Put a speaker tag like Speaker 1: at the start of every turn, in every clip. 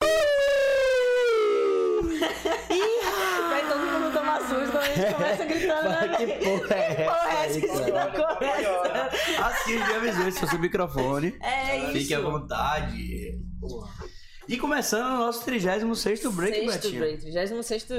Speaker 1: gente começa gritando,
Speaker 2: Fala,
Speaker 1: né?
Speaker 2: que
Speaker 1: velho?
Speaker 2: porra é
Speaker 1: Ah.
Speaker 2: essa
Speaker 1: Que porra é
Speaker 2: Assim, aí,
Speaker 1: essa que tá acontecendo?
Speaker 2: Assiste James Joyce com seu microfone.
Speaker 1: É isso.
Speaker 2: Fique à vontade. E começando o nosso 36 break,
Speaker 1: Sexto
Speaker 2: Betinho.
Speaker 1: break, 36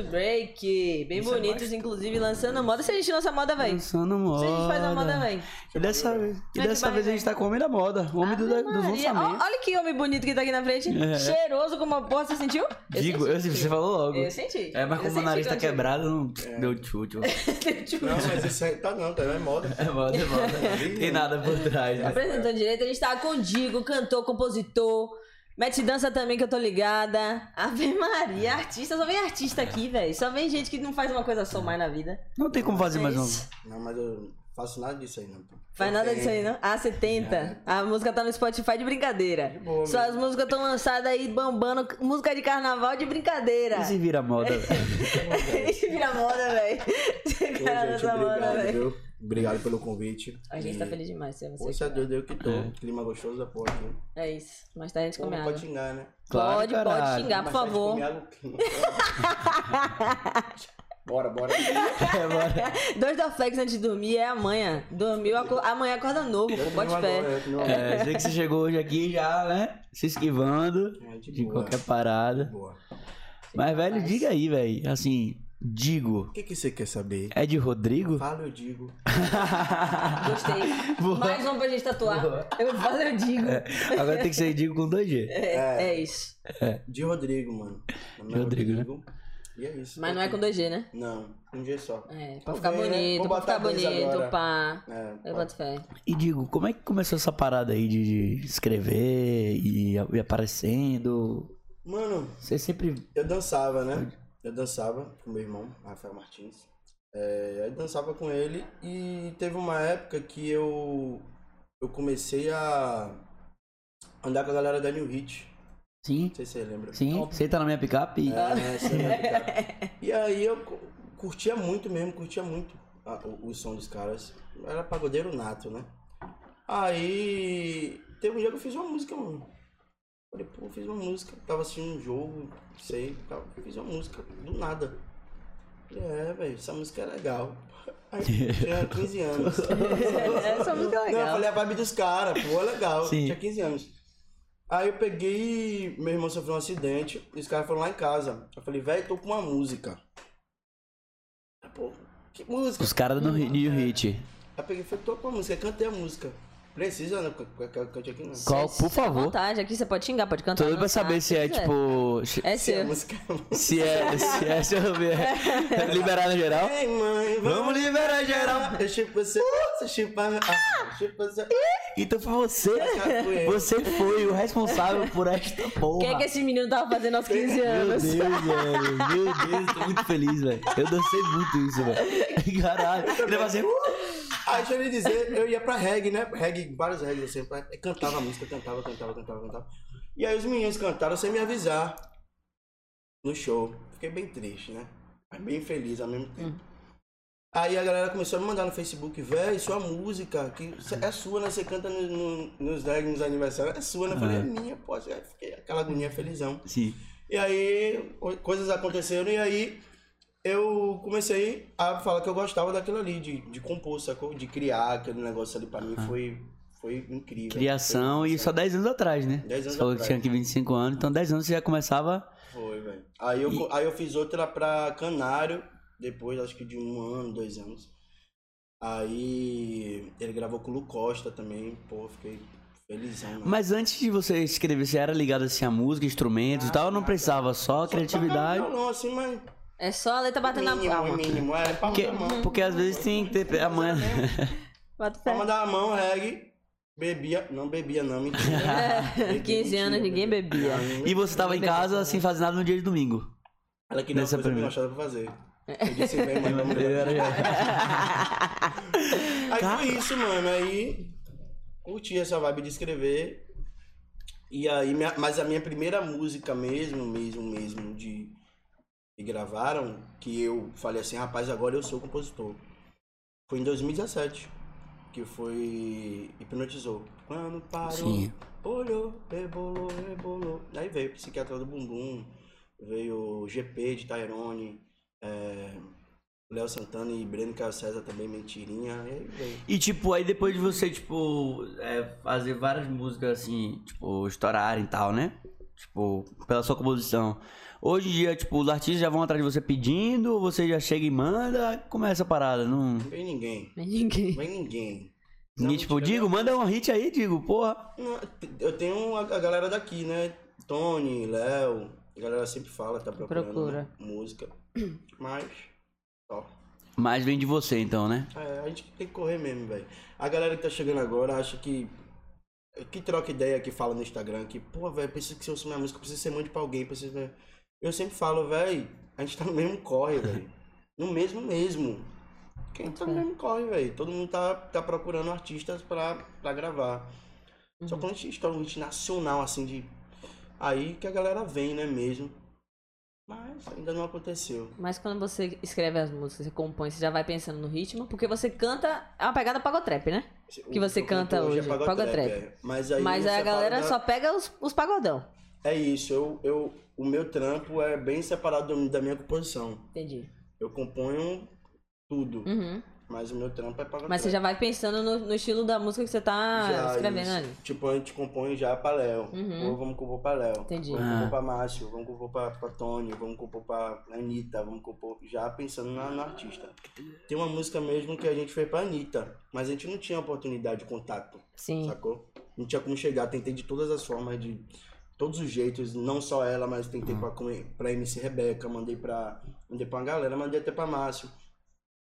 Speaker 1: break. Bem
Speaker 2: Isso é
Speaker 1: bonitos, inclusive, lançando moda. Se a gente lança moda, velho. Se
Speaker 2: Lançando
Speaker 1: a
Speaker 2: moda.
Speaker 1: gente faz a moda, velho.
Speaker 2: E dessa, vez- e
Speaker 1: Vai que
Speaker 2: dessa
Speaker 1: vai,
Speaker 2: vez a
Speaker 1: vai.
Speaker 2: gente tá com o homem da moda, o homem do, dos
Speaker 1: Ave Maria. Ó,
Speaker 2: lançamentos.
Speaker 1: Olha que homem bonito que tá aqui na frente.
Speaker 2: É.
Speaker 1: Cheiroso como uma porra, você sentiu? Eu
Speaker 2: Digo,
Speaker 1: senti.
Speaker 2: eu, você falou logo.
Speaker 1: Eu senti.
Speaker 2: É, mas
Speaker 1: Eu
Speaker 2: como o
Speaker 1: senti
Speaker 2: nariz tá
Speaker 1: quando eu-
Speaker 2: quebrado, não deu chute.
Speaker 1: Tipo,
Speaker 3: Não, mas esse aí tá não, tá é moda.
Speaker 2: É moda, é moda. Tem nada por trás. né?
Speaker 1: Tá
Speaker 3: é.
Speaker 1: Apresentando direito, a gente tá com o Digo, cantor, compositor. Mete dança também, que eu tô ligada. Ave
Speaker 3: É.
Speaker 1: Maria, artista, só vem artista aqui, velho. Só vem gente que não faz uma coisa só mais na vida.
Speaker 2: Não tem como fazer
Speaker 1: É
Speaker 2: mais um.
Speaker 1: isso.
Speaker 3: Não, mas eu não faço nada disso aí não. pô.
Speaker 1: Faz
Speaker 3: Eu
Speaker 1: nada
Speaker 3: tenho-
Speaker 1: disso aí, não? Ah, você tenta. A música tá no Spotify de brincadeira.
Speaker 3: É. boa,
Speaker 1: Suas músicas estão lançadas aí, bambando. Música de carnaval de brincadeira.
Speaker 2: E se vira moda, velho.
Speaker 1: Isso vira moda, velho. Esse
Speaker 3: Pô,
Speaker 1: cara
Speaker 3: gente,
Speaker 1: dessa moda,
Speaker 3: obrigado,
Speaker 1: velho.
Speaker 3: viu? Obrigado pelo convite.
Speaker 1: A gente tá feliz demais, você.
Speaker 3: Pô,
Speaker 1: você
Speaker 3: se é
Speaker 1: cara.
Speaker 3: doido eu que tô.
Speaker 2: É.
Speaker 3: Clima gostoso da porra. viu?
Speaker 1: É isso. Mais tarde a gente
Speaker 3: Pô,
Speaker 1: come
Speaker 3: não
Speaker 1: água.
Speaker 3: pode xingar, né?
Speaker 2: Claro,
Speaker 1: Pode, pode
Speaker 2: caralho.
Speaker 1: xingar, Tá, por
Speaker 3: Mas só de
Speaker 1: favor.
Speaker 3: comer água quente. né? bora, bora.
Speaker 2: É, bora.
Speaker 1: Dois da Flex antes de dormir é amanhã. Dormiu, aco- amanhã acorda novo, pô. Bote fé.
Speaker 3: pé.
Speaker 2: É, sei que você chegou hoje aqui já, né? Se esquivando
Speaker 3: É, de
Speaker 2: de
Speaker 3: boa.
Speaker 2: qualquer parada.
Speaker 3: Boa.
Speaker 2: Mas, velho, diga aí, velho. Assim, digo.
Speaker 3: O que que você quer saber?
Speaker 2: É de Rodrigo?
Speaker 3: Fala, eu digo.
Speaker 1: Gostei.
Speaker 2: Boa.
Speaker 1: Mais um pra gente tatuar. Eu falo, eu digo. É,
Speaker 2: Agora tem que ser digo com 2G.
Speaker 1: é isso.
Speaker 3: De Rodrigo, mano. Meu nome é
Speaker 2: Rodrigo, né?
Speaker 3: E é isso.
Speaker 1: Mas não é com 2G, né?
Speaker 3: Não, um dia só.
Speaker 1: É, pra
Speaker 3: Vou
Speaker 1: ficar
Speaker 3: ver, né?
Speaker 1: bonito,
Speaker 3: Vou
Speaker 1: pra
Speaker 3: botar
Speaker 1: ficar
Speaker 3: dois
Speaker 1: bonito,
Speaker 3: agora.
Speaker 1: pá.
Speaker 3: É,
Speaker 1: Eu
Speaker 3: pode-
Speaker 1: boto fé.
Speaker 2: E digo, como é que começou essa parada aí de de escrever e, e aparecendo?
Speaker 3: Mano,
Speaker 2: Você sempre.
Speaker 3: eu dançava, né? Eu dançava com meu irmão, Rafael Martins. É, eu dançava com ele e teve uma época que eu eu comecei a andar com a galera da New Hit.
Speaker 2: Sim,
Speaker 3: Não sei se você lembra.
Speaker 2: sim. Senta na minha picape. e-
Speaker 3: É, né? Você lembra, cara? E aí eu cu- curtia muito mesmo, curtia muito a- o, o som dos caras. Eu Era pagodeiro nato, né? Aí teve um dia que eu fiz uma música, mano. Falei, pô, eu fiz uma música. Tava assistindo um jogo, não sei, tava, fiz uma música, do nada. Falei, é, velho, essa música é legal. Aí eu tinha 15 anos.
Speaker 1: Essa música é
Speaker 3: Não, eu
Speaker 1: legal.
Speaker 3: falei a vibe dos caras, pô, é legal.
Speaker 2: Sim.
Speaker 3: Tinha 15 anos. Aí eu peguei, meu irmão sofreu um acidente, e os caras foram lá em casa. Eu falei, velho, tô com uma música. Aí, Pô, que música?
Speaker 2: Os caras do New Hit.
Speaker 3: Aí eu peguei, e falei, tô com uma música, cantei a música. Precisa, né? Que que- que eu cante aqui, não.
Speaker 2: Qual, por
Speaker 1: À
Speaker 3: tá
Speaker 2: favor.
Speaker 1: vontade, aqui você pode xingar, pode
Speaker 2: Tô
Speaker 1: cantar.
Speaker 2: doido pra
Speaker 1: dançar,
Speaker 2: saber
Speaker 1: se
Speaker 2: se é
Speaker 1: quiser.
Speaker 2: tipo. se-
Speaker 1: É
Speaker 3: Se a
Speaker 1: seu.
Speaker 3: música
Speaker 2: Se é. Se é. Se é. Liberar no geral.
Speaker 3: Ei, mãe,
Speaker 2: Vamos liberar Uh! geral.
Speaker 3: Eu chupo você, você chupa. Ah, eu chupo você.
Speaker 2: Então foi você.
Speaker 3: Fui eu.
Speaker 2: Você foi o responsável por esta porra.
Speaker 1: O que é que esse menino tava fazendo aos 15
Speaker 2: Meu Deus,
Speaker 1: anos?
Speaker 2: velho. Meu Deus, tô muito feliz, velho. Eu dancei muito isso, velho. Caralho. Ele vai fazer. "Uh!"
Speaker 3: Aí deixa eu lhe dizer, eu ia pra reggae, né? Reggae, várias reggae, assim, eu sempre cantava a música, cantava, cantava, cantava, cantava. E aí os meninos cantaram sem me avisar no show. Fiquei bem triste, né? Mas bem feliz ao mesmo tempo. Aí a galera começou a me mandar no Facebook, véi, sua música, que cê- é sua, né? Você canta no- no- nos drag, nos aniversários, é sua, né? Eu falei, é minha, pô. Aí fiquei aquela agonia felizão.
Speaker 2: Sim.
Speaker 3: E aí, co- coisas aconteceram, e aí eu comecei a falar que eu gostava daquilo ali, de, de compor, sacou? De criar aquele negócio ali pra mim, foi, foi incrível.
Speaker 2: Ah. Criação e só 10 anos atrás, né?
Speaker 3: 10 anos
Speaker 2: Você falou que
Speaker 3: atrás.
Speaker 2: tinha aqui 25 anos, então 10 anos você já começava.
Speaker 3: Foi, velho. Aí, eu co- aí eu fiz outra pra Canário, depois, acho que de um ano, dois anos. Aí ele gravou com o Lu Costa também, pô, fiquei felizão. né?
Speaker 2: Mas antes de você escrever, você era ligado assim a música, instrumentos e tal, não precisava só criatividade.
Speaker 3: Não, não, assim, mas.
Speaker 1: É só a letra batendo na
Speaker 3: Mínimo,
Speaker 1: palma.
Speaker 3: mínimo, é, pra
Speaker 2: Porque,
Speaker 3: mandar a mão.
Speaker 2: porque às vezes tem que ter. A mãe.
Speaker 1: Bota
Speaker 3: Pra
Speaker 1: fé.
Speaker 3: mandar a mão, reggae. Bebia. Não bebia, não, mentira. Bebia,
Speaker 1: 15 anos, ninguém bebia.
Speaker 3: Não,
Speaker 2: E você tava em casa sem fazer nada no dia de domingo.
Speaker 3: Ela queria uma
Speaker 2: Nessa
Speaker 3: coisa que
Speaker 2: primeira.
Speaker 3: eu achava pra fazer. Eu disse, bem, mas não
Speaker 2: Eu
Speaker 3: bebia.
Speaker 2: era-
Speaker 3: Aí foi isso, mano. Aí curti essa vibe de escrever. E aí, minha- mas a minha primeira música mesmo, mesmo, mesmo, de que gravaram, que eu falei assim, rapaz, agora eu sou compositor. Foi em 2017, que foi Hipnotizou. Quando parou,
Speaker 2: Sim.
Speaker 3: olhou, rebolou, rebolou. Aí veio Psiquiatra do Bumbum, veio GP de Tyrone, é, Léo Santana e Breno Caio César também, mentirinha. E aí veio.
Speaker 2: E tipo, aí depois de você, tipo, é, fazer várias músicas assim, tipo, estourarem e tal, né? Tipo, pela sua composição. Hoje em dia, tipo, os artistas já vão atrás de você pedindo, ou você já chega e manda, começa a parada, não.
Speaker 3: Não veio ninguém.
Speaker 1: Mas Ninguém.
Speaker 3: Não veio ninguém.
Speaker 2: E tipo, digo, manda um hit aí, digo, porra.
Speaker 3: Não, t- Eu tenho um, a, a galera daqui, né? Tony, Léo. A galera sempre fala, tá procurando
Speaker 1: Procura.
Speaker 3: né? música. Mas, ó.
Speaker 2: Mas vem de você então, né?
Speaker 3: É, a gente tem que correr mesmo, velho. A galera que tá chegando agora acha que. Que troca ideia, que fala no Instagram, que, pô, velho, preciso que você ouça minha música, preciso que você mande pra alguém, preciso. velho. Eu sempre falo, velho, a gente tá no mesmo corre, velho. No mesmo mesmo. Quem tá no mesmo corre, velho. Todo mundo tá, tá procurando artistas pra, pra gravar. Só quando a gente estoura um hit nacional, assim, de. Aí que a galera vem, né, mesmo. Mas ainda não aconteceu.
Speaker 1: Mas quando você escreve as músicas, você compõe, você já vai pensando no ritmo, porque você canta. É uma pegada pagotrap, né? Que você
Speaker 3: eu
Speaker 1: canta
Speaker 3: canto
Speaker 1: hoje,
Speaker 3: é
Speaker 1: Pagotrap.
Speaker 3: é. Mas aí,
Speaker 1: Mas
Speaker 3: eu
Speaker 1: a
Speaker 3: separo
Speaker 1: galera
Speaker 3: da-
Speaker 1: só pega os, os pagodão.
Speaker 3: É isso, eu, eu, o meu trampo é bem separado do- da minha composição.
Speaker 1: Entendi.
Speaker 3: Eu componho tudo,
Speaker 1: Uhum.
Speaker 3: mas o meu trampo é para
Speaker 1: Mas você já vai pensando no, no estilo da música que você tá escrevendo ali.
Speaker 3: Tipo, a gente compõe já pra Léo.
Speaker 1: Uhum.
Speaker 3: Ou vamos compor pra Léo.
Speaker 1: Entendi.
Speaker 3: Ou vamos
Speaker 2: Ah.
Speaker 3: compor pra Márcio, vamos compor pra, pra Tony, vamos compor pra Anitta, vamos compor. Já pensando na, na artista. Tem uma música mesmo que a gente fez pra Anitta, mas a gente não tinha oportunidade de contato.
Speaker 1: Sim.
Speaker 3: Sacou? Não tinha como chegar, tentei de todas as formas, de todos os jeitos, não só ela, mas tentei
Speaker 1: Uhum.
Speaker 3: pra, come- pra MC Rebeca, mandei pra, mandei pra uma galera, mandei até pra Márcio.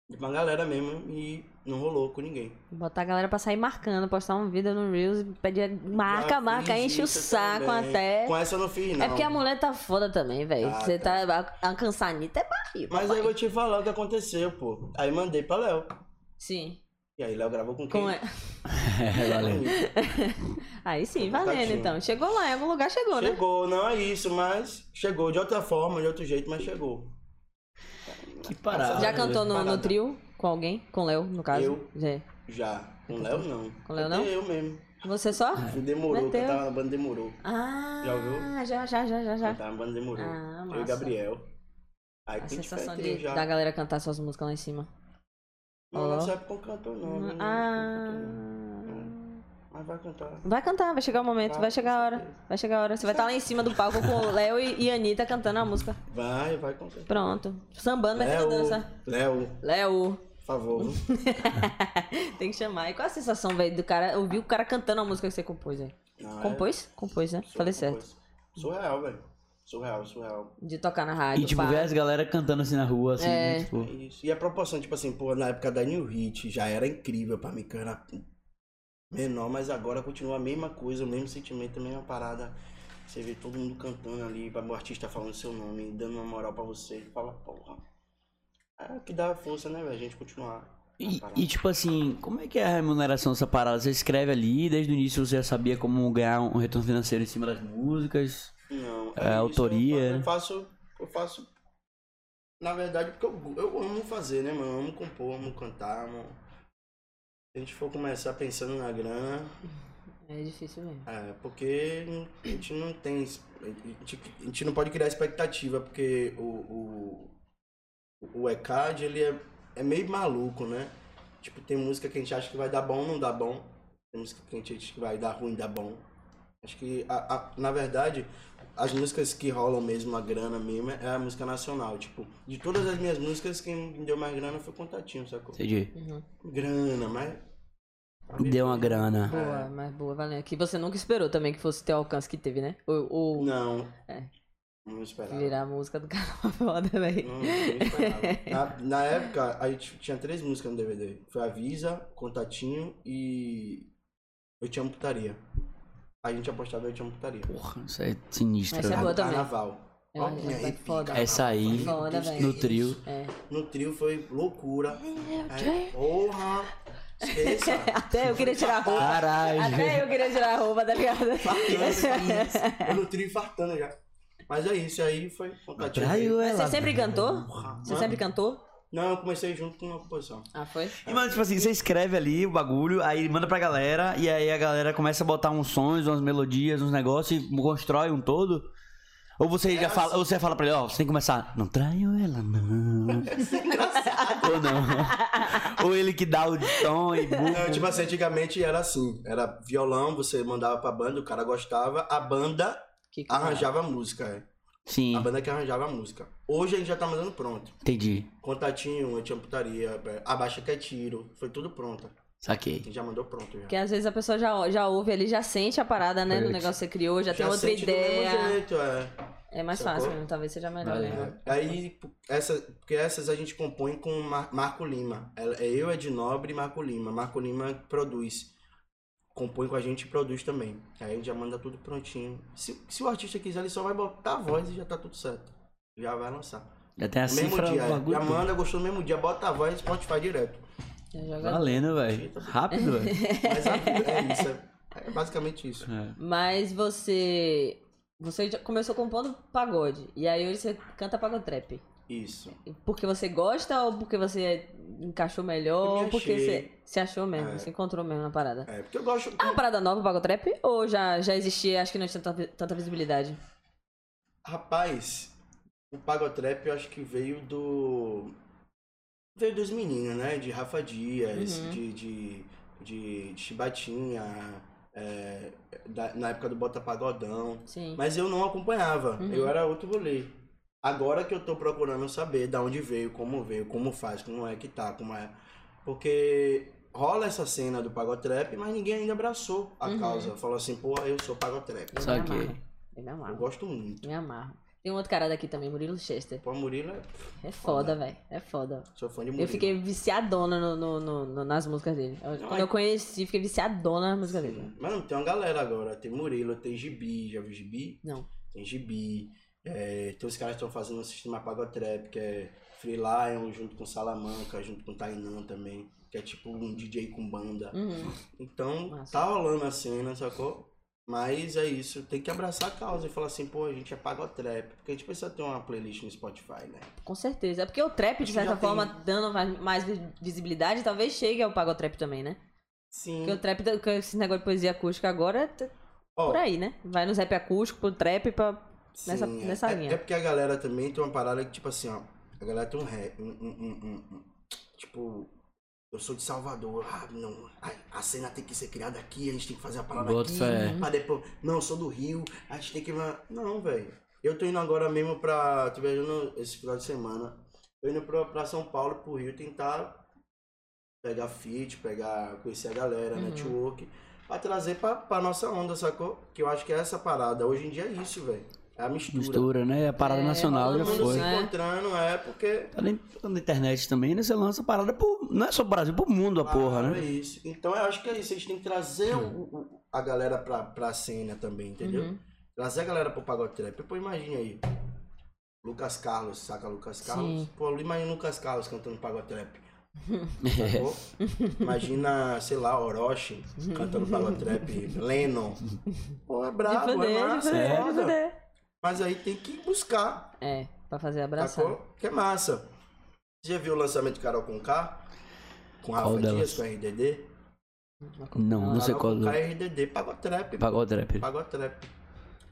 Speaker 3: Mandei pra uma galera mesmo e não rolou com ninguém.
Speaker 1: Botar a galera pra sair marcando, postar um vídeo no Reels e pedir marca,
Speaker 3: Já
Speaker 1: marca,
Speaker 3: fiz
Speaker 1: enche o
Speaker 3: isso
Speaker 1: saco
Speaker 3: também.
Speaker 1: até.
Speaker 3: Com essa eu não fiz, não.
Speaker 1: É porque a mulher tá foda também, velho.
Speaker 3: Ah,
Speaker 1: Você tá. A, a cansanita é barril.
Speaker 3: Mas aí
Speaker 1: papai.
Speaker 3: eu vou te falar o que aconteceu, pô. Aí mandei pra Léo.
Speaker 1: Sim.
Speaker 3: E aí Léo gravou com quem?
Speaker 1: Com...
Speaker 2: É, valeu.
Speaker 1: Aí sim,
Speaker 3: Tá
Speaker 1: valendo
Speaker 3: tadinho.
Speaker 1: então. Chegou lá, em algum lugar chegou, né?
Speaker 3: Chegou, não é isso, mas chegou de outra forma, de outro jeito, mas chegou.
Speaker 4: Que parada.
Speaker 1: Já cantou no,
Speaker 3: Parada.
Speaker 1: no trio com alguém? Com o Léo, no caso?
Speaker 3: Eu.
Speaker 1: Já. é.
Speaker 3: Já. Com Léo não.
Speaker 1: Com Léo, não?
Speaker 3: Eu mesmo.
Speaker 1: Você só?
Speaker 3: Demorou,
Speaker 1: Meteu.
Speaker 3: cantar na banda demorou.
Speaker 1: Ah,
Speaker 3: Já
Speaker 1: Já,
Speaker 3: ouviu?
Speaker 1: já, já, já, já.
Speaker 3: Cantar na banda demorou.
Speaker 1: Ah,
Speaker 3: eu
Speaker 1: massa.
Speaker 3: e Gabriel. Aí
Speaker 1: A
Speaker 3: que gente
Speaker 1: sensação
Speaker 3: fez trio
Speaker 1: de,
Speaker 3: já.
Speaker 1: da galera cantar suas músicas lá em cima.
Speaker 3: Não,
Speaker 1: Ó.
Speaker 3: não
Speaker 1: Hum,
Speaker 3: sabe como cantor não. né? não, não cantor, não.
Speaker 1: Ah.
Speaker 3: Mas vai cantar.
Speaker 1: Vai cantar, vai chegar o momento,
Speaker 3: Vai,
Speaker 1: vai chegar a
Speaker 3: com
Speaker 1: hora.
Speaker 3: certeza.
Speaker 1: Vai chegar a hora. Você vai estar lá em cima do palco com o Léo e, e a Anitta cantando a música.
Speaker 3: Vai, vai com certeza.
Speaker 1: Pronto. Sambando, metendo dança.
Speaker 3: Léo,
Speaker 1: Léo.
Speaker 3: por favor.
Speaker 1: Tem que chamar. E qual a sensação, velho, do cara ouvir o cara cantando a música que você compôs, velho?
Speaker 3: Não, é-
Speaker 1: Compôs? Compôs, né?
Speaker 3: sou-
Speaker 1: Falei
Speaker 3: compôs.
Speaker 1: certo.
Speaker 3: Surreal, velho. Surreal, surreal.
Speaker 1: De tocar na rádio.
Speaker 4: E tipo,
Speaker 1: pá.
Speaker 4: ver as galera cantando assim na rua, assim,
Speaker 1: né, É.
Speaker 4: né, tipo.
Speaker 3: É Isso. E a proporção, tipo assim, pô, na época da New Hit já era incrível pra mim, que eu era menor, mas agora continua a mesma coisa, o mesmo sentimento, a mesma parada. Você vê todo mundo cantando ali, o artista falando seu nome, dando uma moral pra você, e fala, porra. É o que dá força, né, velho? A gente continuar. na
Speaker 4: E,
Speaker 3: parada.
Speaker 4: e, tipo assim, como é que é a remuneração dessa parada? Você escreve ali, desde o início você já sabia como ganhar um retorno financeiro em cima das músicas.
Speaker 3: Não,
Speaker 4: É, autoria,
Speaker 3: Eu,
Speaker 4: né?
Speaker 3: faço, eu faço. Eu faço. Na verdade, porque eu, eu amo fazer, né, mano? Eu amo compor, amo cantar, amo. Se a gente for começar pensando na grana,
Speaker 1: É difícil mesmo.
Speaker 3: É, porque não- a gente não tem. es- A gente, a gente não pode criar expectativa, porque o, o, o ECAD ele é, é meio maluco, né? Tipo, tem música que a gente acha que vai dar bom, não dá bom. Tem música que a gente acha que vai dar ruim, dá bom. Acho que, a- a- na verdade, as músicas que rolam mesmo, a grana mesmo, é a música nacional. Tipo, de todas as minhas músicas, quem me deu mais grana foi o Contatinho, sacou?
Speaker 4: Entendi.
Speaker 3: Grana, mas.
Speaker 4: Deu uma grana.
Speaker 3: É.
Speaker 1: Boa, mas boa, valendo. Que você nunca esperou também que fosse ter o alcance que teve, né? Ou, ou
Speaker 3: Não.
Speaker 1: É.
Speaker 3: Não esperava.
Speaker 1: virar a música do canal foda, velho.
Speaker 3: Não, eu esperava. na, Uhum, na época, a gente tinha três músicas no DVD. Foi Avisa, Contatinho e Eu Te Amo Putaria. A gente apostava em Eu Te Amo Putaria.
Speaker 4: Porra, isso é sinistro.
Speaker 1: Essa é
Speaker 4: né?
Speaker 1: boa.
Speaker 3: Car-
Speaker 1: também.
Speaker 3: Carnaval.
Speaker 1: É uma música
Speaker 3: Olha aí,
Speaker 1: foda. É
Speaker 3: cara.
Speaker 4: Essa aí,
Speaker 1: Foda,
Speaker 3: Meu Deus,
Speaker 1: velho.
Speaker 3: que
Speaker 4: No trio.
Speaker 3: isso.
Speaker 1: É.
Speaker 3: No trio foi loucura. É, porra! Esqueça.
Speaker 1: Até eu queria tirar a roupa.
Speaker 4: Caralho.
Speaker 1: Até eu queria tirar a roupa, tá ligado?
Speaker 3: Fartando, eu no trio fartando já. Mas é isso, aí foi Contatinho.
Speaker 4: Caralho,
Speaker 1: Mas
Speaker 4: ela-
Speaker 1: você sempre cantou?
Speaker 3: Porra,
Speaker 1: Você
Speaker 3: mano.
Speaker 1: sempre cantou?
Speaker 3: Não, eu comecei junto com uma composição.
Speaker 1: Ah, foi?
Speaker 4: E, mano, tipo assim, você escreve ali o bagulho, aí manda pra galera, e aí a galera começa a botar uns sons, umas melodias, uns negócios, e constrói um todo.
Speaker 2: Ou você já fala, ou você fala pra ele, ó, você tem que começar. Não traio ela, não. ou não. ou ele que dá o tom e bu-
Speaker 3: Não, tipo assim, antigamente era assim, era violão, você mandava pra banda, o cara gostava, a banda
Speaker 1: Que cara.
Speaker 3: arranjava a música, é.
Speaker 2: Sim,
Speaker 3: A banda que arranjava a música. Hoje a gente já tá mandando pronto.
Speaker 2: entendi.
Speaker 3: Contatinho, eu te amputaria, é, abaixa que é tiro, foi tudo pronto. A
Speaker 2: Saquei.
Speaker 3: gente já mandou pronto já.
Speaker 1: Porque às vezes a pessoa já, já ouve ali, já sente a parada, né? Do
Speaker 2: Putz.
Speaker 1: negócio que você criou, já, tem
Speaker 3: Já
Speaker 1: outra
Speaker 3: sente do mesmo
Speaker 1: ideia.
Speaker 3: jeito, é.
Speaker 1: É mais
Speaker 3: Sacou?
Speaker 1: fácil mesmo, talvez seja melhor,
Speaker 2: Valeu.
Speaker 1: né?
Speaker 3: É. Aí, p- essa, porque essas a gente compõe com o Mar- Marco Lima. Ela- É eu, Ed Nobre e Marco Lima. Marco Lima produz. Compõe com a gente e produz também. Aí a gente já manda tudo prontinho. Se, se o artista quiser, ele só vai botar a voz e já tá tudo certo. Já vai lançar.
Speaker 2: Já tem a
Speaker 3: No mesmo
Speaker 2: cifra
Speaker 3: dia.
Speaker 2: do É bagulho.
Speaker 3: Já manda, gostou no mesmo dia, bota a voz e Spotify direto.
Speaker 1: Já joga-
Speaker 2: Valendo, velho. Rápido, velho.
Speaker 3: Mas é, é isso. É, é basicamente isso.
Speaker 2: É.
Speaker 1: Mas você. Você já começou compondo pagode. E aí hoje você canta pagotrap.
Speaker 3: Isso.
Speaker 1: Porque você gosta ou porque você encaixou melhor?
Speaker 3: Eu me
Speaker 1: Ou porque
Speaker 3: achei.
Speaker 1: você se achou mesmo,
Speaker 3: É.
Speaker 1: você encontrou mesmo na parada?
Speaker 3: É, porque eu gosto.
Speaker 1: É uma parada nova o pagotrap? Ou já, já existia, acho que não tinha tanta, tanta visibilidade?
Speaker 3: Rapaz, o Pagotrap eu acho que veio do. Veio dos meninos, né? De Rafa Dias,
Speaker 1: Uhum.
Speaker 3: de, de, de Chibatinha, é, da- na época do Bota Pagodão.
Speaker 1: Sim.
Speaker 3: Mas eu não acompanhava,
Speaker 1: Uhum.
Speaker 3: eu era outro rolê. Agora que eu tô procurando saber da onde veio, como veio, como faz, como é que tá, como é. Porque rola essa cena do Pagotrap, mas ninguém ainda abraçou a
Speaker 1: Uhum.
Speaker 3: causa. Falou assim, pô, eu sou Pagotrap.
Speaker 1: Eu
Speaker 2: Saquei.
Speaker 1: me amarro. Eu me
Speaker 3: Eu
Speaker 1: amarro.
Speaker 3: gosto muito.
Speaker 1: Me amarro. Tem um outro cara daqui também, Murilo Chester.
Speaker 3: Pô, Murilo é
Speaker 1: É foda, velho. É foda.
Speaker 3: Sou fã de
Speaker 1: Eu
Speaker 3: Murilo.
Speaker 1: fiquei viciadona no, no- no- no- nas músicas dele. Eu- Quando eu conheci, fiquei viciadona nas músicas dele.
Speaker 3: Mas não, tem uma galera agora. Tem Murilo, tem Gibi, já viu Gibi?
Speaker 1: Não.
Speaker 3: Tem Gibi. É, tem os caras que estão fazendo o sistema Pagotrap, que é Free Lion, junto com Salamanca, junto com Tainan também. Que é tipo um DJ com banda.
Speaker 1: Uhum.
Speaker 3: Então,
Speaker 1: Massa.
Speaker 3: tá rolando a cena, sacou? Mas é isso, tem que abraçar a causa e falar assim, pô, a gente é Pagotrap. Porque a gente precisa ter uma playlist no Spotify, né?
Speaker 1: Com certeza. É porque o trap,
Speaker 3: Acho
Speaker 1: de
Speaker 3: que
Speaker 1: certa
Speaker 3: já tem-
Speaker 1: forma, dando mais, mais vi- visibilidade, talvez chegue ao pagotrap também, né?
Speaker 3: Sim.
Speaker 1: Porque o trap, da- que esse negócio de poesia acústica agora é t-
Speaker 3: Ó,
Speaker 1: por aí, né? Vai nos rap acústico, pro trap, pra... nessa-
Speaker 3: Sim, é-
Speaker 1: nessa
Speaker 3: é,
Speaker 1: linha.
Speaker 3: É porque a galera também tem uma parada que, tipo assim, ó. A galera tem um ré. Um, um- um- um- um- tipo, eu sou de Salvador. Ah, não. ai, A, cena tem que ser criada aqui, a gente tem que fazer a parada
Speaker 2: Boto
Speaker 3: aqui.
Speaker 2: fé.
Speaker 1: Uhum.
Speaker 3: Pra depois. Não, eu sou do Rio, a gente tem que. Não, velho. Eu tô indo agora mesmo pra. Tô viajando esse final de semana. Tô indo pra, pra São Paulo, pro Rio, tentar pegar fit, pegar. conhecer a galera,
Speaker 1: Uhum.
Speaker 3: network. Pra trazer pra, pra nossa onda, sacou? Que eu acho que é essa parada. Hoje em dia é isso, velho. É a mistura.
Speaker 2: Mistura, né? A parada
Speaker 1: É,
Speaker 2: nacional já
Speaker 3: Todo mundo
Speaker 2: foi.
Speaker 3: se
Speaker 1: né?
Speaker 3: encontrando, é porque.
Speaker 2: Tá nem- tá na internet também, né? Você lança a parada pro. Não é só pro Brasil, pro mundo a porra,
Speaker 3: Ah,
Speaker 2: né?
Speaker 3: É isso. Então eu acho que é isso. A gente tem que trazer o- o- a galera pra, pra cena também, entendeu?
Speaker 1: Uhum.
Speaker 3: Trazer a galera pro pagode trap. Pô, imagina aí. Lucas Carlos, saca Lucas Carlos?
Speaker 1: Sim.
Speaker 3: Pô, imagina o Lucas Carlos cantando pagode trap. sacou?
Speaker 2: É.
Speaker 3: Imagina, sei lá, Orochi cantando pagode trap. Lennon. Pô, é
Speaker 1: De
Speaker 3: brabo,
Speaker 1: fuder,
Speaker 3: é
Speaker 1: de
Speaker 3: massa, é
Speaker 1: fuder, de
Speaker 3: foda.
Speaker 1: fuder.
Speaker 3: Mas aí tem que buscar.
Speaker 1: É, pra fazer abraçar.
Speaker 3: Sacou? Que é massa. Você já viu o lançamento de Carol com K? Com
Speaker 2: Qual
Speaker 3: Rafa
Speaker 2: delas?
Speaker 3: Dias, com RDD?
Speaker 2: Não, não sei qual.
Speaker 3: Carol com K é e RDD. Pagou trap.
Speaker 2: Pagou o trap.
Speaker 3: Pagou trap.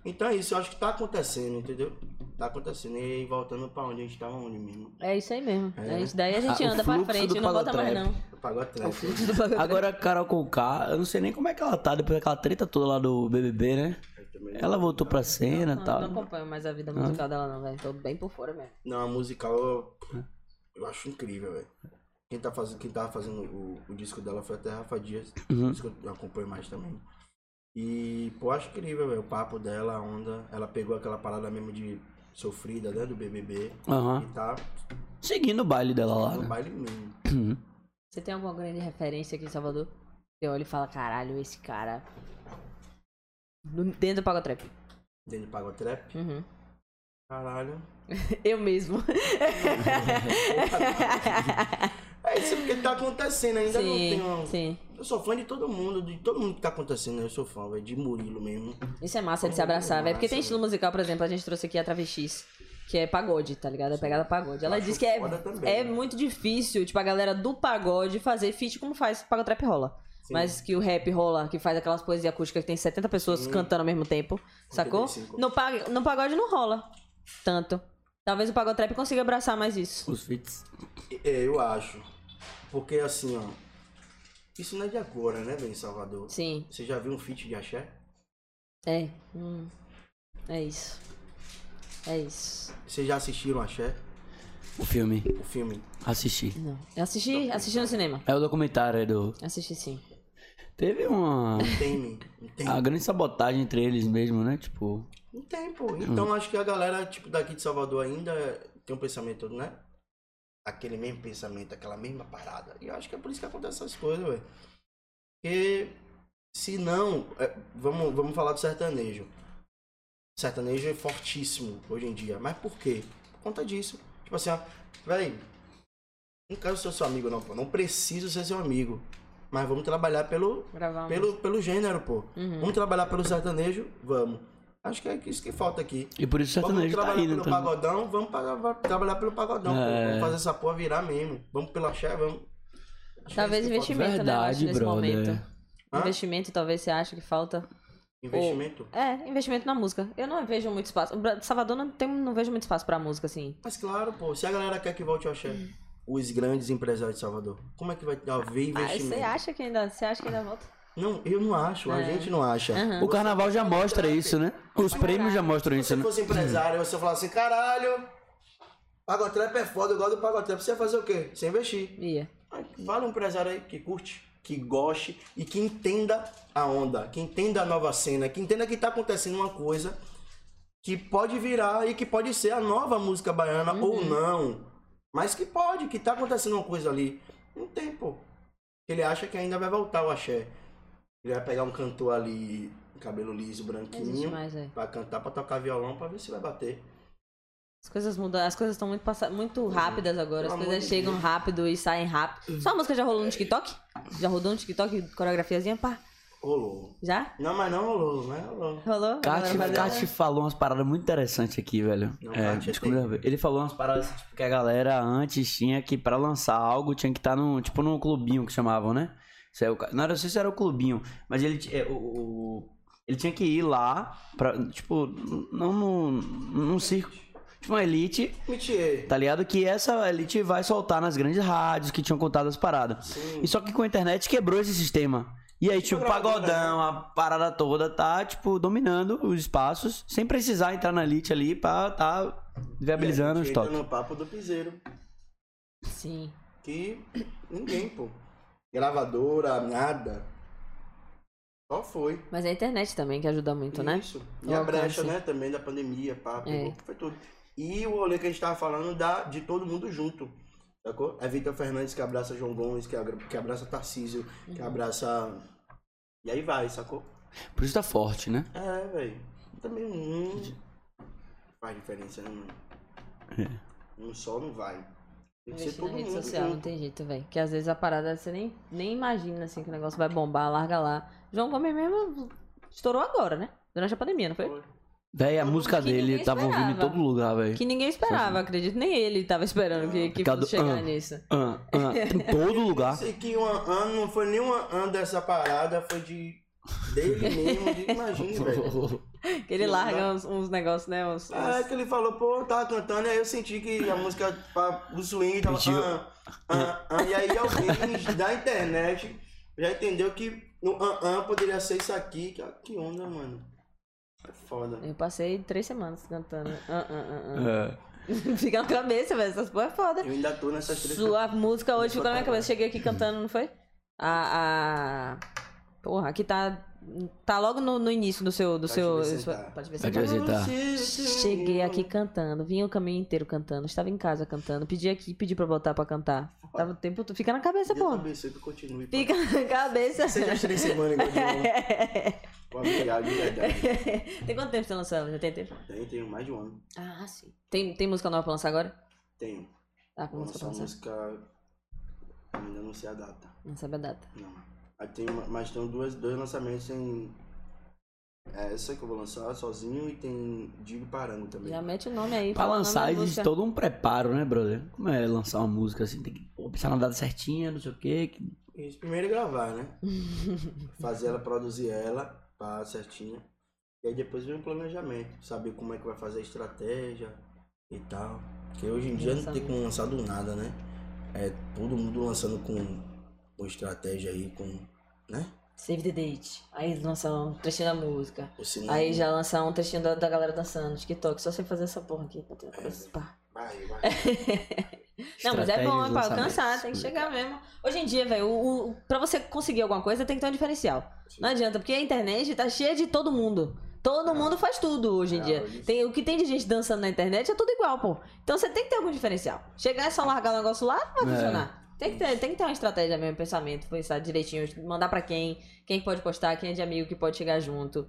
Speaker 3: Então é isso, eu acho que tá acontecendo, entendeu? Tá acontecendo. E aí, voltando pra onde a gente tava onde mesmo.
Speaker 1: É isso aí mesmo.
Speaker 3: É.
Speaker 1: A gente, daí a gente
Speaker 2: Ah, o
Speaker 1: anda pra
Speaker 2: fluxo
Speaker 1: frente,
Speaker 2: do
Speaker 1: não volta mais
Speaker 2: pagotrap.
Speaker 1: não.
Speaker 3: Pagou trap.
Speaker 1: Do pagotrap.
Speaker 2: Agora, a Carol Conká, eu não sei nem como é que ela tá depois daquela treta toda lá do BBB, né? Ela voltou pra cena e
Speaker 1: Não, não
Speaker 2: tal.
Speaker 1: acompanho mais a vida
Speaker 2: Ah.
Speaker 1: musical dela não, velho. Tô bem por fora mesmo.
Speaker 3: Não, a musical eu, eu acho incrível, velho. Quem, tá fazendo, quem tava fazendo o, o disco dela foi até Rafa Dias.
Speaker 1: Hum?
Speaker 2: Uhum.
Speaker 3: Isso que eu- eu acompanho mais também. E, pô, acho incrível, velho. O papo dela, a onda. Ela pegou aquela parada mesmo de sofrida, né? Do BBB.
Speaker 1: Ah.
Speaker 2: Aham.
Speaker 3: E tá
Speaker 2: Seguindo o baile dela lá.
Speaker 3: no
Speaker 2: né?
Speaker 3: baile mesmo.
Speaker 2: Uhum.
Speaker 1: Você tem alguma grande referência aqui em Salvador? Você olha e fala, caralho, esse cara... No- Dentro do pagotrap.
Speaker 3: Dentro do Pagotrap.
Speaker 1: Uhum.
Speaker 3: Caralho.
Speaker 1: Eu mesmo.
Speaker 3: É isso porque tá acontecendo. Ainda não tem
Speaker 1: sim,
Speaker 3: um...
Speaker 1: sim.
Speaker 3: Eu sou fã de todo mundo. De todo mundo que tá acontecendo. Eu sou fã, velho. De Murilo mesmo.
Speaker 1: Isso é massa de se abraçar,
Speaker 3: Massa,
Speaker 1: velho. Porque tem
Speaker 3: velho.
Speaker 1: estilo musical, por exemplo, a gente trouxe aqui a Travestis, que é pagode, tá ligado? É pegada pagode. Ela
Speaker 3: Acho
Speaker 1: diz que é,
Speaker 3: foda também,
Speaker 1: é
Speaker 3: né?
Speaker 1: muito difícil, tipo, a galera do pagode fazer feat como faz pagotrap rola. mas que o rap rola, que faz aquelas poesias acústicas que tem 70 pessoas cantando ao mesmo tempo, sacou?
Speaker 3: 85.
Speaker 1: No, pa- no pagode não rola tanto. Talvez o pagode trap consiga abraçar mais isso.
Speaker 2: Os fits.
Speaker 3: É, eu acho. Porque assim, ó. Isso não é de agora, né, velho, em Salvador?
Speaker 1: Sim,
Speaker 3: Você já viu um feat de axé?
Speaker 1: é. Hum. É isso. É isso.
Speaker 3: Vocês já assistiram axé?
Speaker 2: O filme.
Speaker 3: O filme?
Speaker 2: Assisti.
Speaker 1: Não. Eu assisti, assisti no cinema.
Speaker 2: É o documentário do.
Speaker 1: Assisti sim.
Speaker 2: Teve uma.
Speaker 3: Não tem, não tem.
Speaker 2: A grande sabotagem entre eles mesmo, né? Tipo.
Speaker 3: Não tem, pô. Então acho que a galera, tipo, daqui de Salvador ainda tem um pensamento, né? Aquele mesmo pensamento, aquela mesma parada. E eu acho que é por isso que acontecem essas coisas, velho. Porque se não, é, vamos, vamos falar do sertanejo. Sertanejo é fortíssimo hoje em dia. Mas por quê? Por conta disso. Tipo assim, ó, velho, não quero ser seu amigo, não, pô. Não preciso ser seu amigo. Mas vamos trabalhar pelo,
Speaker 1: Gravar um.
Speaker 3: pelo, pelo gênero, pô.
Speaker 1: Uhum.
Speaker 3: Vamos trabalhar pelo sertanejo? Vamos. Acho que é isso que falta aqui.
Speaker 2: E por isso o
Speaker 3: Vamos
Speaker 2: sertanejo tá
Speaker 3: trabalhar
Speaker 2: aí, né?
Speaker 3: pelo
Speaker 2: também.
Speaker 3: pagodão, vamos pagar- va- trabalhar pelo pagodão. pô.
Speaker 2: É.
Speaker 3: Vamos fazer essa porra virar mesmo. Vamos pelo axé, vamos. Acho que
Speaker 1: Talvez
Speaker 3: é isso que falta.
Speaker 1: investimento, né? Eu acho,
Speaker 2: Verdade,
Speaker 1: nesse
Speaker 2: brother.
Speaker 1: momento.
Speaker 3: Hã?
Speaker 1: Investimento, talvez você ache que falta.
Speaker 3: Investimento.
Speaker 1: É, investimento na música. Eu não vejo muito espaço. Bra- Salvador não, tem, não vejo muito espaço pra música, assim.
Speaker 3: Mas claro, pô, se a galera quer que volte o axé, os grandes empresários de Salvador, como é que vai haver
Speaker 1: Ah, você
Speaker 3: investimento?
Speaker 1: acha É. que ainda. Você acha que ainda volta?
Speaker 3: Não, eu não acho, a gente não acha.
Speaker 2: O carnaval já mostra isso, né? Os prêmios já mostram
Speaker 3: Se
Speaker 2: isso,
Speaker 3: você
Speaker 2: né?
Speaker 3: fosse empresário, você falar assim, caralho, pagotrap é foda, eu gosto do pagotrap, você ia fazer o quê? Você ia investir.
Speaker 1: Ia.
Speaker 3: Vale um empresário aí que curte, que goste e que entenda a onda, que entenda a nova cena, que entenda que tá acontecendo uma coisa que pode virar e que pode ser a nova música baiana
Speaker 1: Uhum.
Speaker 3: ou não. Mas que pode, que tá acontecendo uma coisa ali. Não tem, pô. Ele acha que ainda vai voltar o axé. Ele vai pegar um cantor ali, cabelo liso,
Speaker 1: Não existe
Speaker 3: branquinho,
Speaker 1: mais, é. velho.
Speaker 3: pra cantar, pra tocar violão, pra ver se vai bater.
Speaker 1: As coisas mudam, as coisas estão muito, passa- muito rápidas agora, as
Speaker 3: Uhum. Pelo
Speaker 1: coisas
Speaker 3: amor de
Speaker 1: chegam
Speaker 3: Deus.
Speaker 1: rápido e saem rápido. Sua música já rolou no TikTok? Já rodou no TikTok, coreografiazinha, pá?
Speaker 3: Rolou.
Speaker 1: Já?
Speaker 3: Não, mas não é, rolou, mas rolou.
Speaker 1: Rolou?
Speaker 2: Cati,
Speaker 1: Agora vai-
Speaker 2: Cati falou umas paradas muito interessantes aqui, velho.
Speaker 3: é- Não,
Speaker 2: é,
Speaker 3: Cati,
Speaker 2: desculpa,
Speaker 3: tem-
Speaker 2: Ele falou umas paradas assim, tipo, que a galera antes tinha que pra lançar algo tinha que estar num, tipo, num clubinho que chamavam, né? Isso aí, o ca- Não, era- não sei se era o clubinho, mas ele, ti- é, o- o- ele tinha que ir lá, pra, tipo, não num, num circo, tipo uma elite,
Speaker 3: Mentira.
Speaker 2: tá ligado? Que essa elite vai soltar nas grandes rádios que tinham contado as paradas.
Speaker 3: Sim. né?
Speaker 2: E só que com a internet quebrou esse sistema. E aí, tipo, o
Speaker 3: Gravadora,
Speaker 2: pagodão, a parada toda tá, tipo, dominando os espaços, sem precisar entrar na elite ali pra tá viabilizando
Speaker 3: E a
Speaker 2: os
Speaker 3: gente
Speaker 2: toques.
Speaker 3: entra no papo do piseiro.
Speaker 1: Sim.
Speaker 3: que ninguém, pô. Gravadora, nada. Só foi.
Speaker 1: Mas é a internet também que ajuda muito, né?
Speaker 3: Isso. E
Speaker 1: O
Speaker 3: a
Speaker 1: alcance.
Speaker 3: brecha, né? Também da pandemia, pá, pegou,
Speaker 1: É.
Speaker 3: foi tudo. E o rolê que a gente tava falando da, de todo mundo junto. Sacou? É Vitor Fernandes que abraça João Gomes, que, agra- que abraça Tarcísio,
Speaker 1: Uhum.
Speaker 3: que abraça. E aí vai, sacou?
Speaker 2: Por isso tá forte, né?
Speaker 3: É, velho. Também não faz diferença, né, mano?
Speaker 2: É.
Speaker 3: Um só não vai. Tem que ser
Speaker 1: Investir na
Speaker 3: todo
Speaker 1: rede
Speaker 3: mundo.
Speaker 1: social, não
Speaker 3: junto.
Speaker 1: tem jeito, velho. Que às vezes a parada você nem, nem imagina assim que o negócio vai bombar, larga lá. João Gomes mesmo estourou agora, né? Durante a pandemia, não foi?
Speaker 2: Véi, a
Speaker 1: Todo
Speaker 2: música
Speaker 1: mundo que ninguém
Speaker 2: dele tava ouvindo em
Speaker 1: esperava.
Speaker 2: todo lugar, véi.
Speaker 1: Que ninguém esperava, acredito. Nem ele tava esperando que, que
Speaker 2: Cada-
Speaker 1: fosse chegar
Speaker 2: Ah.
Speaker 1: nisso.
Speaker 2: Ah, ah, em todo lugar.
Speaker 3: Sei que um ano não foi nem um ano dessa parada, foi de. dele mesmo, de, imagina, velho.
Speaker 1: Que ele
Speaker 3: Sim,
Speaker 1: larga
Speaker 3: dá.
Speaker 1: uns, uns negócios, né? Uns, uns-
Speaker 3: É que ele falou, pô, eu tava cantando, aí eu senti que a música, pá, o swing tava.
Speaker 2: Pediu.
Speaker 3: Ah, ah, ah, e aí alguém da internet já entendeu que no ah, ah poderia ser isso aqui. Que, ah, que onda, mano. É foda.
Speaker 1: Eu passei três semanas cantando. Ah, ah, ah,
Speaker 2: É.
Speaker 1: ah. Fica na cabeça, velho. Essas porra é foda.
Speaker 3: Eu ainda tô nessas três.
Speaker 1: Sua música hoje ficou na minha
Speaker 3: Sua
Speaker 1: cabeça. Cheguei aqui cantando, não foi? A. a... Porra, aqui tá. Tá logo no, no início do seu. Do
Speaker 3: Pode
Speaker 1: seu...
Speaker 3: ver se
Speaker 1: sua-
Speaker 3: tá.
Speaker 1: Pode ver se
Speaker 2: Pode
Speaker 1: tá.
Speaker 2: ver se tá.
Speaker 1: Cheguei aqui cantando, vim o caminho inteiro cantando, estava em casa cantando, pedi aqui, pedi pra voltar pra cantar. Tava o tempo todo. Fica na cabeça,
Speaker 3: Deus
Speaker 1: pô.
Speaker 3: abençoe que eu continue. pô.
Speaker 1: Fica na cabeça.
Speaker 3: Seja as três semanas igual de novo. Pô, Obrigado, de verdade.
Speaker 1: Tem quanto tempo você lançou ela? Já tem tempo?
Speaker 3: Tem- né, Tenho mais de um ano.
Speaker 1: Ah, sim. Tem, tem música nova pra lançar agora?
Speaker 3: Tenho.
Speaker 1: Ah, com música
Speaker 3: Nossa,
Speaker 1: pra
Speaker 3: a
Speaker 1: lançar.
Speaker 3: música. Ainda não sei a data.
Speaker 1: Não sabe a data.
Speaker 3: Não. Aí tem uma- mas tem duas, dois lançamentos em. É essa que eu vou lançar sozinho e tem Digo e Parango também.
Speaker 1: Já mete o nome aí.
Speaker 2: Pra
Speaker 1: fala o nome da
Speaker 2: lançar existe
Speaker 1: música.
Speaker 2: todo um preparo, né, brother? Como é lançar uma música assim? Tem que pô, pensar na data certinha, não sei o quê. que-
Speaker 3: Isso, primeiro é gravar, né? Fazer ela, produzir ela, pá, certinho. E aí depois vem o planejamento, saber como é que vai fazer a estratégia e tal. Porque hoje em dia não tem como lançar do nada, né? É todo mundo lançando com, com estratégia aí, com. né?
Speaker 1: Save the date. Aí lança um trechinho da música.
Speaker 3: O cinema.
Speaker 1: Aí já lança um trechinho da, da galera dançando no TikTok. Só sei fazer essa porra aqui pra ter participar.
Speaker 3: Vai, vai.
Speaker 1: Não, mas é bom, é pra
Speaker 4: Estratégias,
Speaker 1: alcançar,
Speaker 4: lançamentos.
Speaker 1: tem que chegar mesmo. Hoje em dia, velho, o, o- pra você conseguir alguma coisa tem que ter um diferencial. Não adianta, porque a internet tá cheia de todo mundo. Todo mundo faz tudo hoje em
Speaker 3: Ah,
Speaker 1: dia.
Speaker 3: hoje-
Speaker 1: Tem, o que tem de gente dançando na internet é tudo igual, pô. Então você tem que ter algum diferencial. Chegar é só largar o negócio lá, não vai
Speaker 4: É.
Speaker 1: funcionar. Tem que, ter, tem que ter uma estratégia mesmo, pensamento, pensar direitinho, mandar pra quem, quem pode postar, quem é de amigo que pode chegar junto,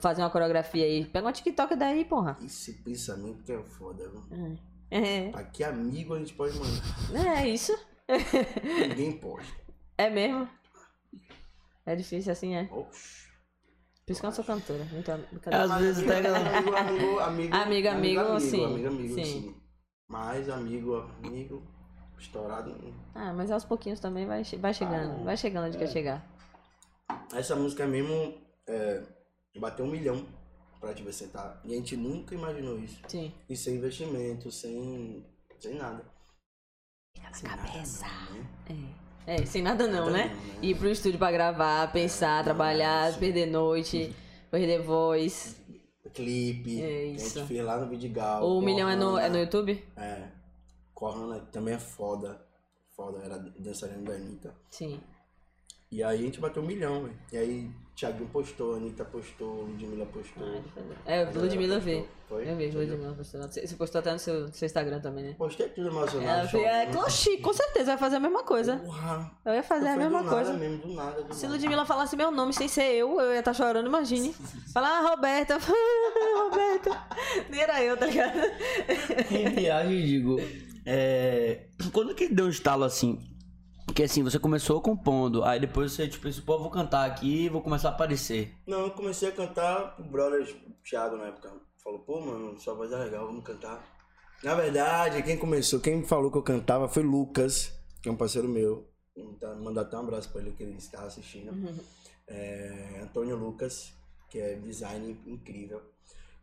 Speaker 1: fazer uma coreografia aí. Pega uma TikTok daí, porra.
Speaker 3: Esse pensamento que é foda, viu?
Speaker 1: É,
Speaker 3: Pra que amigo a gente pode mandar?
Speaker 1: é isso.
Speaker 3: Ninguém posta.
Speaker 1: É mesmo? É difícil assim, é.
Speaker 3: Oxi.
Speaker 1: Por isso que eu não sou cantora. Muita, muita...
Speaker 4: É, Às vezes
Speaker 3: Amigo,
Speaker 4: pega.
Speaker 3: amigo, amigo,
Speaker 1: Amigo,
Speaker 3: amigo,
Speaker 1: amigo, sim.
Speaker 3: Amigo, amigo,
Speaker 1: Sim.
Speaker 3: sim. Mas amigo, amigo, estourado. não.
Speaker 1: Ah, mas aos pouquinhos também vai, che- vai chegando.
Speaker 3: Ah,
Speaker 1: vai chegando
Speaker 4: é.
Speaker 1: onde quer chegar.
Speaker 3: Essa música mesmo é, bateu um milhão pra te sentar. E a gente nunca imaginou isso.
Speaker 1: Sim.
Speaker 3: E sem investimento, sem, sem nada. Sem nada
Speaker 1: cabeça.
Speaker 3: não, né?
Speaker 1: É. É, sem nada não,
Speaker 3: Nada
Speaker 1: né? Ir pro estúdio pra gravar, pensar, trabalhar,
Speaker 3: sim.
Speaker 1: perder noite, perder voz.
Speaker 3: Clipe,
Speaker 1: É
Speaker 3: que a
Speaker 1: isso.
Speaker 3: gente fez lá no Vidigal.
Speaker 1: O milhão é no, é no
Speaker 3: Corona.
Speaker 1: YouTube?
Speaker 3: É. Corona também é foda. Foda, era dançarina da Anitta.
Speaker 1: Sim.
Speaker 3: E aí a gente bateu um milhão, velho. E aí Thiaguinho postou, Anitta postou, Ludmilla postou.
Speaker 1: É,
Speaker 3: a galera
Speaker 1: Ludmilla eu vi.
Speaker 3: postou. Foi?
Speaker 1: Eu vi,
Speaker 3: Você viu?
Speaker 1: Ludmilla postou. Você você postou até no seu, no seu Instagram também, né?
Speaker 3: Postei tudo
Speaker 1: É,
Speaker 3: emocionado.
Speaker 1: eu vi- é,
Speaker 3: né?
Speaker 1: Oxi, com certeza vai fazer a mesma coisa.
Speaker 3: Porra.
Speaker 1: Eu ia fazer a
Speaker 3: Foi do
Speaker 1: mesma
Speaker 3: nada né?
Speaker 1: coisa.
Speaker 3: mesmo, do nada, do
Speaker 1: Se
Speaker 3: nada.
Speaker 1: Ludmilla falasse meu nome sem ser eu, eu ia estar chorando, imagine. Falar, ah, Roberta, Roberta. Nem era eu, tá ligado?
Speaker 2: Em viagem, digo. é, Quando que deu um estalo assim? Porque assim, você começou compondo, aí depois você tipo, pensou, pô, vou cantar aqui e vou começar a aparecer.
Speaker 3: Não, eu comecei a cantar pro brother Thiago na época. Falou, pô, mano, sua voz é legal, vamos cantar. Na verdade, quem começou, quem me falou que eu cantava foi Lucas, que é um parceiro meu. Vou tá- Mandar até um abraço pra ele que ele está assistindo.
Speaker 1: Uhum.
Speaker 3: É, Antônio Lucas, que é design incrível.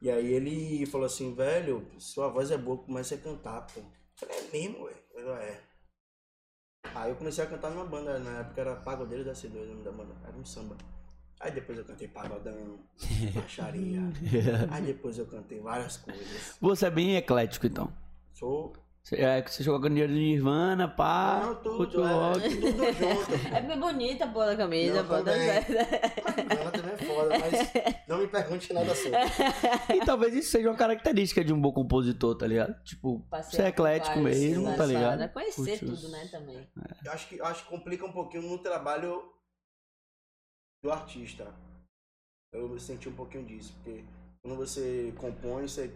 Speaker 3: E aí ele falou assim, velho, sua voz é boa, comece a cantar, pô. Eu falei, é mesmo, ué. Ele falou, é. Aí eu comecei a cantar numa banda, na época era Pagodeiro da C2, o nome da banda, era um samba. Aí depois eu cantei pagodão, baixaria. Aí depois eu cantei várias coisas.
Speaker 4: Você é bem eclético, então.
Speaker 3: Sou.
Speaker 4: Você, é, que você jogou com dinheiro de Nirvana,
Speaker 2: Ah,
Speaker 4: pá.
Speaker 3: não,
Speaker 4: curtiu
Speaker 3: tudo, é,
Speaker 4: rock.
Speaker 3: tudo junto.
Speaker 1: É bem bonita a porra da camisa,
Speaker 3: Não,
Speaker 1: pô. Tá
Speaker 3: também.
Speaker 1: certo.
Speaker 3: Ela também é foda, mas não me pergunte nada sobre.
Speaker 4: E talvez isso seja uma característica de um bom compositor, tá ligado? Tipo,
Speaker 1: Passei
Speaker 4: você é eclético
Speaker 1: por vários
Speaker 4: mesmo, tá
Speaker 1: lugares,
Speaker 4: ligado?
Speaker 1: né? Conhecer
Speaker 4: Curte os-
Speaker 1: tudo, né, também.
Speaker 3: Eu acho que, eu acho que complica um pouquinho no trabalho do artista. Eu senti um pouquinho disso, porque quando você compõe, você,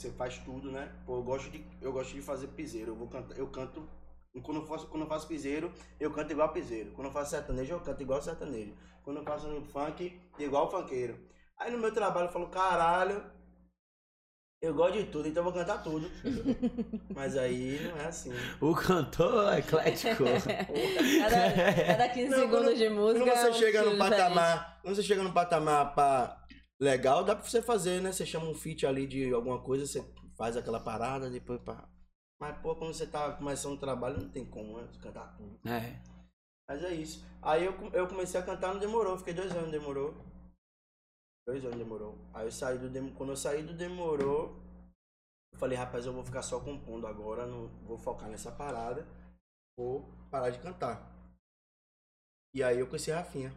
Speaker 3: você faz tudo, né? Pô, eu gosto de, eu gosto de fazer piseiro. Eu vou cantar, eu canto. e Quando eu, faço, quando eu faço piseiro, eu canto igual piseiro. Quando eu faço sertanejo, eu canto igual sertanejo. Quando eu faço funk, igual funkeiro. Aí no meu trabalho eu falo, caralho, eu gosto de tudo, então eu vou cantar tudo. Mas aí não é assim.
Speaker 4: O cantor é eclético.
Speaker 1: Cada, cada 15
Speaker 3: Não,
Speaker 1: segundos
Speaker 3: quando-
Speaker 1: de música.
Speaker 3: Quando você
Speaker 1: é um
Speaker 3: chega
Speaker 1: estilo
Speaker 3: num
Speaker 1: diferente.
Speaker 3: patamar, quando você chega num patamar pá, legal, dá pra você fazer, né? Você chama um feat ali de alguma coisa, você faz aquela parada, depois pá. Mas, pô, quando você tá começando o trabalho, não tem como, né? Você Cantar tudo.
Speaker 4: é.
Speaker 3: Mas é isso. Aí eu, com- eu comecei a cantar, não demorou. Fiquei dois anos, demorou. Dois anos demorou. Aí eu saí do Demorou. Quando eu saí do Demorou, eu falei, rapaz, eu vou ficar só compondo agora, não vou focar nessa parada. Vou parar de cantar. E aí eu conheci a Rafinha.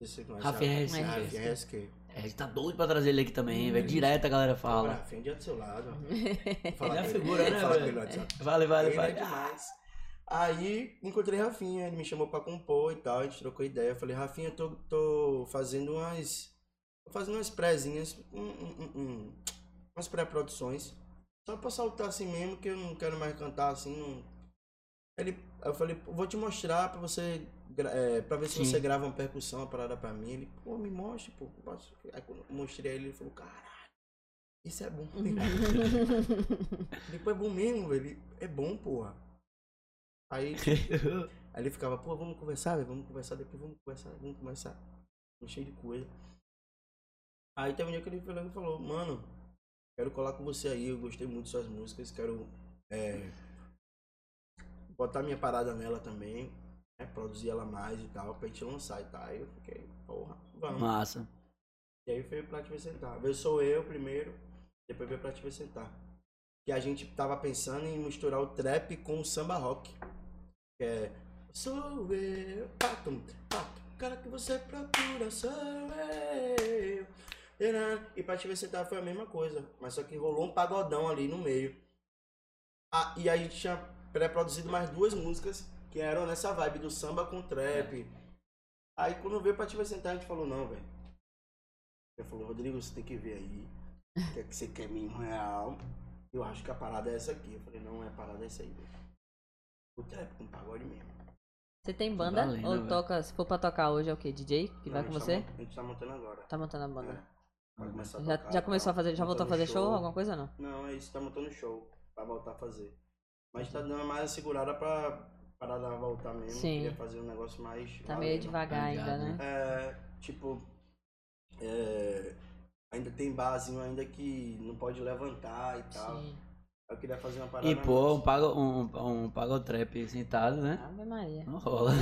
Speaker 3: Você conhece a-
Speaker 4: Rafinha é RSQ.
Speaker 3: Rafinha RSQ.
Speaker 4: É, a gente tá doido pra trazer ele aqui também,
Speaker 3: Hum.
Speaker 4: velho. Direto a galera
Speaker 3: Fala.
Speaker 4: fala.
Speaker 3: Rafinha, dia do seu lado.
Speaker 4: Ele é uma figura, né,
Speaker 3: Fala com
Speaker 4: velho?
Speaker 3: ele no WhatsApp.
Speaker 4: Vale, vale,
Speaker 3: Ele é
Speaker 4: vale.
Speaker 3: demais. Aí encontrei Rafinha, ele me chamou pra compor e tal, a gente trocou ideia. Eu falei, Rafinha, eu tô, tô fazendo umas. Tô fazendo umas prézinhas, um- um- um- um- umas pré-produções. Só pra saltar assim mesmo, que eu não quero mais cantar assim. Não... Ele, aí eu falei, "Pô, vou te mostrar pra você. gra- É, pra ver se
Speaker 4: Sim.
Speaker 3: você grava uma percussão, uma parada pra mim. Ele, pô, me mostre, pô. posso?" Aí quando eu mostrei a ele, ele falou, caralho, isso é bom. Ele, pô, é bom mesmo, ele é bom, porra. Aí, aí ele ficava, pô, vamos conversar, velho, vamos conversar depois, vamos conversar, vamos conversar. Cheio de coisa. Aí teve um dia que ele falou, falou, mano, quero colar com você aí, eu gostei muito das suas músicas, quero é, botar minha parada nela também, né, produzir ela mais e tal, pra gente lançar e tal. Aí eu fiquei, porra, vamos.
Speaker 4: Massa.
Speaker 3: E aí veio pra te ver sentar. Veio sou eu primeiro, depois veio pra te ver sentar. Que a gente tava pensando em misturar o trap com o samba rock. Que é. Sou eu, pato, pato, cara que você procura, sou eu. Tcharam. E pra te ver sentar foi a mesma coisa, mas só que rolou um pagodão ali no meio. Ah, e a gente tinha pré-produzido mais duas músicas que eram nessa vibe do samba com trap. Aí quando veio pra te ver sentar, a gente falou: não, velho. Ele falou, Rodrigo, você tem que ver aí. O que é que você quer mim real? Eu acho que a parada é essa aqui. Eu falei, não, é a parada é essa aí, velho. O trap com pagode mesmo.
Speaker 1: Você tem banda?
Speaker 4: Valendo,
Speaker 1: Ou
Speaker 4: velho.
Speaker 1: toca, se for pra tocar hoje, é o quê? DJ? Que
Speaker 3: Não,
Speaker 1: vai
Speaker 3: a
Speaker 1: com
Speaker 3: gente tá
Speaker 1: você?
Speaker 3: mon- a gente tá montando agora.
Speaker 1: Tá montando a banda.
Speaker 3: É. Vai começar
Speaker 1: Já,
Speaker 3: tocar,
Speaker 1: já começou a
Speaker 3: tá?
Speaker 1: fazer, já voltou a
Speaker 3: Montando
Speaker 1: fazer show, alguma coisa ou não?
Speaker 3: Não, é isso, tá montando show. Pra voltar a fazer. Mas tá dando mais segurada pra parada voltar mesmo.
Speaker 1: Sim.
Speaker 3: Queria fazer um negócio mais.
Speaker 1: Tá meio
Speaker 3: valendo.
Speaker 1: devagar ainda,
Speaker 4: Obrigado,
Speaker 1: né?
Speaker 3: É, tipo, é, ainda tem barzinho ainda que não pode levantar e tal.
Speaker 1: Sim.
Speaker 3: Eu queria fazer uma parada.
Speaker 4: E pô, um
Speaker 3: mais-
Speaker 4: pago, um, um pago trap sentado, né?
Speaker 1: Ave Maria.
Speaker 4: Não rola.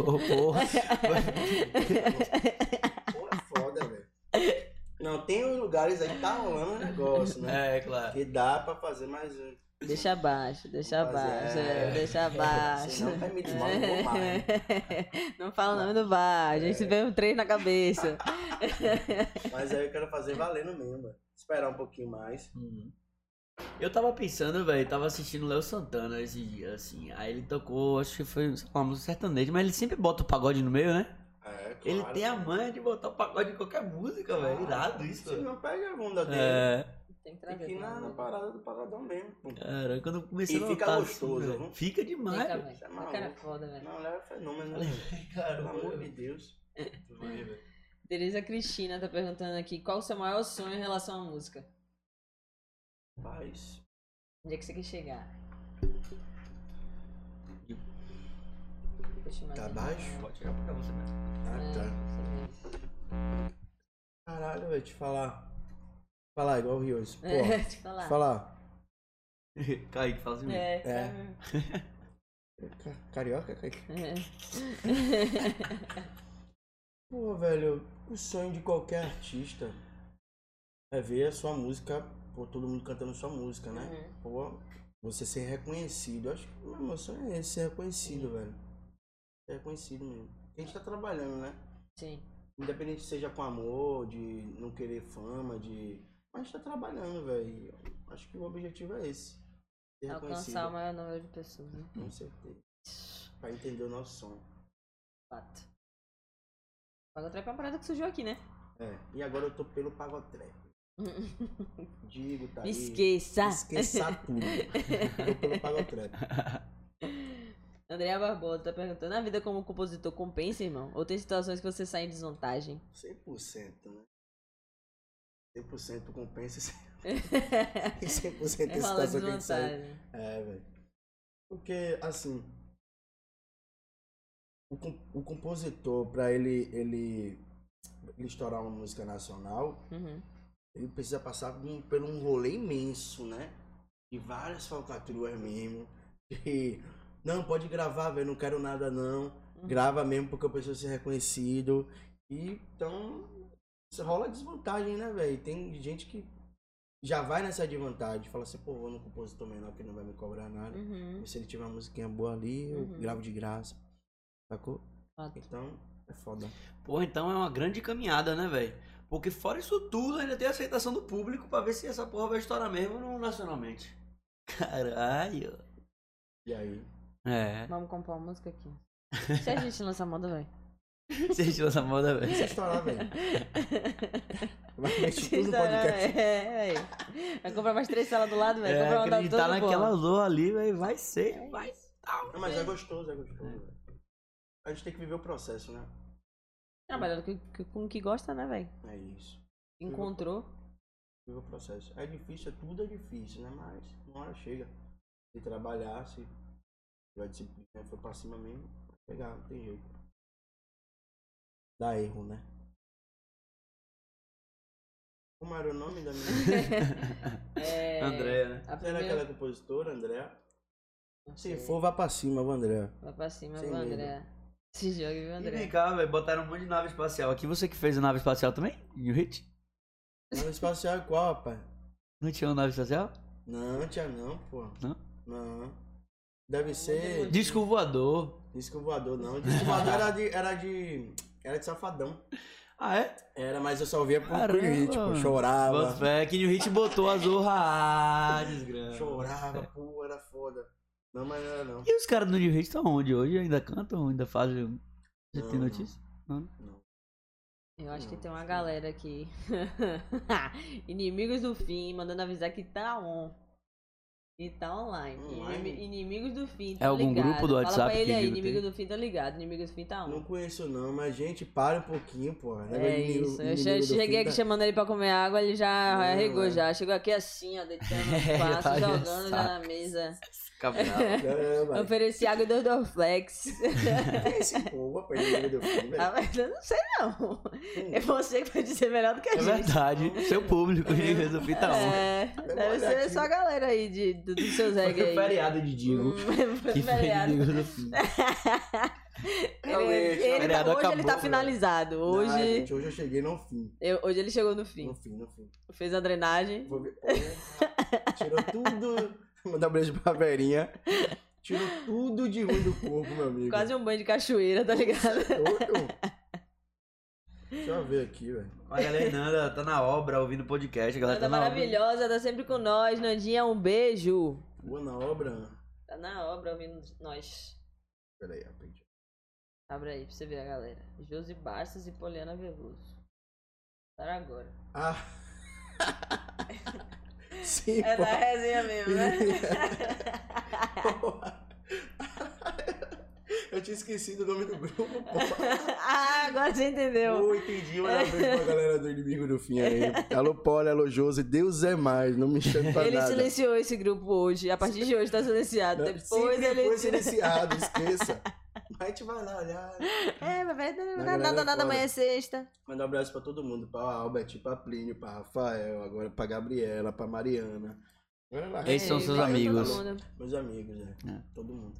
Speaker 4: Ô, porra. um
Speaker 3: Porra, foda, velho. Não, tem uns lugares aí que tá rolando um negócio, né?
Speaker 4: É, claro.
Speaker 3: Que dá pra fazer mais um.
Speaker 1: Deixa abaixo, deixa
Speaker 3: Vamos fazer,
Speaker 1: abaixo, é,
Speaker 3: é.
Speaker 1: deixa abaixo.
Speaker 3: Senão vai me desmar, não vou mais.
Speaker 1: Não fala o nome do bar, a gente vê um três na cabeça.
Speaker 3: Mas aí eu quero fazer valendo mesmo, velho. Esperar um pouquinho mais.
Speaker 4: Uhum. Eu tava pensando, velho, tava assistindo Léo Santana esses dias, assim. Aí ele tocou, acho que foi sei lá, uma música sertaneja, mas ele sempre bota o pagode no meio, né?
Speaker 3: É, claro.
Speaker 4: Ele tem a manha de botar o pagode em qualquer música, velho. Irado isso,
Speaker 3: Se
Speaker 4: velho.
Speaker 3: não pega a bunda dele.
Speaker 4: É,
Speaker 1: Tem que
Speaker 3: Tem
Speaker 1: trazer.
Speaker 3: que ir na, na
Speaker 1: também.
Speaker 3: parada do paradão mesmo. pô.
Speaker 4: cara, quando eu comecei
Speaker 3: E
Speaker 4: a
Speaker 3: fica
Speaker 4: notar,
Speaker 3: gostoso,
Speaker 4: assim, velho,
Speaker 3: viu?
Speaker 4: fica
Speaker 1: Vem
Speaker 4: demais.
Speaker 1: cá,
Speaker 4: velho.
Speaker 1: velho.
Speaker 3: Você é
Speaker 1: O cara é
Speaker 3: maluco.
Speaker 1: foda, velho.
Speaker 3: Não, é fenômeno. Pelo
Speaker 4: Cara,
Speaker 3: amor
Speaker 4: eu-
Speaker 3: de Deus.
Speaker 1: Tereza Cristina tá perguntando aqui qual o seu maior sonho em relação à música?
Speaker 3: Paz.
Speaker 1: Onde é que você quer chegar? Deixa eu imaginar.
Speaker 3: Tá baixo?
Speaker 4: Pode chegar pra cá, você né? mesmo.
Speaker 3: Ah,
Speaker 1: É,
Speaker 3: tá.
Speaker 1: você
Speaker 3: Caralho, velho, te falar. Falar igual o Rios. Pô,
Speaker 1: vê. É, te falar.
Speaker 3: falar.
Speaker 4: Kaique, fala assim.
Speaker 1: É,
Speaker 3: É.
Speaker 1: sabe?
Speaker 3: Ca- Carioca, cara.
Speaker 1: É.
Speaker 3: Pô, velho, o sonho de qualquer artista é ver a sua música, pô, todo mundo cantando sua música, né?
Speaker 1: Uhum.
Speaker 3: Pô, você ser reconhecido. Acho que meu meu sonho é esse, ser reconhecido, velho. Ser reconhecido mesmo. A gente tá trabalhando, né?
Speaker 1: Sim.
Speaker 3: Independente seja com amor, de não querer fama, de. Mas tá trabalhando, velho. Acho que o objetivo é esse. Ser reconhecido.
Speaker 1: Alcançar o maior número de pessoas, né?
Speaker 3: Com certeza. Pra entender o nosso som.
Speaker 1: Fato. Pagotrap é uma parada que surgiu aqui, né?
Speaker 3: É. E agora eu tô pelo pagotrap. Digo, tá aí.
Speaker 1: Esqueça!
Speaker 3: Esqueçar tudo. tô pelo pagotrap.
Speaker 1: Andréa Barbosa tá perguntando: a vida como compositor compensa, irmão? Ou tem situações que você sai em desvantagem?
Speaker 3: 100%, né? 100% compensa e 100%
Speaker 1: É
Speaker 3: é
Speaker 1: rola
Speaker 3: situação que a gente sai.
Speaker 1: desvantagem.
Speaker 3: É, velho. Porque, assim. O, com- o compositor, pra ele, ele, ele estourar uma música nacional,
Speaker 1: Uhum.
Speaker 3: ele precisa passar por um, por um rolê imenso, né? De várias falcatruas mesmo. De, não, pode gravar, velho, não quero nada não.
Speaker 1: Uhum.
Speaker 3: Grava mesmo porque eu preciso ser reconhecido. E, então, isso rola desvantagem, né, velho? Tem gente que já vai nessa desvantagem. Fala assim, pô, vou no compositor menor que não vai me cobrar nada.
Speaker 1: Uhum.
Speaker 3: Se ele tiver uma musiquinha boa ali, eu
Speaker 1: Uhum.
Speaker 3: gravo de graça. Sacou?
Speaker 1: Fato.
Speaker 3: Então, é foda.
Speaker 4: Pô, então é uma grande caminhada, né, velho? Porque fora isso tudo, ainda tem a aceitação do público pra ver se essa porra vai estourar mesmo no- nacionalmente. Caralho.
Speaker 3: E aí?
Speaker 4: É.
Speaker 1: Vamos compor uma música aqui. Se a gente lançar moda, velho.
Speaker 4: Você tirou essa moda, velho.
Speaker 3: Deixa eu estourar, velho. Vai mexer tudo no podcast.
Speaker 1: É, véi. Vai comprar mais três salas do lado, velho.
Speaker 4: É,
Speaker 1: comprar uma da
Speaker 4: acreditar
Speaker 1: toda,
Speaker 4: naquela
Speaker 1: porra.
Speaker 4: zoa ali, velho, vai
Speaker 2: É.
Speaker 4: ser, vai.
Speaker 3: Não, mas é gostoso, é gostoso. velho. A gente tem que viver o processo, né?
Speaker 1: Trabalhando com, com o que gosta, né, velho?
Speaker 3: É isso.
Speaker 1: Encontrou.
Speaker 3: Viver o processo. É difícil, é tudo é difícil, né? Mas uma hora chega. Se trabalhar, se A disciplina foi pra cima mesmo. vai Pegar, não tem jeito. Dá erro, né? Como era o nome da minha.
Speaker 1: É,
Speaker 2: André, né?
Speaker 1: A
Speaker 3: Era
Speaker 1: primeira...
Speaker 3: aquela compositora, André?
Speaker 1: Não
Speaker 3: Se
Speaker 1: sei.
Speaker 3: for, vá pra cima, o André.
Speaker 1: Vai pra cima,
Speaker 3: Sem
Speaker 1: viu,
Speaker 3: medo.
Speaker 1: André? Se
Speaker 4: É.
Speaker 1: joga, viu,
Speaker 2: E vem
Speaker 1: André?
Speaker 2: cá, velho, botaram um monte de nave espacial aqui. Você que fez a nave espacial também? New Hit?
Speaker 3: Nave espacial é qual, rapaz?
Speaker 2: Não tinha uma nave espacial?
Speaker 3: Não, tia, não, pô.
Speaker 2: Não?
Speaker 3: Não. Deve ser.
Speaker 2: Disco voador.
Speaker 3: Disco voador, não. Disco voador era de. Era de. Era de safadão.
Speaker 2: Ah, é?
Speaker 3: Era, mas eu só ouvia por
Speaker 2: Caramba.
Speaker 3: Caramba. tipo, chorava.
Speaker 2: Bota fé, que New Hit botou a Zorra. Ah, desgraça.
Speaker 3: Chorava, pô, era foda. Não, mas não era não.
Speaker 2: E os caras do New Hit estão onde hoje? Ainda cantam? Ainda fazem. Você
Speaker 3: Não,
Speaker 2: tem
Speaker 3: não.
Speaker 2: notícia?
Speaker 1: Eu acho que tem uma galera aqui. Inimigos do fim, mandando avisar que tá on. E tá online.
Speaker 3: Online?
Speaker 1: Inimi- Inimigos do fim, tá
Speaker 2: É algum
Speaker 1: ligado.
Speaker 2: grupo do
Speaker 1: Fala
Speaker 2: WhatsApp
Speaker 1: pra
Speaker 2: que
Speaker 1: ele aí,
Speaker 2: digo
Speaker 1: inimigo
Speaker 2: tem?
Speaker 1: do fim tá ligado, inimigos do fim tá
Speaker 3: Não
Speaker 1: on.
Speaker 3: conheço não, mas gente, para um pouquinho, pô.
Speaker 1: É isso. Eu che- cheguei aqui chamando ele pra comer água, ele já
Speaker 3: tá- Não,
Speaker 1: arregou
Speaker 3: é.
Speaker 1: já. Chegou aqui assim, ó, deitando no
Speaker 2: tá já
Speaker 1: espaço, jogando já na
Speaker 2: saco.
Speaker 1: mesa.
Speaker 2: Cabral.
Speaker 3: chamando.
Speaker 1: Ofereci água e dois Dorflex.
Speaker 3: Esse povo, rapaz, do fim,
Speaker 1: Ah,
Speaker 3: velho.
Speaker 1: mas eu não sei não. É
Speaker 3: Hum,
Speaker 1: você que vai dizer melhor do que a
Speaker 2: É
Speaker 1: gente.
Speaker 2: verdade. Seu público, tá o New Hit do Fita on.
Speaker 1: É, deve
Speaker 3: olhar
Speaker 1: ser
Speaker 3: aqui.
Speaker 1: só a galera aí de, do, do seus reggae aí.
Speaker 2: de
Speaker 1: Hum, foi
Speaker 2: Que foi
Speaker 1: feriado.
Speaker 2: inimigo do fim.
Speaker 1: Ele- ele tá-
Speaker 2: Feriado
Speaker 1: hoje ele
Speaker 2: acabou,
Speaker 1: tá
Speaker 2: né?
Speaker 1: finalizado. Hoje,
Speaker 3: Não, gente, hoje eu cheguei no fim.
Speaker 1: eu- hoje ele chegou no fim.
Speaker 3: No fim, no fim.
Speaker 1: Fez a drenagem.
Speaker 3: Vou ver. né? Tirou tudo. Mandar um beijo pra Verinha. Tirou tudo de ruim do corpo, meu amigo.
Speaker 1: Quase um banho de cachoeira, tá ligado?
Speaker 3: Doido. Deixa eu ver aqui, velho.
Speaker 2: A galera Nanda tá na obra ouvindo podcast. A galera
Speaker 1: Tá
Speaker 2: tá na obra.
Speaker 1: maravilhosa, tá sempre com nós. Nandinha, um beijo.
Speaker 3: Boa na obra.
Speaker 1: Tá na obra ouvindo nós.
Speaker 3: Pera aí, rapidinho.
Speaker 1: Abre aí pra você ver a galera. Josi Bastos e Poliana Veloso. Para agora.
Speaker 3: Ah. Sim,
Speaker 1: É
Speaker 3: pô.
Speaker 1: da resenha mesmo, né?
Speaker 3: Eu tinha esquecido o nome do grupo, pô.
Speaker 1: ah, agora você entendeu.
Speaker 3: Eu entendi, mas um beijo pra galera do inimigo do fim aí. Alô, Poli, alô, Josi, Deus é mais, não me chame pra
Speaker 1: Ele
Speaker 3: nada.
Speaker 1: silenciou esse grupo hoje. A partir de hoje tá silenciado.
Speaker 3: Né?
Speaker 1: Depois,
Speaker 3: Sim,
Speaker 1: ele.
Speaker 3: depois silenciado, esqueça. Mas a gente vai lá olhar.
Speaker 1: É, mas vai-
Speaker 3: Na
Speaker 1: nada, nada,
Speaker 3: galera
Speaker 1: nada,
Speaker 3: fora.
Speaker 1: amanhã é sexta.
Speaker 3: Mandar um abraço pra todo mundo, pra Albert, pra Plínio, pra Rafael, agora pra Gabriela, pra Mariana. Olha lá,
Speaker 2: Esses são
Speaker 1: É,
Speaker 2: seus
Speaker 1: vai todo
Speaker 2: amigos.
Speaker 1: mundo.
Speaker 3: meus amigos, né?
Speaker 2: É.
Speaker 3: Todo mundo.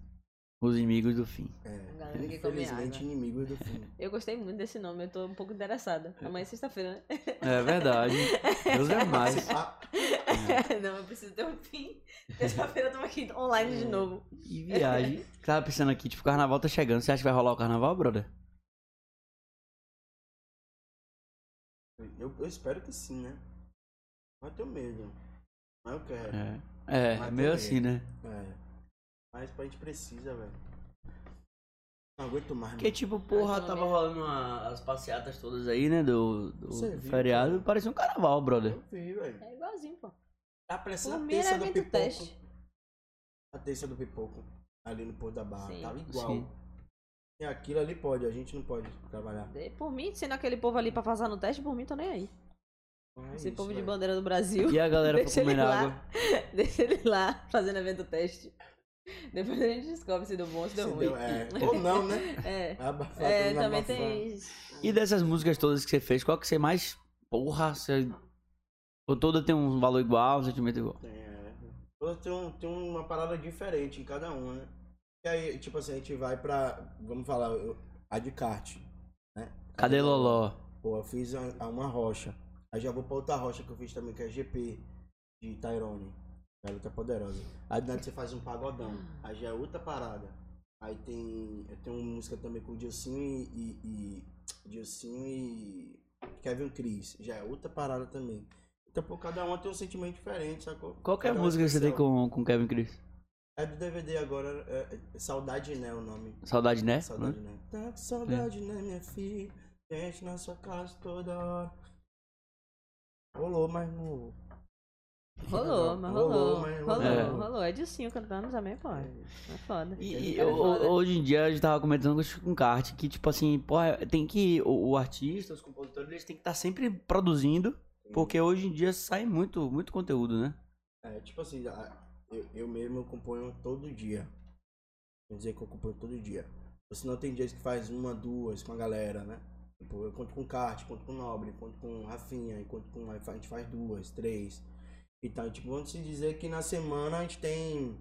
Speaker 2: Os inimigos do fim.
Speaker 3: É,
Speaker 1: galera que come
Speaker 3: infelizmente,
Speaker 1: água.
Speaker 3: inimigos do fim.
Speaker 1: Eu gostei muito desse nome, eu tô um pouco interessada. Amanhã é sexta-feira, né?
Speaker 2: É verdade. Deus é mais.
Speaker 3: Ah,
Speaker 2: É.
Speaker 1: Não, eu preciso ter um fim. Terça-feira eu tô aqui online
Speaker 3: Hum.
Speaker 1: de novo.
Speaker 2: E viagem. Tava pensando aqui, tipo, o carnaval tá chegando. Você acha que vai rolar o carnaval, brother?
Speaker 3: eu, eu espero que sim, né? Mas tenho medo. Mas eu quero.
Speaker 2: É. É,
Speaker 3: Mas
Speaker 2: meio
Speaker 3: também.
Speaker 2: assim, né?
Speaker 3: É. Mas a gente precisa, velho. Não aguento mais,
Speaker 2: Porque,
Speaker 3: mano.
Speaker 2: tipo, porra,
Speaker 1: também.
Speaker 2: tava rolando uma- as passeatas todas aí, né? Do, do
Speaker 3: Você viu,
Speaker 2: feriado.
Speaker 3: cara?
Speaker 2: Parecia um carnaval, brother.
Speaker 3: Eu vi, velho.
Speaker 1: É igualzinho, pô.
Speaker 3: Tá parecendo
Speaker 1: O
Speaker 3: a
Speaker 1: meu era
Speaker 3: terça do
Speaker 1: evento
Speaker 3: pipoco.
Speaker 1: é teste.
Speaker 3: A terça do pipoco. Ali no Porto da Barra.
Speaker 1: Sim.
Speaker 3: Tava igual.
Speaker 2: Sim.
Speaker 3: E aquilo ali pode, a gente não pode trabalhar.
Speaker 1: De- Por mim, sendo aquele povo ali pra passar no teste, por mim tô nem aí.
Speaker 3: Então é é-
Speaker 1: Esse
Speaker 3: isso,
Speaker 1: povo de
Speaker 3: velho.
Speaker 1: bandeira do Brasil.
Speaker 2: E a galera
Speaker 1: Deixa
Speaker 2: foi
Speaker 1: ele
Speaker 2: comendo
Speaker 1: lá.
Speaker 2: água.
Speaker 1: Deixa ele lá fazendo evento teste. Depois a gente descobre se deu bom ou se deu
Speaker 3: Se
Speaker 1: ruim.
Speaker 3: deu, é. Ou não, né?
Speaker 1: É.
Speaker 3: Abafar,
Speaker 1: É,
Speaker 3: tudo na
Speaker 1: também
Speaker 3: abafar.
Speaker 1: tem isso.
Speaker 2: E dessas músicas todas que você fez, qual que você mais. Porra, você. Ou toda tem um valor igual, um sentimento igual.
Speaker 3: Tem, é. Todas Tem, um- tem uma parada diferente em cada uma, né? E aí, tipo assim, a gente vai pra. Vamos falar, eu- a de kart. né?
Speaker 2: Cadê Loló?
Speaker 3: Pô, eu fiz a, a uma rocha. Aí já vou pra outra rocha que eu fiz também, que é GP de Tyrone. Garota Poderosa. Aí do nada você faz um pagodão. Aí já é outra parada. Aí tem. Eu tenho uma música também com o Dilcinho e. e, e Dilcinho e. Kevin Cris. Já é outra parada também. Então, por cada uma tem um sentimento diferente, sacou?
Speaker 2: Qual que é a
Speaker 3: Cada uma
Speaker 2: música que você tem
Speaker 3: especial.
Speaker 2: com o Kevin Chris?
Speaker 3: É do DVD agora, é, é Saudade Né o nome.
Speaker 2: Saudade, né?
Speaker 3: Saudade, né? Tá com saudade, né, minha filha? Gente na sua casa toda hora. Rolou, mas não.
Speaker 1: Rolou, mas rolou.
Speaker 3: Rolou,
Speaker 1: Rolou,
Speaker 3: mas
Speaker 1: rolou.
Speaker 3: rolou.
Speaker 1: É,
Speaker 2: É.
Speaker 1: Dilcinho cantando também, pô. É foda.
Speaker 2: E, e
Speaker 1: Cara,
Speaker 2: ho-
Speaker 1: foda.
Speaker 2: hoje em dia a gente tava comentando com com o Kart que, tipo assim, porra, tem que. O, o artista, os compositores, eles têm que estar sempre produzindo. Porque hoje em dia sai muito, muito conteúdo, né?
Speaker 3: É, tipo assim, a- eu, eu mesmo componho todo dia. Vou dizer que eu acompanho todo dia. Você não tem dias que faz uma, duas com a galera, né? Tipo, eu conto com Kart, conto com Nobre, conto com Rafinha, e conto com. A gente faz duas, três. E tal. Tipo, vamos se dizer que na semana a gente tem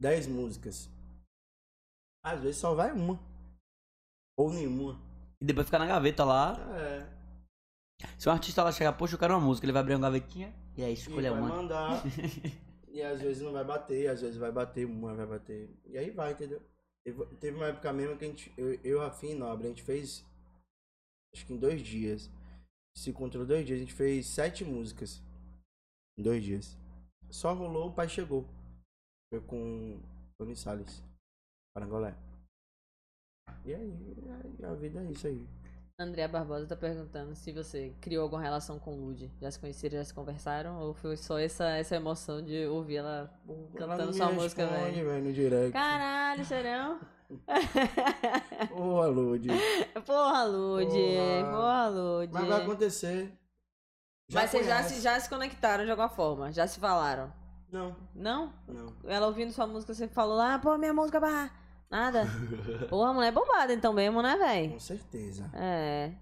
Speaker 3: 10 músicas. Às vezes só vai uma. Ou nenhuma.
Speaker 2: E depois fica na gaveta lá.
Speaker 3: É.
Speaker 2: Se um artista lá chegar, poxa, eu quero uma música, ele vai abrir uma gavetinha e aí
Speaker 3: E
Speaker 2: escolhe
Speaker 3: vai
Speaker 2: uma.
Speaker 3: mandar. e às vezes não vai bater, às vezes vai bater uma, vai bater. E aí vai, entendeu? Teve- Teve uma época mesmo que a gente, eu, eu Rafinha e Nobre, a gente fez. Acho que em dois dias. Se encontrou dois dias, a gente fez sete músicas. Em dois dias. Só rolou, o pai chegou. Foi com Tony Salles. Parangolé. E aí, aí, a vida é isso aí.
Speaker 1: Andréa Barbosa tá perguntando se você criou alguma relação com o Lud. Já se conheceram, já se conversaram? Ou foi só essa, essa emoção de ouvir ela
Speaker 3: Ela não
Speaker 1: cantando
Speaker 3: me
Speaker 1: sua música,
Speaker 3: responde,
Speaker 1: velho?
Speaker 3: no direct.
Speaker 1: Caralho, serão?
Speaker 3: Ô, Alude.
Speaker 1: Porra, Lud.
Speaker 3: Porra.
Speaker 1: Porra, Lud.
Speaker 3: Mas vai acontecer.
Speaker 1: É. Mas vocês já
Speaker 3: conhece.
Speaker 1: se, já se conectaram de alguma forma? Já se falaram?
Speaker 3: Não,
Speaker 1: Não?
Speaker 3: não.
Speaker 1: Ela ouvindo sua música, você falou lá, "Ah, pô, minha música, bah. Nada. Porra, a mulher é bombada então mesmo, né, velho?
Speaker 3: Com certeza.
Speaker 1: É.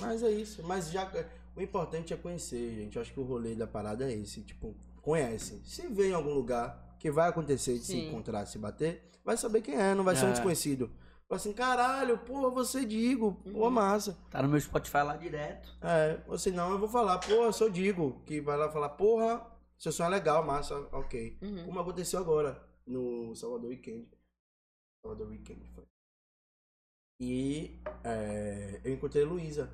Speaker 3: Mas é isso. Mas já. O importante é conhecer, gente. Eu acho que o rolê da parada é esse. Tipo, conhece. Se vê em algum lugar que vai acontecer de se
Speaker 1: Sim.
Speaker 3: encontrar, se bater, vai saber quem é, não vai ser um
Speaker 2: É.
Speaker 3: desconhecido. Fala assim, caralho, porra, você digo, pô,
Speaker 1: Uhum.
Speaker 3: massa.
Speaker 2: Tá no meu Spotify lá direto.
Speaker 3: É, ou senão eu vou falar, porra, eu sou digo. Que vai lá falar, porra, seu som é legal, massa, ok.
Speaker 1: Uhum.
Speaker 3: Como aconteceu agora no Salvador Weekend. Salvador Weekend foi. E é, eu encontrei Luísa.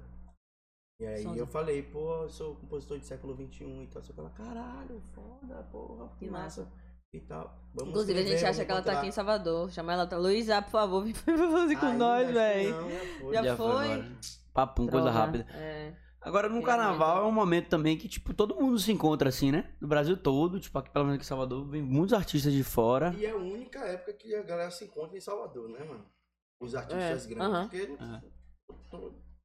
Speaker 3: E aí
Speaker 1: Sonza.
Speaker 3: eu falei, pô, eu sou compositor de século XXI e tal. Você fala, caralho, foda, porra, que
Speaker 1: Que
Speaker 3: massa. E tal. Vamos
Speaker 1: Inclusive, a gente
Speaker 3: escrever, um
Speaker 1: acha
Speaker 3: vamos
Speaker 1: que ela tá aqui em
Speaker 3: encontrar.
Speaker 1: Salvador. Chama ela. tá, Luísa, por favor, vem fazer com
Speaker 3: Ainda
Speaker 1: nós,
Speaker 3: acho que
Speaker 1: velho.
Speaker 3: não, né, já foi.
Speaker 1: Já foi?
Speaker 2: agora. Papum, coisa
Speaker 1: Droga.
Speaker 2: rápida.
Speaker 1: É.
Speaker 2: Agora no
Speaker 1: Realmente.
Speaker 2: carnaval é um momento também que, tipo, todo mundo se encontra assim, né? No Brasil todo, tipo, aqui pelo menos aqui em Salvador, vem muitos artistas de fora.
Speaker 3: E é a única época que a galera se encontra em Salvador, né, mano? Os artistas
Speaker 1: É,
Speaker 3: grandes.
Speaker 1: aham.
Speaker 3: Porque.
Speaker 2: É.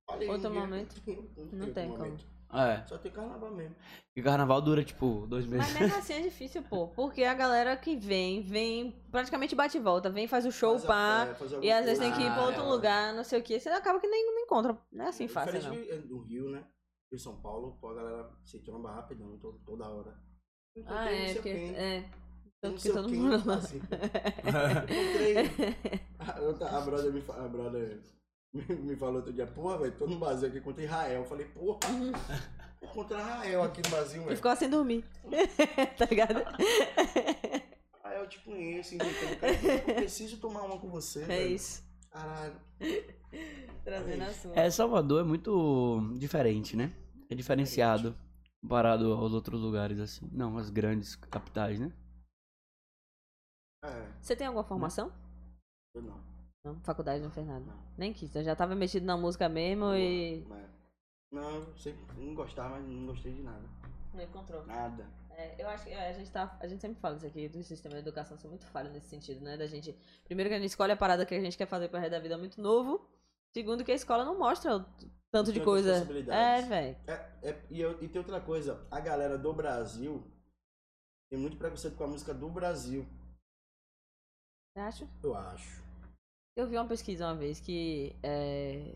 Speaker 3: Olha,
Speaker 1: Outro
Speaker 3: ninguém-
Speaker 1: momento.
Speaker 3: outro
Speaker 1: tem como.
Speaker 3: momento.
Speaker 2: É.
Speaker 3: Só tem carnaval mesmo.
Speaker 2: E o carnaval dura, tipo, dois
Speaker 1: Mas
Speaker 2: meses.
Speaker 1: mesmo assim é difícil, pô. Porque a galera que vem, vem praticamente bate e volta. Vem, faz o show,
Speaker 3: Faz a-
Speaker 1: pá.
Speaker 3: é, faz alguma
Speaker 1: E às vezes tem
Speaker 3: coisa.
Speaker 1: que ir pra
Speaker 2: Ah,
Speaker 1: outro
Speaker 2: é.
Speaker 1: lugar, não sei o que. Você acaba que nem não encontra. Não é assim fácil, não.
Speaker 3: Diferente do Rio, né? Rio São Paulo, pô, a galera se tromba rapidão, to- toda hora. Encontrei
Speaker 1: Ah,
Speaker 3: não
Speaker 1: é.
Speaker 3: sei
Speaker 1: Porque,
Speaker 3: quem,
Speaker 1: é.
Speaker 3: não
Speaker 1: Tanto que
Speaker 3: sei
Speaker 1: todo
Speaker 3: quem,
Speaker 1: mundo lá.
Speaker 3: assim. Encontrei. A, outra- a brother me fa- a brother me- me falou outro dia, porra, velho, tô no Brasil aqui contra Israel. Eu falei, porra, contra Israel aqui no Brasil,
Speaker 1: E
Speaker 3: velho.
Speaker 1: ficou sem dormir. tá ligado?
Speaker 3: É Ah, eu te conheço, hein, Vitor? Cara, eu preciso tomar uma com você,
Speaker 1: É
Speaker 3: velho.
Speaker 1: isso.
Speaker 3: Caralho.
Speaker 1: Trazendo
Speaker 3: É
Speaker 1: a
Speaker 3: isso.
Speaker 1: sua.
Speaker 2: É, Salvador é muito diferente, né? É diferenciado comparado aos outros lugares, assim. Não, as grandes capitais, né?
Speaker 3: É,
Speaker 1: Você tem alguma formação?
Speaker 3: eu não.
Speaker 1: Não, faculdade não fez nada.
Speaker 3: Não.
Speaker 1: Nem quis. Eu já tava mexido na música mesmo e.
Speaker 3: Mas- Não, eu sempre não gostava, mas não gostei de nada.
Speaker 1: Não encontrou.
Speaker 3: Nada.
Speaker 1: É, eu acho que é, a, gente tá, a gente sempre fala isso aqui do sistema de educação ser muito falho nesse sentido, né? Da gente. Primeiro que a gente escolhe a parada que a gente quer fazer pro resto da vida é muito novo. Segundo que a escola não mostra o t- tanto de
Speaker 3: Tantas
Speaker 1: coisa. É,
Speaker 3: possibilidades.
Speaker 1: velho.
Speaker 3: É, é- e, eu- e tem outra coisa, a galera do Brasil tem muito preconceito com a música do Brasil,
Speaker 1: Você acha?
Speaker 3: eu acho.
Speaker 1: Eu vi uma pesquisa uma vez que é,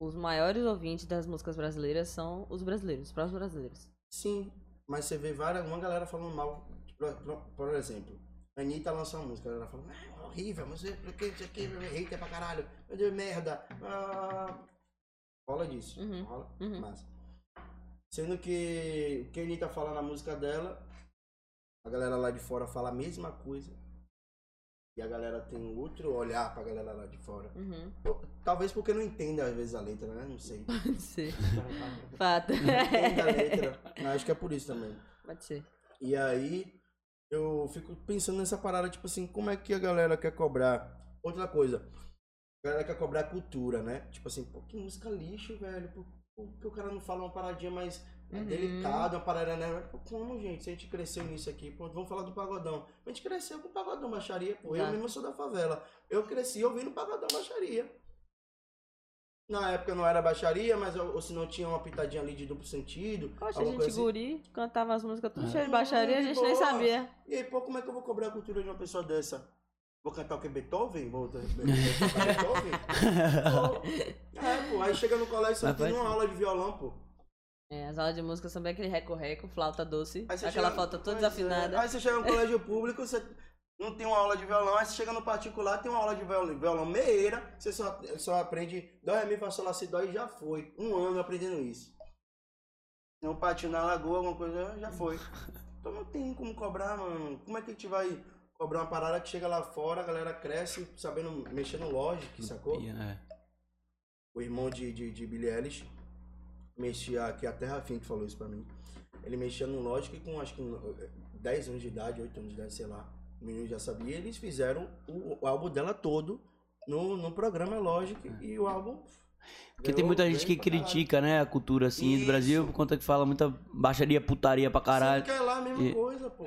Speaker 1: os maiores ouvintes das músicas brasileiras são os brasileiros, os próprios brasileiros.
Speaker 3: Sim, mas você vê várias, uma galera falando mal. Por, por- por exemplo, a Anitta lançou uma música, a galera falando, ah, é horrível, mas eu- porque isso aqui, hater pra caralho, meu Deus, merda. Ah, rola disso,
Speaker 1: Uhum.
Speaker 3: rola,
Speaker 1: Uhum.
Speaker 3: massa. Sendo que o que a Anitta fala na música dela, a galera lá de fora fala a mesma coisa. E a galera tem outro olhar pra galera lá de fora.
Speaker 1: Uhum.
Speaker 3: Talvez porque não entenda às vezes a letra, né? Não sei. Não
Speaker 1: Pode ser. Fato.
Speaker 3: entenda a letra. Mas acho que é por isso também.
Speaker 1: Pode ser.
Speaker 3: E aí eu fico pensando nessa parada, tipo assim, como é que a galera quer cobrar? Outra coisa, a galera quer cobrar cultura, né? Tipo assim, pô, que música lixo, velho. Por, por que o cara não fala uma paradinha mais é,
Speaker 1: Uhum.
Speaker 3: delicada, uma parada, né? Pô, como, gente? Se a gente cresceu nisso aqui, pô, vamos falar do pagodão. A gente cresceu com o pagodão baixaria, pô. Eu
Speaker 1: Exato.
Speaker 3: mesmo sou da favela. Eu cresci ouvindo pagodão baixaria. Na época não era baixaria, mas ou, ou se não tinha uma pitadinha ali de duplo sentido.
Speaker 1: Poxa, a
Speaker 3: alguma
Speaker 1: gente
Speaker 3: coisa assim.
Speaker 1: guri, cantava as músicas tudo
Speaker 2: É.
Speaker 1: cheio de baixaria, a
Speaker 3: Hum, de
Speaker 1: gente nem
Speaker 3: boa.
Speaker 1: sabia.
Speaker 3: E aí, pô, como é que eu vou cobrar a cultura de uma pessoa dessa? Vou cantar o que? Beethoven? Vou vou cantar Beethoven? Pô, é, pô. Aí chega no colégio, você
Speaker 2: Mas vai-
Speaker 3: tem uma aula de violão, pô.
Speaker 1: É, as aulas de música são bem aquele reco-reco, flauta doce,
Speaker 3: Aí você
Speaker 1: aquela
Speaker 3: chega-
Speaker 1: flauta toda
Speaker 3: Pois
Speaker 1: desafinada.
Speaker 3: é. Aí você chega no colégio público, você não tem uma aula de violão, aí você chega no particular, tem uma aula de violão, violão meia, você só, só aprende dó, ré, mi, fá, sol, lá, si, dó e já foi. Um ano aprendendo isso. Tem um patinho na lagoa, alguma coisa, já foi. Então não tem como cobrar, mano. Como é que a gente vai cobrar uma parada que chega lá fora, a galera cresce sabendo mexer no Logic, sacou?
Speaker 2: É.
Speaker 3: o irmão de, de, de Billie Eilish mexia, que até Rafinha que falou isso pra mim. Ele mexia no Logic com acho que no- 10 anos de idade, 8 anos de idade, sei lá. O menino já sabia. E eles fizeram o, o álbum dela todo no, no programa Logic e o álbum.
Speaker 2: Porque tem
Speaker 3: ganhou
Speaker 2: muita gente
Speaker 3: bem
Speaker 2: que
Speaker 3: pra caralho.
Speaker 2: critica, né, a cultura assim do
Speaker 3: Isso.
Speaker 2: Brasil, por conta que fala muita baixaria, putaria pra caralho.
Speaker 3: Você quer é lá a mesma
Speaker 2: E-
Speaker 3: coisa, pô.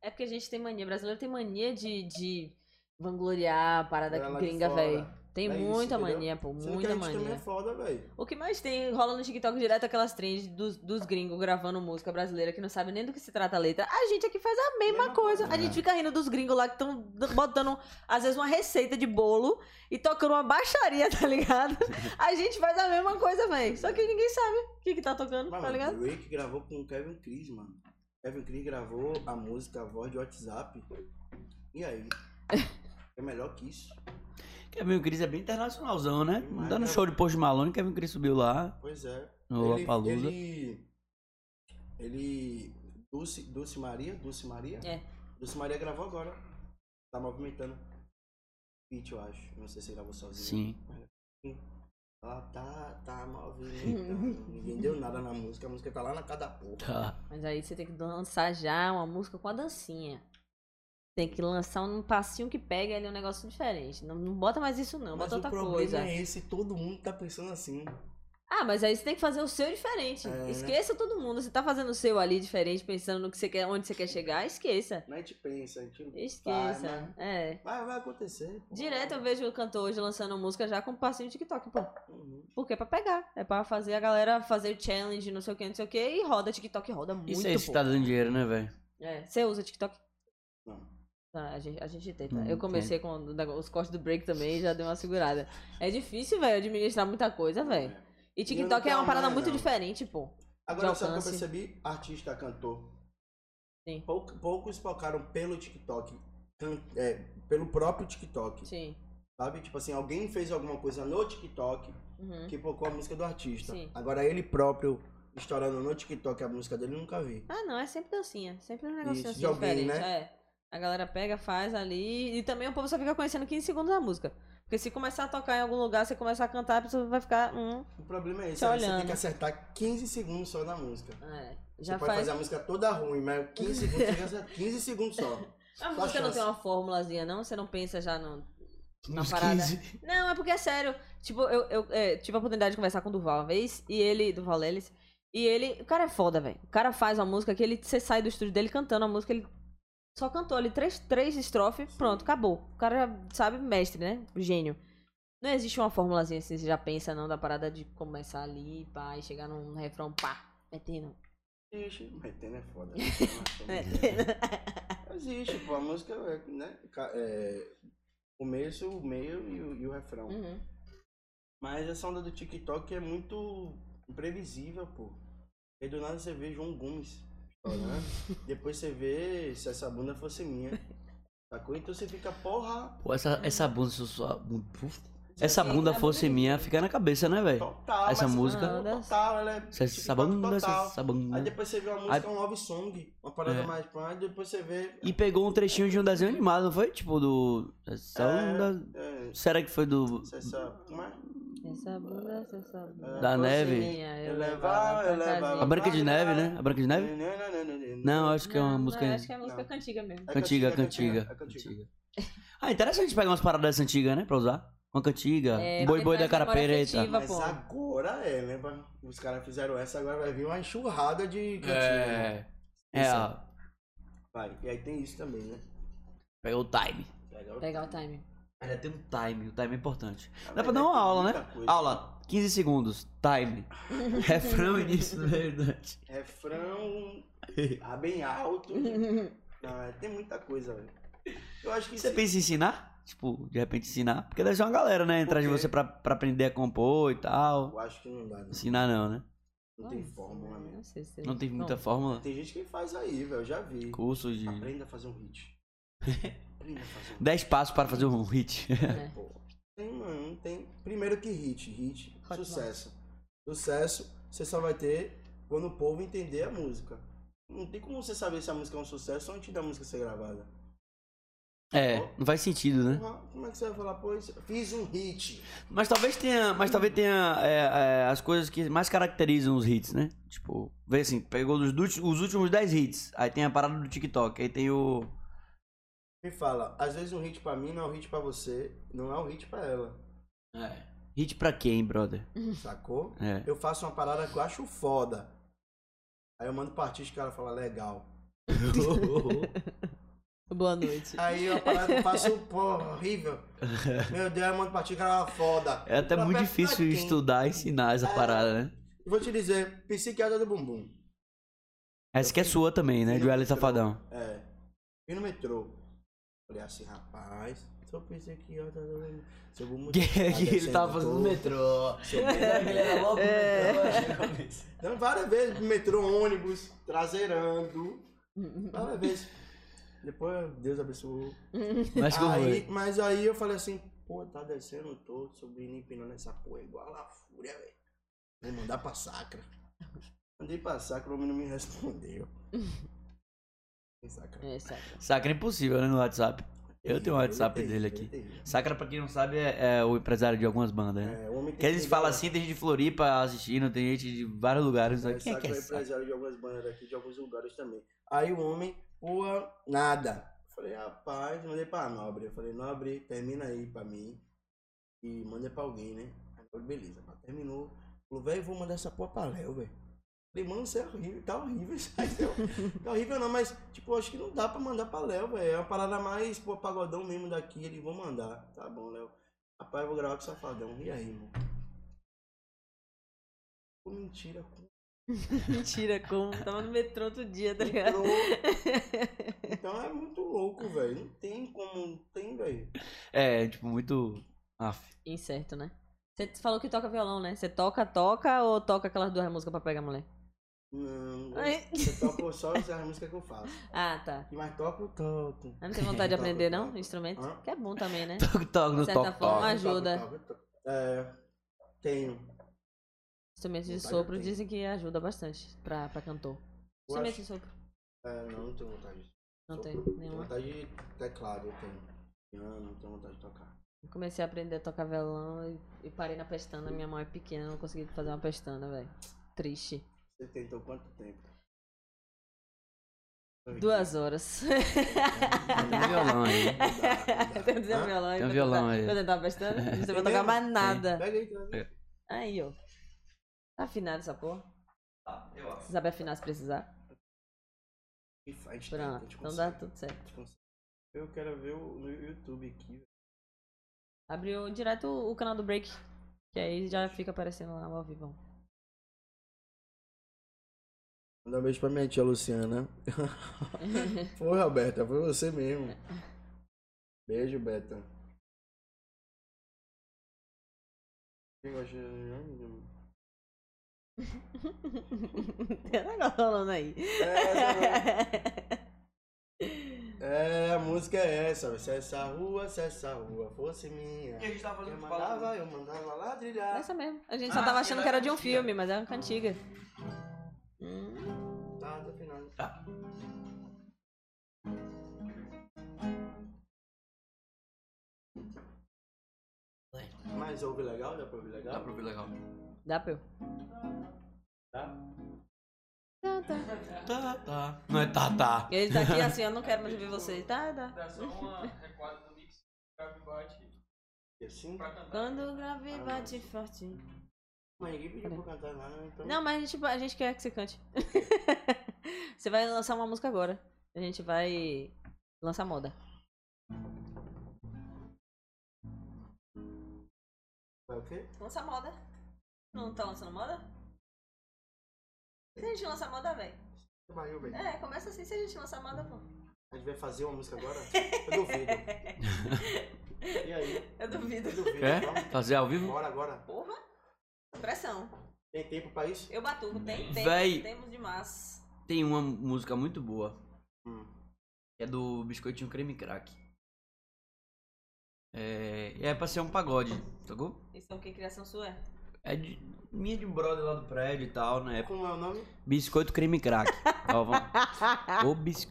Speaker 1: É porque a gente tem mania, brasileiro tem mania de, de vangloriar a parada
Speaker 3: Vai lá de
Speaker 1: gringa,
Speaker 3: fora.
Speaker 1: velho. Tem
Speaker 3: É isso,
Speaker 1: muita
Speaker 3: entendeu?
Speaker 1: mania, pô,
Speaker 3: Sendo que a
Speaker 1: muita
Speaker 3: gente também é
Speaker 1: mania.
Speaker 3: foda, velho.
Speaker 1: O que mais tem, rola no TikTok direto aquelas trends dos, dos gringos gravando música brasileira que não sabe nem do que se trata a letra. A gente aqui faz a mesma
Speaker 3: Mesma
Speaker 1: coisa.
Speaker 3: coisa. né?
Speaker 1: A gente fica rindo dos gringos lá que estão botando, às vezes, uma receita de bolo e tocando uma baixaria, tá ligado? A gente faz a mesma coisa, velho. Só que ninguém sabe o que, que tá tocando,
Speaker 3: Mas,
Speaker 1: tá
Speaker 3: mano,
Speaker 1: ligado?
Speaker 3: o Drake gravou com o Kevin Cris, mano. Kevin Cris gravou a música, a voz de WhatsApp. E aí? É melhor que isso.
Speaker 2: Kevin Cris é bem internacionalzão, né?
Speaker 3: Demais,
Speaker 2: Dando
Speaker 3: né?
Speaker 2: show de Post Malone, Kevin Cris subiu lá
Speaker 3: Pois é.
Speaker 2: no
Speaker 3: ele,
Speaker 2: Lollapalooza.
Speaker 3: ele. Ele. Dulce, Dulce Maria? Dulce Maria?
Speaker 1: É.
Speaker 3: Dulce Maria gravou agora. Tá movimentando. Feat, eu acho. Não sei se gravou sozinho.
Speaker 2: Sim.
Speaker 3: Ela tá, tá movimentando. Ninguém deu nada na música. A música tá lá na casa da porra.
Speaker 2: Tá.
Speaker 1: Mas aí você tem que dançar já uma música com a dancinha. Tem que lançar um passinho que pega ali um negócio diferente. Não, não bota mais isso não,
Speaker 3: Mas
Speaker 1: bota
Speaker 3: o
Speaker 1: outra
Speaker 3: problema
Speaker 1: coisa.
Speaker 3: é esse, todo mundo tá pensando assim.
Speaker 1: Ah, mas aí você tem que fazer o seu diferente.
Speaker 3: É, né?
Speaker 1: Esqueça todo mundo. Você tá fazendo o seu ali diferente, pensando no que você quer, onde você quer chegar, esqueça.
Speaker 3: Mas a gente pensa, a gente.
Speaker 1: Esqueça.
Speaker 3: Vai, né? mas-
Speaker 1: É.
Speaker 3: Vai, vai acontecer. pô.
Speaker 1: Direto eu vejo o cantor hoje lançando música já com um passinho de TikTok, pô.
Speaker 3: Uhum.
Speaker 1: Porque é pra pegar. É pra fazer a galera fazer challenge, não sei o que, não sei o que. E roda, TikTok roda muito.
Speaker 2: Isso aí
Speaker 1: pô.
Speaker 2: se tá dando dinheiro, né, velho?
Speaker 1: É, você usa TikTok?
Speaker 3: Não.
Speaker 1: Tá, a, gente, a gente tenta.
Speaker 2: Não,
Speaker 1: eu comecei com o nego- os cortes do break também e já dei uma segurada. É difícil, velho, administrar muita coisa, velho. E TikTok
Speaker 3: tenho
Speaker 1: é uma
Speaker 3: uma
Speaker 1: parada
Speaker 3: manha,
Speaker 1: muito
Speaker 3: não.
Speaker 1: diferente, pô.
Speaker 3: Agora
Speaker 1: De
Speaker 3: sabe o que eu
Speaker 1: alcance.
Speaker 3: percebi? Artista, cantor.
Speaker 1: Sim.
Speaker 3: Pouco- poucos focaram pelo TikTok. can- é, pelo próprio TikTok.
Speaker 1: Sim.
Speaker 3: Sabe? Tipo assim, alguém fez alguma coisa no TikTok
Speaker 1: Uhum.
Speaker 3: que focou a música do artista.
Speaker 1: Sim.
Speaker 3: Agora ele próprio estourando no TikTok a música dele, eu nunca vi.
Speaker 1: Ah, não, é sempre dancinha. Sempre um negocinho
Speaker 3: Isso,
Speaker 1: assim
Speaker 3: de alguém, né?
Speaker 1: diferente. É. A galera pega, faz ali. E também o povo só fica conhecendo 15 segundos da música. Porque se começar a tocar em algum lugar, você começar a cantar, a pessoa vai ficar. Hum.
Speaker 3: O problema é esse,
Speaker 1: Tá
Speaker 3: aí você tem
Speaker 1: olhando.
Speaker 3: que acertar 15 segundos só na música.
Speaker 1: É. Já
Speaker 3: você pode
Speaker 1: faz.
Speaker 3: fazer a música toda ruim, mas 15 segundos, você tem que acertar 15 segundos só.
Speaker 1: A
Speaker 3: só
Speaker 1: música não
Speaker 3: chance.
Speaker 1: tem uma formulazinha, não? Você não pensa já no,
Speaker 2: Uma
Speaker 1: parada. Não, é porque é sério. Tipo, eu, eu é, tive a oportunidade de conversar com o Duval uma vez, e ele, Duval Lelis, e ele, o cara é foda, velho. O cara faz uma música que ele, você sai do estúdio dele cantando a música, ele só cantou ali três, três estrofes, pronto, acabou. O cara, já sabe, mestre, né? Gênio. Não existe uma formulazinha assim, você já pensa não, da parada de começar ali, pá, e chegar num refrão, pá, metendo.
Speaker 3: Existe, metendo é foda. né? Nossa,
Speaker 1: É.
Speaker 3: Existe, pô, a música é, né? ca- é, começo, o meio e o, e o refrão.
Speaker 2: Hum.
Speaker 1: Uhum.
Speaker 3: Mas essa onda do TikTok é muito imprevisível, pô. E do nada você vê João Gomes estourando, né? depois você vê se essa bunda fosse minha. Sacou? Então você fica, porra,
Speaker 2: Pô, essa, essa bunda, se sua- puf. essa
Speaker 3: É
Speaker 2: bunda fosse minha, fica na cabeça, né, velho?
Speaker 3: total.
Speaker 2: Essa
Speaker 3: mas-
Speaker 2: música- tá
Speaker 3: Total, ela é TikTok
Speaker 2: Essa bunda,
Speaker 3: total.
Speaker 2: essa
Speaker 3: Aí
Speaker 2: bunda.
Speaker 3: depois você vê uma música, um love song, uma parada
Speaker 2: É.
Speaker 3: mais pá, e depois você vê.
Speaker 2: E pegou um trechinho de um desenho animado, não foi? Tipo do. Essa onda-
Speaker 3: É,
Speaker 2: Será que foi do.
Speaker 3: você sabe, como é?
Speaker 1: Essa bunda, essa bunda.
Speaker 2: Da neve.
Speaker 1: minha, eu
Speaker 3: Elevava,
Speaker 1: levava a
Speaker 3: elevava.
Speaker 2: A
Speaker 1: fantasia.
Speaker 2: Branca de Neve, né? A Branca de Neve? Não, acho que é uma
Speaker 1: Não,
Speaker 2: música.
Speaker 1: não, Acho que é música
Speaker 3: Não.
Speaker 1: cantiga mesmo.
Speaker 3: É
Speaker 2: Cantiga,
Speaker 3: cantiga,
Speaker 2: cantiga.
Speaker 3: é cantiga.
Speaker 2: Cantiga. Ah, interessante pegar umas paradas dessas antigas, né? Pra usar. Uma cantiga.
Speaker 1: É,
Speaker 2: boi
Speaker 1: porque
Speaker 2: boi da
Speaker 1: traz memória
Speaker 2: carapereta.
Speaker 1: afetiva.
Speaker 3: Mas
Speaker 1: pô.
Speaker 3: agora é, né? Os caras fizeram essa, agora vai vir uma enxurrada de cantiga. né?
Speaker 2: É. É, ó.
Speaker 3: Vai. E aí tem isso também, né?
Speaker 2: Pegou o time.
Speaker 3: Legal.
Speaker 1: Pegar o time.
Speaker 2: Ainda tem um time, o time é importante.
Speaker 3: Ah,
Speaker 2: Dá pra
Speaker 3: mas
Speaker 2: dar
Speaker 3: aí
Speaker 2: uma
Speaker 3: tem
Speaker 2: aula,
Speaker 3: muita
Speaker 2: né?
Speaker 3: coisa.
Speaker 2: Aula, 15 segundos, time. Refrão, início, meio, durante.
Speaker 3: Refrão, tá ah, bem alto. Ah, é, tem muita coisa, velho. Eu acho que
Speaker 2: Você
Speaker 3: se-
Speaker 2: pensa em ensinar? Tipo, de repente ensinar. Porque deve ser uma galera, né? Entrar de
Speaker 3: quê?
Speaker 2: você pra, pra aprender a compor e tal.
Speaker 3: Eu acho que não dá, não.
Speaker 2: Ensinar não, né?
Speaker 3: Não tem
Speaker 1: Nossa,
Speaker 3: fórmula,
Speaker 1: velho,
Speaker 3: né?
Speaker 1: Não sei se é
Speaker 2: Não tem muita
Speaker 1: Bom,
Speaker 2: fórmula.
Speaker 3: Tem gente que faz aí, velho, eu já vi.
Speaker 2: Cursos de.
Speaker 3: Aprenda a fazer um hit. Aprenda a fazer um hit.
Speaker 2: 10 passos para fazer um hit.
Speaker 1: né?
Speaker 3: Pô, Tem, mano, não tem. Primeiro que hit, hit,
Speaker 1: Pode
Speaker 3: sucesso. Sucesso você só vai ter quando o povo entender a música. Não tem como você saber se a música é um sucesso antes da música ser gravada.
Speaker 2: É, não faz sentido, né?
Speaker 3: Porra, como é que você vai falar, pô, isso- fiz um hit?
Speaker 2: Mas talvez tenha, mas talvez tenha é, é, as coisas que mais caracterizam os hits, né? Tipo, vê assim, pegou os, dut- os últimos 10 hits, aí tem a parada do TikTok, aí tem o.
Speaker 3: Me fala, às vezes um hit pra mim não é um hit pra você, não é um hit pra ela,
Speaker 4: É.
Speaker 2: Hit pra quem, brother?
Speaker 3: sacou?
Speaker 2: É.
Speaker 3: Eu faço uma parada que eu acho foda. Aí eu mando pro artista e o cara fala, legal.
Speaker 1: Boa noite.
Speaker 3: Aí eu parada que eu faço, pô, horrível. Meu Deus, é eu mando pro artista e o cara fala, foda.
Speaker 2: É até
Speaker 3: Pra-
Speaker 2: muito
Speaker 3: pra-
Speaker 2: difícil
Speaker 3: pra quem?
Speaker 2: estudar e ensinar essa
Speaker 3: É.
Speaker 2: parada, né?
Speaker 3: Eu Vou te dizer, psiquiatra do bumbum.
Speaker 2: Essa que é sua também, né? De Ellen Safadão.
Speaker 3: É. E no metrô. Falei assim, rapaz, sou psiquiatra do bumbum. Seu bumbum.
Speaker 2: Que, é que ele tava fazendo no
Speaker 3: descendo todo.
Speaker 2: metrô.
Speaker 3: Seu bumbum-
Speaker 4: Ele era logo
Speaker 1: É.
Speaker 4: no metrô, eu achei isso.
Speaker 3: Então, várias vezes, metrô, ônibus, traseirando. Várias vezes. Depois, Deus abençoou.
Speaker 2: Mas como
Speaker 3: aí,
Speaker 2: foi?
Speaker 3: mas aí eu falei assim, pô, tá descendo todo, subindo e empinando essa porra igual a fúria, velho. Vou mandar pra sacra. Mandei pra sacra, o homem não me respondeu. Sacra.
Speaker 1: É, certo.
Speaker 2: Sacra é impossível, né? No WhatsApp. Eu tenho o WhatsApp dele aqui. Sacra, pra quem não sabe, é, é o empresário de algumas bandas, né?
Speaker 3: É, o homem tem
Speaker 2: Que a gente
Speaker 3: ligar.
Speaker 2: fala assim, tem gente de Floripa assistindo, tem gente de vários lugares.
Speaker 3: É,
Speaker 2: Sabe? Quem é que é
Speaker 3: Sacra é
Speaker 2: Sacra?
Speaker 3: empresário de algumas bandas daqui, de alguns lugares também. Aí o homem, pô, nada. Falei, rapaz, mandei pra Nobre. Eu falei, Nobre, termina aí pra mim. E manda pra alguém, né? Aí eu falei, beleza, mas terminou. Falou, velho, vou mandar essa porra pra Léo, velho. Falei, mano, você é horrível, tá horrível isso aí. não. Tá horrível não, mas, tipo, acho que não dá pra mandar pra Léo, velho. É uma parada mais, pô, pagodão mesmo daqui. Ele, vou mandar. Tá bom, Léo. Rapaz, eu vou gravar com o Safadão. E aí, mano? Pô, mentira,
Speaker 1: Mentira, como? Tava no metrô outro dia, tá ligado?
Speaker 3: Entrou. Então é muito louco, velho. Não tem como, não tem, velho.
Speaker 2: É, tipo, muito. Aff.
Speaker 1: Incerto, né? Você falou que toca violão, né? Você toca, toca ou toca aquelas duas músicas pra pegar a mulher?
Speaker 3: Não,
Speaker 1: Ai.
Speaker 3: eu toco só essa música que eu faço.
Speaker 1: Ah, tá.
Speaker 3: Mas toco, toco.
Speaker 1: Ah, Não tem vontade de
Speaker 3: Toco,
Speaker 1: aprender, não?
Speaker 3: toco.
Speaker 1: Instrumento?
Speaker 3: Hã?
Speaker 1: Que é bom também, né?
Speaker 2: Toque, toque no
Speaker 1: Certa
Speaker 2: toque,
Speaker 1: forma,
Speaker 2: toque.
Speaker 1: ajuda.
Speaker 3: Toco, toco, toco. É, tenho.
Speaker 1: Instrumentos de
Speaker 3: Vontade
Speaker 1: sopro
Speaker 3: eu tenho.
Speaker 1: dizem que ajuda bastante pra, pra cantor.
Speaker 3: Eu
Speaker 1: Instrumentos
Speaker 3: acho-
Speaker 1: de sopro.
Speaker 3: É, não, não tenho vontade. de-
Speaker 1: Não tem
Speaker 3: Tenho
Speaker 1: nenhuma.
Speaker 3: vontade de teclado, eu tenho. Não, não tenho vontade de tocar.
Speaker 1: Eu Comecei a aprender a tocar violão e, e parei na pestana. Minha mão é pequena, não consegui fazer uma pestana, velho. Triste.
Speaker 3: Você tentou quanto tempo?
Speaker 1: Duas horas.
Speaker 2: Tem um violão aí.
Speaker 3: Não dá, não dá.
Speaker 1: Tem um
Speaker 3: Hã?
Speaker 1: violão aí.
Speaker 2: Tem um violão aí.
Speaker 1: pra tentar- Pra tentar uma pestana. Não
Speaker 4: É
Speaker 1: sei pra
Speaker 3: Tem
Speaker 1: tocar
Speaker 3: mesmo?
Speaker 1: mais nada.
Speaker 3: Pega aí, traz aí.
Speaker 1: Aí, ó. Tá afinado essa porra? Você sabe afinar se precisar?
Speaker 3: E faz, a gente tenta, a
Speaker 1: Pronto.
Speaker 3: gente
Speaker 1: Então dá
Speaker 3: consegue,
Speaker 1: tudo certo.
Speaker 3: a gente consegue. Eu quero ver o, no YouTube aqui.
Speaker 1: Abriu direto o canal do Break. Que aí já fica aparecendo lá ao vivo.
Speaker 3: Manda um beijo pra minha tia Luciana. Porra, Beta, foi você mesmo. Beijo, Beta. Quem gosta de-
Speaker 1: Tem um negócio rolando aí.
Speaker 3: É, essa, é, a música é essa. velho. Se essa rua, se essa rua fosse minha.
Speaker 4: gente tava
Speaker 3: Eu mandava, eu mandava ladrilhar.
Speaker 1: Essa mesmo. A gente só
Speaker 4: Ah, sim,
Speaker 1: tava achando
Speaker 4: ela
Speaker 1: que era
Speaker 4: é
Speaker 1: de um
Speaker 4: cantiga.
Speaker 1: filme, mas é uma cantiga. Hum,
Speaker 3: Tá, tá afinado.
Speaker 2: Tá.
Speaker 3: Mas ouve legal? Dá pra ouvir legal?
Speaker 2: ouvir legal.
Speaker 1: dá pra eu.
Speaker 3: Tá?
Speaker 1: Tá, tá.
Speaker 2: Tá, tá. Não é tá, tá.
Speaker 1: Ele tá aqui assim, eu não quero mais ver vocês. Tá, tá.
Speaker 5: Dá só uma recuada no mix, grave bate
Speaker 3: E assim?
Speaker 5: pra cantar.
Speaker 1: Quando o grave bate forte.
Speaker 3: Mas ninguém pediu pra eu cantar nada, então.
Speaker 1: Não, mas a gente, a gente quer que você cante. você vai lançar uma música agora. A gente vai lançar moda.
Speaker 3: Vai o quê?
Speaker 1: Lançar moda. Não tá lançando moda? Se a gente lançar moda, velho.
Speaker 3: Trabalhou bem.
Speaker 1: É, começa assim se a gente lançar moda, pô.
Speaker 3: A gente vai fazer uma música agora? Eu duvido. E aí?
Speaker 1: Eu duvido.
Speaker 3: Duvido,
Speaker 2: É?
Speaker 3: então.
Speaker 2: Fazer ao vivo?
Speaker 3: Bora agora.
Speaker 1: Porra. Pressão.
Speaker 3: Tem tempo pra isso?
Speaker 1: Eu batuco. Tem, tem.
Speaker 2: Véi.
Speaker 1: Temos demais.
Speaker 2: Tem uma música muito boa.
Speaker 3: Hum.
Speaker 2: que É do Biscoitinho Creme Crack. É, é pra ser um pagode, sacou?
Speaker 1: Então, que criação sua é?
Speaker 2: É de- minha de brother lá do prédio e tal, né?
Speaker 3: Como é o nome?
Speaker 2: Biscoito Creme Crack. Ó, vamos- O bis...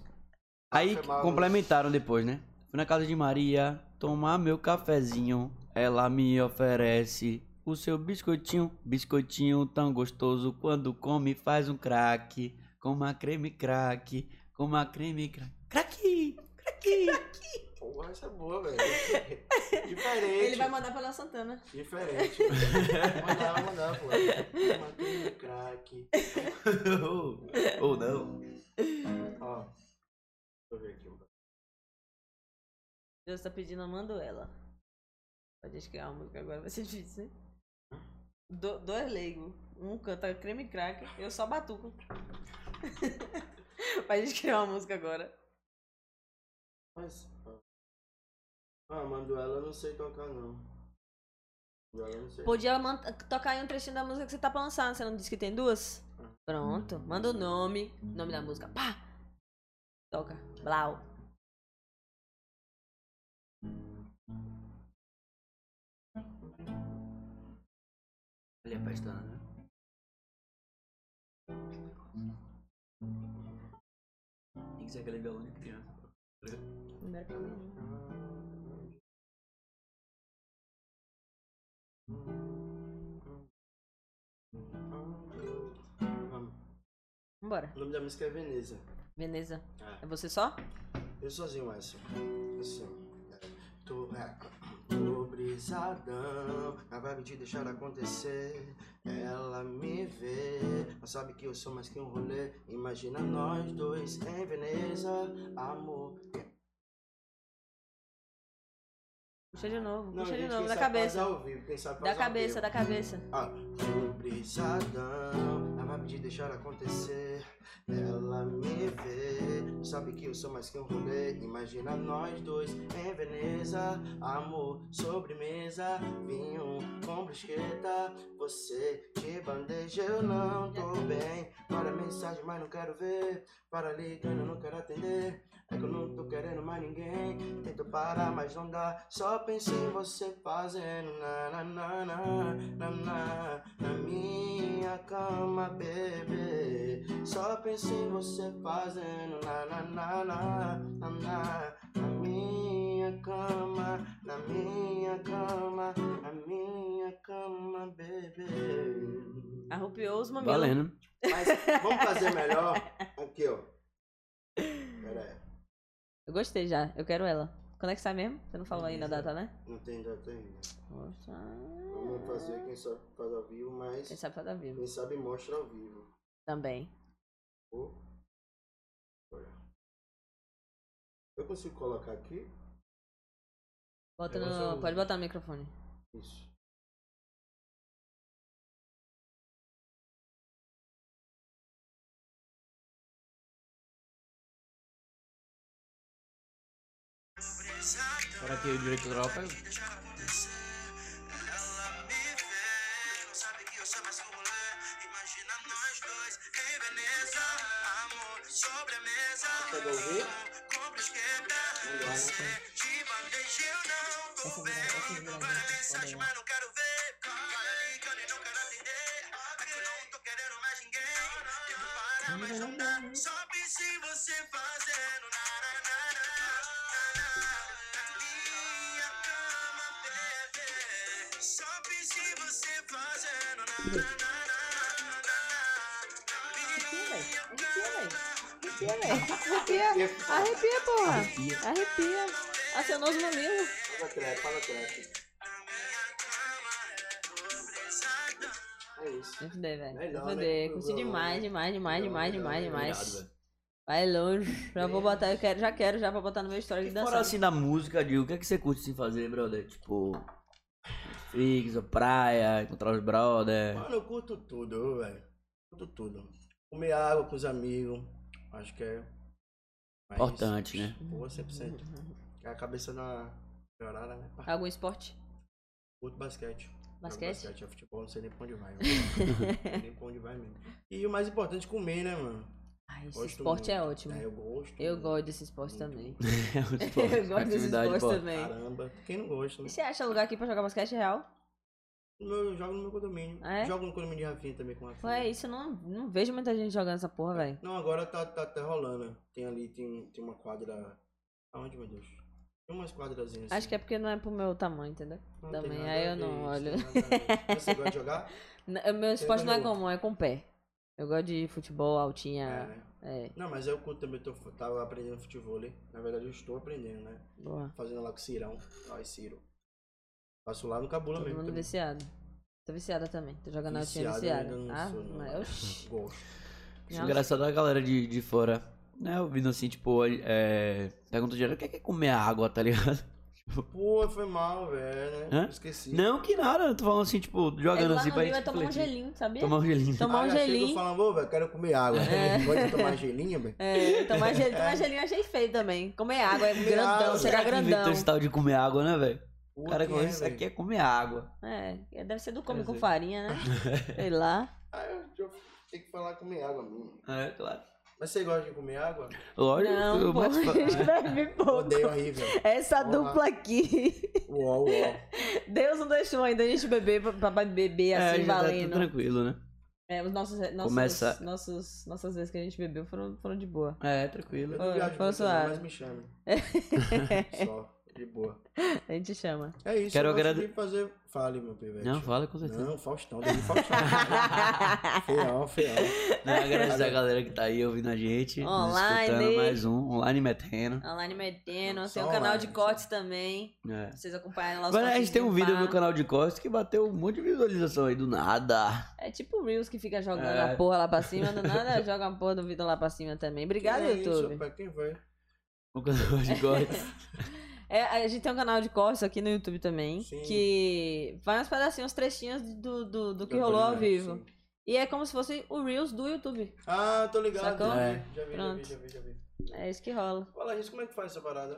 Speaker 2: Aí
Speaker 3: Foi mal.
Speaker 2: complementaram depois, né? Fui na casa de Maria tomar meu cafezinho. Ela me oferece o seu biscoitinho. Biscoitinho tão gostoso quando come faz um craque. Coma creme craque, coma creme craque. Craque! Craque!
Speaker 3: Porra, essa é boa, velho. Diferente.
Speaker 1: Ele vai mandar pra Léo Santana.
Speaker 3: Diferente. Vou mandar, vou mandar, pô. Matei no crack.
Speaker 2: Ou ou não.
Speaker 3: Ó. Deixa eu ver aqui.
Speaker 1: Deus tá pedindo, eu mando ela. Pra gente criar uma música agora vai ser difícil, hein? Do, dois leigos. Um canta creme crack, eu só batuco. pra gente criar uma música agora.
Speaker 3: Mas. ó. Ah, Manduela eu não sei tocar, não. Manduela eu não sei.
Speaker 1: Podia man- tocar aí um trechinho da música que você tá pra lançar, você não disse que tem duas? Pronto, manda o nome, nome da música, pá! Toca, blau.
Speaker 2: Ele é pestana, né? Tem que ser aquele violão de criança.
Speaker 1: Vambora.
Speaker 3: Ah, O nome da música é Veneza.
Speaker 1: Veneza,
Speaker 3: É.
Speaker 1: é você só?
Speaker 3: Eu sozinho essa. Assim. é, Tô, é, tô brisadão, na vibe de deixar acontecer. Ela me vê, mas sabe que eu sou mais que um rolê. Imagina nós dois em Veneza, amor.
Speaker 1: Puxa de novo, puxa de
Speaker 3: gente,
Speaker 1: novo,
Speaker 3: quem
Speaker 1: da
Speaker 3: sabe
Speaker 1: cabeça.
Speaker 3: faz ao vivo, quem sabe
Speaker 1: Da
Speaker 3: faz ao
Speaker 1: cabeça, da cabeça.
Speaker 3: Ah, tô brisadão, na vibe de deixar acontecer. Ela me vê, sabe que eu sou mais que um rolê. Imagina nós dois em Veneza, amor, sobremesa, vinho com brusqueta. Você de bandeja, eu não tô bem. Para mensagem, mas não quero ver. Para ligando, eu não quero atender. É que eu não tô querendo mais ninguém. Tento parar, mas não dá. Só penso em você fazendo na na na na na na na minha cama, bebê. Só penso em você fazendo na na na na na na na minha cama, na minha cama, na minha cama, bebê.
Speaker 1: Arrupiou os mamilos.
Speaker 2: Valendo.
Speaker 3: Mas vamos fazer melhor aqui, ó. Pera aí.
Speaker 1: Eu gostei já, eu quero ela. Quando é que sai mesmo? Você não falou ainda a
Speaker 3: Beleza.
Speaker 1: data, né?
Speaker 3: Não tem data ainda.
Speaker 1: Poxa.
Speaker 3: Vamos fazer quem sabe faz ao vivo, mas
Speaker 1: Quem sabe faz ao vivo.
Speaker 3: quem sabe mostra ao vivo.
Speaker 1: Também.
Speaker 3: Pô. Olha. Eu consigo colocar aqui?
Speaker 1: Bota
Speaker 3: Eu um-
Speaker 1: no-
Speaker 3: gosto-
Speaker 1: Pode botar no microfone.
Speaker 3: Isso.
Speaker 2: Será que o direito autoral pega?
Speaker 3: Consegue ouvir? Não dá, né?
Speaker 1: Tipo, Arrepia, velho. Arrepia. Arrepia, porra. Arrepia. Acionou os mamilos.
Speaker 3: Faz a trap, faz a trap. É isso.
Speaker 1: Me fudei, velho. Me
Speaker 3: Melhor,
Speaker 1: fudei.
Speaker 3: né?
Speaker 1: Curti demais, demais, demais, demais, demais,
Speaker 2: Obrigado,
Speaker 1: demais.
Speaker 2: velho.
Speaker 1: Vai longe. Já vou botar, eu quero, já quero, já pra botar no meu story
Speaker 2: E
Speaker 1: de
Speaker 2: fora
Speaker 1: dançar.
Speaker 2: assim da música, Diego, o que é que você curte assim fazer, brother? Tipo, Netflix, ou praia, encontrar os brother.
Speaker 3: Mano, eu curto tudo, velho. Curto tudo. Comer água com os amigos. Acho que é. mais-
Speaker 2: Importante, né?
Speaker 3: Boa, 100%. Que é a cabeça na. Melhoraram, né? Pá,
Speaker 1: Algum esporte?
Speaker 3: Outro basquete. Jogo
Speaker 1: Basquete?
Speaker 3: basquete é futebol, não sei nem pra onde vai. mano. Não sei nem pra onde vai mesmo. E o mais importante, comer, né, mano?
Speaker 1: Ai, esse
Speaker 3: Gosto
Speaker 1: esporte é
Speaker 3: muito.
Speaker 1: ótimo.
Speaker 3: É, eu gosto.
Speaker 1: Eu
Speaker 3: muito.
Speaker 1: gosto desse esporte também.
Speaker 3: Muito
Speaker 1: É.
Speaker 2: É um esporte,
Speaker 1: Eu gosto desse
Speaker 2: atividade,
Speaker 1: esporte
Speaker 2: pô.
Speaker 1: também.
Speaker 3: Caramba, quem não gosta, né?
Speaker 1: E você acha lugar aqui pra jogar basquete real?
Speaker 3: Eu jogo no meu condomínio.
Speaker 1: Ah, é?
Speaker 3: Jogo no condomínio de Rafinha também com a Rafinha.
Speaker 1: Ué, é isso eu não, não vejo muita gente jogando essa porra, velho.
Speaker 3: Não, agora tá, tá, tá rolando. Tem ali, tem, tem uma quadra. Aonde, meu Deus? Tem umas quadrazinhas. assim.
Speaker 1: Acho que é porque não é pro meu tamanho, entendeu? também, aí eu não olho.
Speaker 3: Você gosta de jogar?
Speaker 1: N- O meu esporte não é
Speaker 3: também não.
Speaker 1: comum, é com pé. Eu gosto de futebol, altinha.
Speaker 3: né?
Speaker 1: É,
Speaker 3: Não, mas eu curto também, tô, tava aprendendo futebol. né? Na verdade, eu estou aprendendo, né?
Speaker 1: boa.
Speaker 3: Fazendo lá com o Cirão. Ai, Ciro. Passo lá no Cabula
Speaker 1: Todo
Speaker 3: mesmo.
Speaker 1: mundo
Speaker 3: também.
Speaker 1: viciado. Tô viciada também. Tô jogando altinha
Speaker 3: Viciado
Speaker 1: viciada.
Speaker 3: eu ainda não
Speaker 1: Ah,
Speaker 3: sou, não.
Speaker 1: mas oxi.
Speaker 3: Gosto.
Speaker 2: Acho engraçado a galera de, de fora, né, ouvindo assim, tipo, é, pergunta direto, o que é, que é comer água, tá ligado?
Speaker 3: Pô, foi mal, velho, né?
Speaker 2: Hã?
Speaker 3: Esqueci.
Speaker 2: Não, que nada, eu tô falando assim, tipo, jogando
Speaker 1: é, lá
Speaker 2: assim
Speaker 1: no
Speaker 2: pra
Speaker 1: Rio é
Speaker 2: gente
Speaker 1: tomar um
Speaker 2: refletir.
Speaker 1: gelinho, sabia?
Speaker 2: Tomar um gelinho.
Speaker 1: Tomar
Speaker 3: Ah,
Speaker 1: um
Speaker 3: já chega
Speaker 1: gelinho.
Speaker 3: falando, ô, velho, quero comer água. Pode tomar gelinho, velho?
Speaker 1: É, tomar gelinho, tomar gelinho eu achei feio também. Comer água, é grandão,
Speaker 3: Grau,
Speaker 1: será
Speaker 2: Quem inventou
Speaker 1: grandão.
Speaker 2: esse tal de comer água, né, velho? O
Speaker 3: Pô,
Speaker 2: cara
Speaker 3: quem
Speaker 2: falou,
Speaker 3: é,
Speaker 2: isso
Speaker 3: velho?
Speaker 2: aqui é comer água.
Speaker 1: É, deve ser do come
Speaker 2: Quer
Speaker 1: com
Speaker 2: dizer.
Speaker 1: farinha, né? Sei lá.
Speaker 3: Ah, eu, eu tenho que falar comer água mesmo.
Speaker 2: É, claro.
Speaker 3: Mas você gosta de comer água?
Speaker 2: Lógico,
Speaker 1: Não,
Speaker 2: eu
Speaker 1: pô,
Speaker 2: mais fa-
Speaker 1: escreve pouco.
Speaker 3: Odeio aí, velho.
Speaker 1: Essa
Speaker 3: Vamos lá.
Speaker 1: dupla aqui.
Speaker 3: Uau, uau.
Speaker 1: Deus não deixou ainda a gente beber pra, pra beber assim,
Speaker 2: já tá tudo
Speaker 1: valendo.
Speaker 2: tranquilo, né?
Speaker 1: É, os nossos, nossos,
Speaker 2: Começa-
Speaker 1: nossos, nossas vezes que a gente bebeu foram, foram de boa.
Speaker 2: É,
Speaker 3: Eu
Speaker 2: tranquilo.
Speaker 1: Foi,
Speaker 3: não viajo
Speaker 1: foi
Speaker 3: muito, não,
Speaker 1: suave.
Speaker 3: mas me chame.
Speaker 1: É.
Speaker 3: Só, de boa.
Speaker 1: A gente chama.
Speaker 3: É isso,
Speaker 2: Quero
Speaker 3: eu gosto
Speaker 2: agrade-
Speaker 3: de fazer... Fale, meu pivete.
Speaker 2: Não, fala com certeza.
Speaker 3: Não, Faustão, dele Faustão. feão, feão.
Speaker 2: Não, agradecer a galera que tá aí ouvindo a gente. nos
Speaker 1: Online.
Speaker 2: escutando, mais um, online metendo.
Speaker 1: Online metendo,
Speaker 3: Vamos
Speaker 1: tem um
Speaker 3: só
Speaker 1: canal
Speaker 3: lá,
Speaker 1: de
Speaker 3: gente.
Speaker 1: cortes também.
Speaker 2: É.
Speaker 1: pra Vocês acompanharem lá os
Speaker 2: Agora a
Speaker 1: cortes
Speaker 2: gente tem um
Speaker 1: de
Speaker 2: vídeo
Speaker 1: pá.
Speaker 2: no canal de Costa que bateu um monte de visualização aí do nada.
Speaker 1: É tipo o Reels que fica jogando
Speaker 2: É.
Speaker 1: a porra lá pra cima, do nada joga a porra do vídeo lá pra cima também. Obrigado,
Speaker 3: Que é
Speaker 1: YouTube.
Speaker 3: Isso, pai, quem vai?
Speaker 2: No canal de Costa.
Speaker 1: É, a gente tem um canal de cortes aqui no YouTube também,
Speaker 3: Sim.
Speaker 1: que vai uns pedacinhos, uns trechinhos do, do, do que rolou ao vivo.
Speaker 3: Sim.
Speaker 1: E é como se fosse o Reels do YouTube.
Speaker 3: Ah, tô ligado.
Speaker 1: Sacou?
Speaker 3: Já vi, já vi, já
Speaker 1: Pronto.
Speaker 3: vi, já vi, já vi.
Speaker 1: É isso que rola.
Speaker 3: Fala isso, como é que faz essa parada?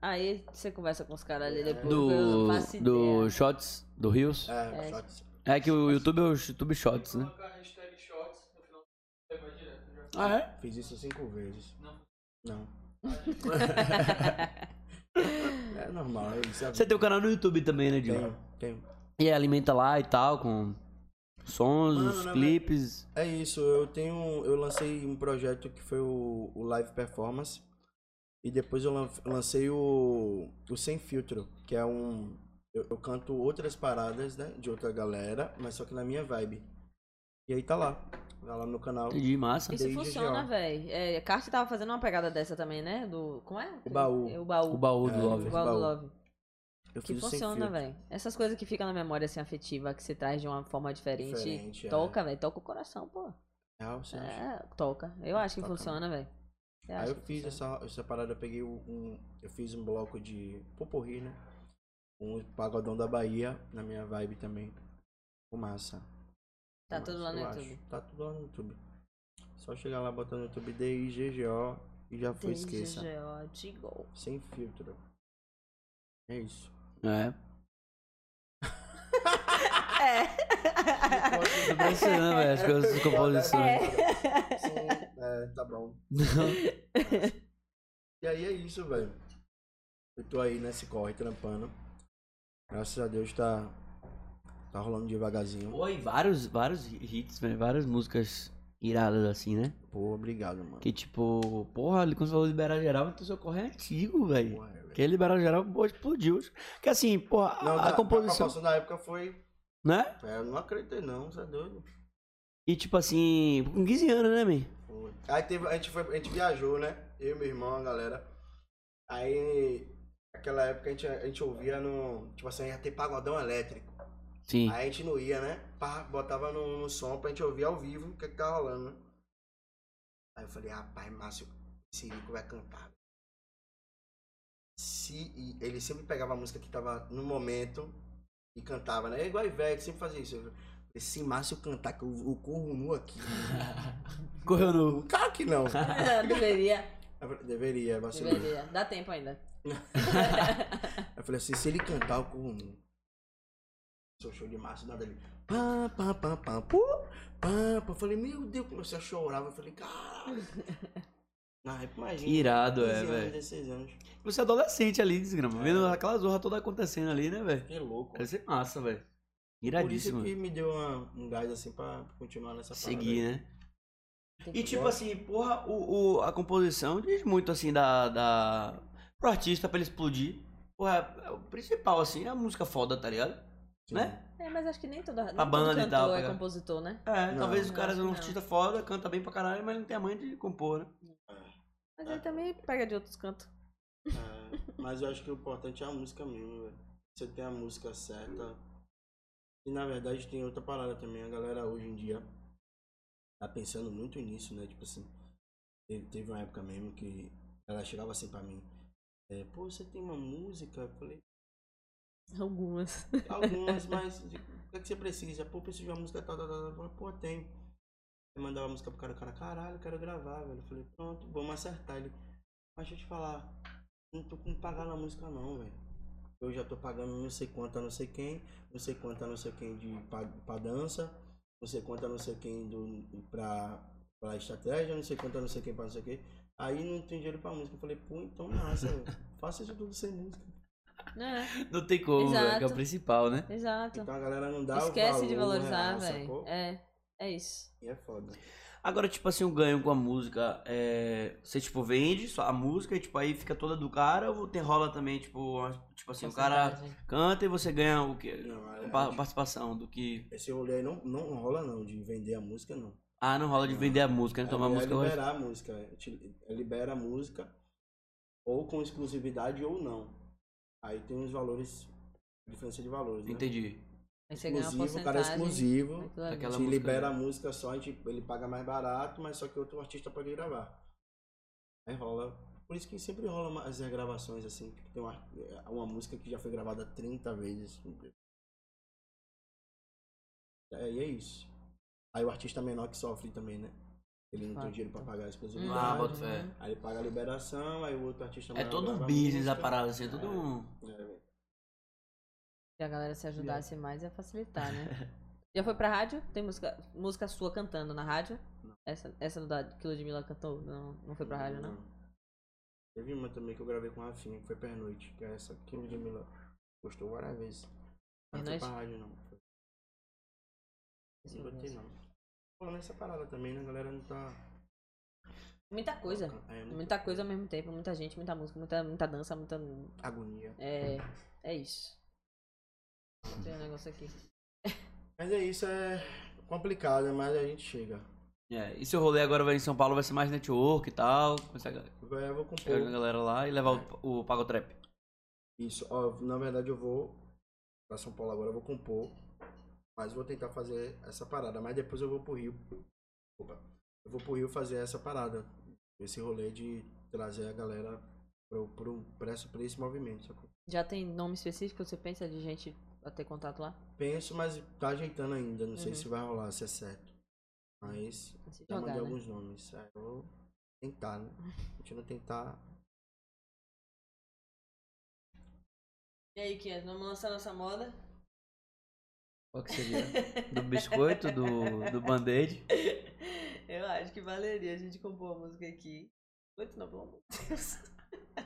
Speaker 1: Aí você conversa com os caras ali depois. eu não
Speaker 2: do,
Speaker 1: faço
Speaker 2: do
Speaker 1: ideia.
Speaker 2: Shots, do Rios.
Speaker 3: É,
Speaker 1: É.
Speaker 3: shots.
Speaker 2: É que o YouTube é o YouTube Shots, né?
Speaker 5: Colocar hashtag shorts no final do vai direto. Já.
Speaker 2: Ah, é?
Speaker 3: Fiz isso cinco vezes.
Speaker 5: Não.
Speaker 3: Não. É normal, é isso. é a
Speaker 2: Você tem um o canal no YouTube também, né, Diogo?
Speaker 3: Tenho, tenho.
Speaker 2: E alimenta lá e tal, com sons,
Speaker 3: Mano,
Speaker 2: os
Speaker 3: né,
Speaker 2: clipes.
Speaker 3: É isso, eu tenho. Eu lancei um projeto que foi o, o Live Performance. E depois eu lan- lancei o, o Sem Filtro, que é um. Eu, eu canto outras paradas, né? De outra galera, mas só que na minha vibe. E aí tá lá. Tá lá no canal.
Speaker 2: Entendi, massa.
Speaker 1: Isso
Speaker 3: Desde
Speaker 1: funciona,
Speaker 3: já.
Speaker 1: velho. É, a Carte tava fazendo uma pegada dessa também, né? Do. Como é?
Speaker 3: O baú.
Speaker 1: É, o baú.
Speaker 2: O baú
Speaker 3: É,
Speaker 2: do Love.
Speaker 1: O baú do
Speaker 3: baú.
Speaker 1: Love.
Speaker 3: Eu
Speaker 1: Que
Speaker 3: fiz o Sem
Speaker 1: funciona,
Speaker 3: Filtro.
Speaker 1: velho. Essas coisas que ficam na memória, assim, afetiva, que se traz de uma forma diferente.
Speaker 3: Diferente, é.
Speaker 1: toca, velho. Toca o coração, pô.
Speaker 3: Real, você acha? Ah,
Speaker 1: É, toca. Eu acho que
Speaker 3: Toca,
Speaker 1: funciona, velho. Eu
Speaker 3: Aí
Speaker 1: acho
Speaker 3: eu
Speaker 1: que
Speaker 3: fiz
Speaker 1: funciona.
Speaker 3: essa, essa parada, eu peguei um- um. Eu fiz um bloco de poporri, né? Um pagodão da Bahia na minha vibe também. Com massa.
Speaker 1: Tá
Speaker 3: Mas
Speaker 1: tudo lá no
Speaker 3: eu
Speaker 1: YouTube.
Speaker 3: Tá tudo lá no YouTube. Só chegar lá, botar no YouTube DIGGO e já foi, esqueça.
Speaker 1: DGO, Digo.
Speaker 3: Sem filtro. É isso.
Speaker 2: É.
Speaker 1: É.
Speaker 2: Tô pensando, velho, as coisas de composição.
Speaker 3: É. Sim, é, tá bom. E aí é isso, velho. Eu tô aí nesse corre trampando. Graças a Deus tá. Tá rolando devagarzinho.
Speaker 2: Pô, e vários, vários hits, velho, várias músicas iradas assim, né?
Speaker 3: Pô, obrigado, mano.
Speaker 2: Que tipo, porra, ali quando você falou de liberar geral, então seu corre é antigo, velho.
Speaker 3: Porra, é, velho.
Speaker 2: Que liberar geral, pô, explodiu. Que assim, porra, a-
Speaker 3: Não,
Speaker 2: a,
Speaker 3: da- da
Speaker 2: composição,
Speaker 3: proporção da época foi.
Speaker 2: né?
Speaker 3: É, eu não acreditei não, você é doido.
Speaker 2: E tipo assim, com 15 anos, né, man?
Speaker 3: Foi. Aí teve, a gente foi, a gente viajou, né? Eu, meu irmão, a galera. Aí, naquela época a gente, a gente ouvia no. Tipo assim, ia ter pagodão elétrico.
Speaker 2: Sim.
Speaker 3: Aí a gente não ia, né? Pá, botava no, no som pra gente ouvir ao vivo o que, que tá rolando, né? Aí eu falei, rapaz, Márcio, Sirico vai cantar. Se, e ele sempre pegava a música que tava no momento e cantava, né? É igual a Ivete, sempre fazia isso. Eu falei, se Márcio cantar, que eu, eu corro nu aqui.
Speaker 2: Correu no.
Speaker 3: Claro que não.
Speaker 1: Deveria.
Speaker 3: Deveria, vacilou.
Speaker 1: Deveria. Dá tempo ainda.
Speaker 3: Aí eu falei assim, se ele cantar com. um Seu show de março, nada ali. Pam, pam, pam, pam, pu, pam, pam. Eu falei, meu Deus, comecei a chorar. Eu falei, caralho. Na época, imagina.
Speaker 2: Irado,
Speaker 3: 15
Speaker 2: é,
Speaker 3: anos,
Speaker 2: velho. É.
Speaker 3: 16 anos.
Speaker 2: Você é adolescente ali, desgrama. Vendo aquela zorra toda acontecendo ali, né, velho?
Speaker 3: Que É louco.
Speaker 2: Deve ser massa, velho.
Speaker 3: Por isso
Speaker 2: Iradíssimo.
Speaker 3: que me deu uma- um gás assim pra continuar nessa parada.
Speaker 2: Seguir, né? E tipo
Speaker 3: Gosto.
Speaker 2: assim, porra, o, o- a composição diz muito assim da, da. pro artista pra ele explodir. Porra, é o principal, assim, é a música foda, tá ligado?
Speaker 3: Sim.
Speaker 2: Né?
Speaker 1: É, mas acho que nem toda. Nem
Speaker 2: A banda
Speaker 1: todo
Speaker 2: e
Speaker 1: cantor
Speaker 2: tal,
Speaker 1: é
Speaker 2: pra-
Speaker 1: compositor, né?
Speaker 2: É,
Speaker 3: Não.
Speaker 2: talvez o
Speaker 1: Eu
Speaker 2: cara
Speaker 1: acho
Speaker 2: seja um
Speaker 1: que não.
Speaker 2: artista foda, canta bem pra caralho, mas não tem a mãe de compor, né?
Speaker 1: Mas
Speaker 3: Ah.
Speaker 1: ele também pega de outros cantos.
Speaker 3: É, mas eu acho que o importante é a música mesmo, velho. Você tem a música certa. E na verdade tem outra parada também. A galera hoje em dia tá pensando muito nisso, né? Tipo assim, teve, teve uma época mesmo que ela chegava assim pra mim. é, Pô, você tem uma música? Eu falei,
Speaker 1: Algumas.
Speaker 3: algumas, mas de- o que, é que você precisa? Pô, preciso de uma música tal, tal, tal. tal. Eu falei, pô, tem. Eu mandava a música pro cara, o cara, caralho, eu quero gravar, velho. Eu falei, pronto, vamos acertar. Ele, mas deixa eu te falar, não tô com pagar na música não, velho. Eu já tô pagando não sei quanto a não sei quem, não sei quanto a não sei quem de, pra, pra dança, não sei quanto a não sei quem do, pra, pra estratégia, não sei quanto a não sei quem pra não sei quem. Aí não tem dinheiro pra música. Eu falei, pô, então massa, velho. Faça isso tudo sem música.
Speaker 1: É,
Speaker 2: Não tem como, velho, que é o
Speaker 1: Exato.
Speaker 2: principal, né?
Speaker 1: exato.
Speaker 3: Então a galera não dá o
Speaker 1: Esquece de
Speaker 3: valor
Speaker 1: valorizar,
Speaker 3: real, sacou?
Speaker 1: velho. É, é isso.
Speaker 3: E é foda.
Speaker 2: Agora, tipo assim, o ganho com a música é. Você, tipo, vende só a música e, tipo, aí fica toda do cara ou tem rola também, tipo, uma- tipo assim, o cara
Speaker 1: Porcentagem.
Speaker 2: canta e você ganha o quê?
Speaker 3: Não, é-
Speaker 2: Pa- participação do que.
Speaker 3: Esse rolê aí não, não rola não, de vender a música não.
Speaker 2: Ah, não rola de vender a música, né? Tomar a
Speaker 3: é,
Speaker 2: música.
Speaker 3: é
Speaker 2: eu acho-
Speaker 3: liberar a música. é, te- é libera a música, ou com exclusividade ou não. Aí tem uns valores, diferença de valores, né?
Speaker 2: Entendi.
Speaker 1: Aí você ganha uma
Speaker 3: Exclusivo, o cara é
Speaker 1: porcentagem.
Speaker 3: exclusivo.
Speaker 1: Muito legal.
Speaker 2: Daquela-
Speaker 3: te
Speaker 2: música,
Speaker 3: libera
Speaker 2: né?
Speaker 3: a música só, a gente, ele paga mais barato, mas só que outro artista pode gravar. Aí rola. Por isso que sempre rola uma- as regravações, assim, que tem uma, uma música que já foi gravada 30 vezes. Aí é isso. Aí o artista menor que sofre também, né? Ele não tem
Speaker 1: Fato.
Speaker 3: dinheiro pra pagar a exclusividade.
Speaker 2: Ah, bota fé.
Speaker 3: Aí ele paga a liberação, aí o outro artista
Speaker 2: É
Speaker 3: maior
Speaker 2: todo um
Speaker 3: grava
Speaker 2: business
Speaker 3: música.
Speaker 2: a parada, assim, é todo um.
Speaker 3: É,
Speaker 1: Se a galera se ajudasse mais, ia facilitar, né? Já foi pra rádio? Tem música, música sua cantando na rádio? Essa, essa da que Ludmilla cantou? Não, não foi pra rádio, não?
Speaker 3: Ah, Teve uma também que eu gravei com o Rafinha, que foi pernoite, que é essa que o Ludmilla gostou várias vezes. Não foi
Speaker 1: Pernoite?
Speaker 3: pra rádio, não.
Speaker 1: Esse
Speaker 3: Não
Speaker 1: foi
Speaker 3: botei,
Speaker 1: pra-
Speaker 3: não. Pô, nessa parada também, né? A galera não tá.
Speaker 1: Muita coisa.
Speaker 3: É, muita
Speaker 1: Muita coisa ao mesmo tempo, muita gente, muita música, muita, muita dança, muita.
Speaker 3: agonia.
Speaker 1: É. É isso. Tem um negócio aqui.
Speaker 3: Mas é isso, é complicado, mas a gente chega.
Speaker 2: É, e seu rolê agora vai em São Paulo, vai ser mais network e tal. Começar a
Speaker 3: Vai, Eu vou
Speaker 2: chegar com a
Speaker 3: compor.
Speaker 2: galera lá e levar o, o Pagotrap.
Speaker 3: Isso, ó, na verdade eu vou pra São Paulo agora, eu vou compor. Mas vou tentar fazer essa parada. Mas depois eu vou pro Rio. Opa. Eu vou pro Rio fazer essa parada. Esse rolê de trazer a galera pro, pro, pra, esse- pra esse movimento, sacou?
Speaker 1: Já tem nome específico? Você pensa de gente a ter contato lá?
Speaker 3: Penso, mas tá ajeitando ainda. Não sei
Speaker 1: Uhum.
Speaker 3: se vai rolar, se é certo. Mas
Speaker 1: Se
Speaker 3: já
Speaker 1: jogar,
Speaker 3: mandei
Speaker 1: né?
Speaker 3: alguns nomes. É, eu vou tentar, né? Continuo tentar.
Speaker 1: E aí, Kian, vamos lançar nossa moda?
Speaker 2: Qual que seria? Do biscoito, do, do band-aid.
Speaker 1: Eu acho que valeria a gente compor a música aqui. Muito não, pelo amor de Deus.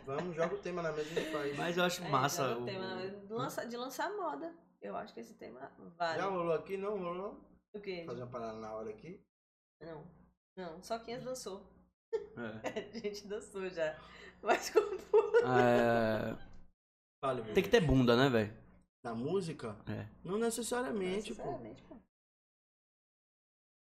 Speaker 3: Vamos, joga o tema na mesa e a gente faz.
Speaker 2: Mas eu acho
Speaker 1: É,
Speaker 2: massa.
Speaker 1: joga o
Speaker 2: o-
Speaker 1: tema, né? de, lançar, de lançar moda. Eu acho que esse tema
Speaker 3: Já
Speaker 1: vale.
Speaker 3: rolou aqui? Não rolou?
Speaker 1: O quê?
Speaker 3: Fazer uma parada na hora aqui.
Speaker 1: Não. Não, só quem dançou.
Speaker 2: É.
Speaker 1: A gente dançou já. Mas compor.
Speaker 2: Ah,
Speaker 3: Fale,
Speaker 2: é,
Speaker 3: meu.
Speaker 2: Tem que ter bunda, né, velho?
Speaker 3: Na música?
Speaker 2: É.
Speaker 3: Não necessariamente, pô.
Speaker 1: Sinceramente, É, pô.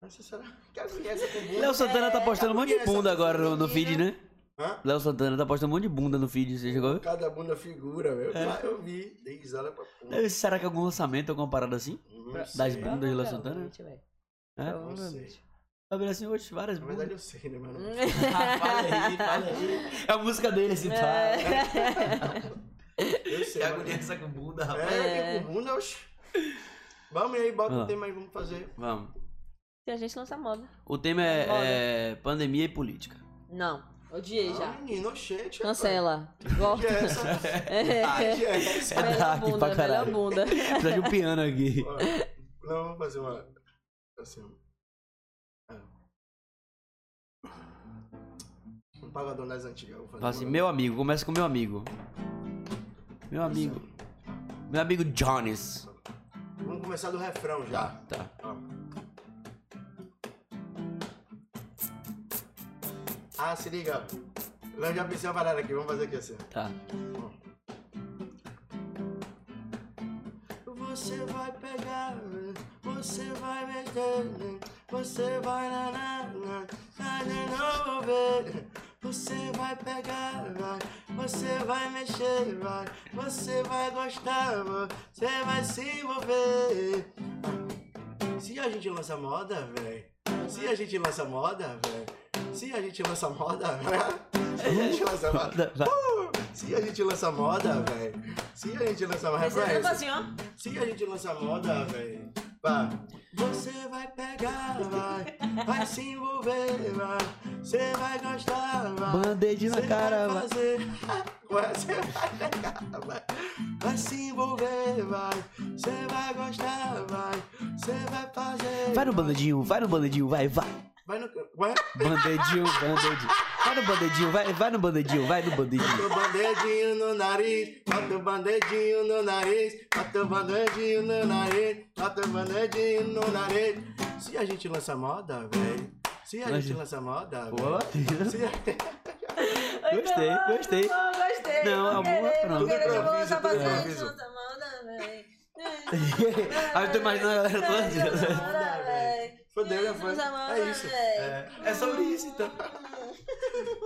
Speaker 3: Não necessariamente. Quero ver essa com bunda.
Speaker 2: Léo Santana tá postando um monte de bunda agora no, no feed, né?
Speaker 3: Hã?
Speaker 2: Léo Santana tá postando um monte de bunda no feed, você chegou? a ver?
Speaker 3: Cada bunda figura, meu. Ah, eu vi. Dei risada pra porra.
Speaker 2: Eh, Será que algum lançamento, alguma parada assim?
Speaker 3: Não
Speaker 1: Das
Speaker 3: sei.
Speaker 2: bundas. Bunda de Léo Santana?
Speaker 1: Provavelmente, velho.
Speaker 2: É?
Speaker 3: Não sei.
Speaker 2: Vai virar assim, hoje, várias
Speaker 3: Na
Speaker 2: bundas.
Speaker 3: verdade eu sei, né, mano?
Speaker 2: fala aí, fala aí. É a música dele, assim, tá?
Speaker 1: É.
Speaker 3: Eu sei. mas-
Speaker 2: essa com bunda,
Speaker 3: É, que com bunda, oxe. Vamos aí, bota
Speaker 2: Vamos
Speaker 3: o
Speaker 2: lá.
Speaker 3: tema aí, vamos fazer.
Speaker 2: Vamos.
Speaker 1: Se a gente lança moda.
Speaker 2: O tema é, é pandemia e política.
Speaker 1: Não. Odiei já.
Speaker 3: menino, oxente. rapaz.
Speaker 1: Cancela. Volta.
Speaker 3: Que é essa?
Speaker 1: É.
Speaker 3: Que é essa?
Speaker 2: É
Speaker 1: Melhor
Speaker 2: dark
Speaker 1: bunda,
Speaker 2: pra
Speaker 1: melhor
Speaker 2: caralho.
Speaker 1: bunda.
Speaker 2: Precisa de um piano aqui.
Speaker 3: Não, vamos fazer uma. Assim. ó. É. Um pagador das antigas. Vou fazer
Speaker 2: Fala assim,
Speaker 3: uma-
Speaker 2: meu amigo, começa com meu amigo. Meu
Speaker 3: assim.
Speaker 2: amigo. Meu amigo Jones.
Speaker 3: Vamos começar do refrão já.
Speaker 2: Tá.
Speaker 3: Ah, se liga. Eu já pensei uma parada aqui, vamos fazer aqui assim.
Speaker 2: Tá.
Speaker 3: Você vai pegar, você vai mexer, você vai na na na, na na, não ver. Você vai pegar, vai, você vai mexer, vai, você vai gostar, você vai se envolver. Se a gente lança moda, velho. Se a gente lança moda, velho. Se a gente lança moda, velho. Se a gente lança moda. Se a gente lança moda, velho. Se a gente lança moda,
Speaker 1: Esse é
Speaker 3: velho.
Speaker 1: assim, ó.
Speaker 3: Se a gente lança moda, véi, pá. Você vai pegar, vai, vai se envolver, vai. Você vai gostar, vai.
Speaker 2: Band-aid na
Speaker 3: Cê
Speaker 2: cara,
Speaker 3: vai
Speaker 2: vai.
Speaker 3: fazer. Vai, cê vai pegar, vai. Vai se envolver, vai. Você vai gostar, vai. Você vai fazer.
Speaker 2: Vai no bandedinho, vai no bandedinho, vai, vai.
Speaker 3: Vai no. Vai
Speaker 2: Bandedinho, bandedinho. Vai no bandedinho, vai, vai no bandedinho, vai no bandedinho.
Speaker 3: Bota o bandedinho no nariz, bota o bandedinho no nariz, bota o bandedinho no nariz, bota o bandedinho no nariz. Se a gente lança moda, velho. Se a gente
Speaker 2: Imagina.
Speaker 3: lança moda,
Speaker 2: Boa.
Speaker 3: velho. Se a...
Speaker 2: Gostei,
Speaker 1: Então,
Speaker 2: gostei.
Speaker 1: Não, gostei.
Speaker 2: Não,
Speaker 1: vou
Speaker 2: amor,
Speaker 1: querer,
Speaker 2: pronto.
Speaker 1: vou querer, eu vou lançar
Speaker 3: Tudo
Speaker 1: pra Tá
Speaker 3: improviso,
Speaker 1: gente, nossa, manda, véi.
Speaker 2: Aí eu tô imaginando a galera
Speaker 1: Tá
Speaker 2: toda assim.
Speaker 1: Manda, véi.
Speaker 3: Fodeu, né? Foi.
Speaker 1: Nossa, manda,
Speaker 3: É isso.
Speaker 1: véi.
Speaker 3: É, é sobre isso, então.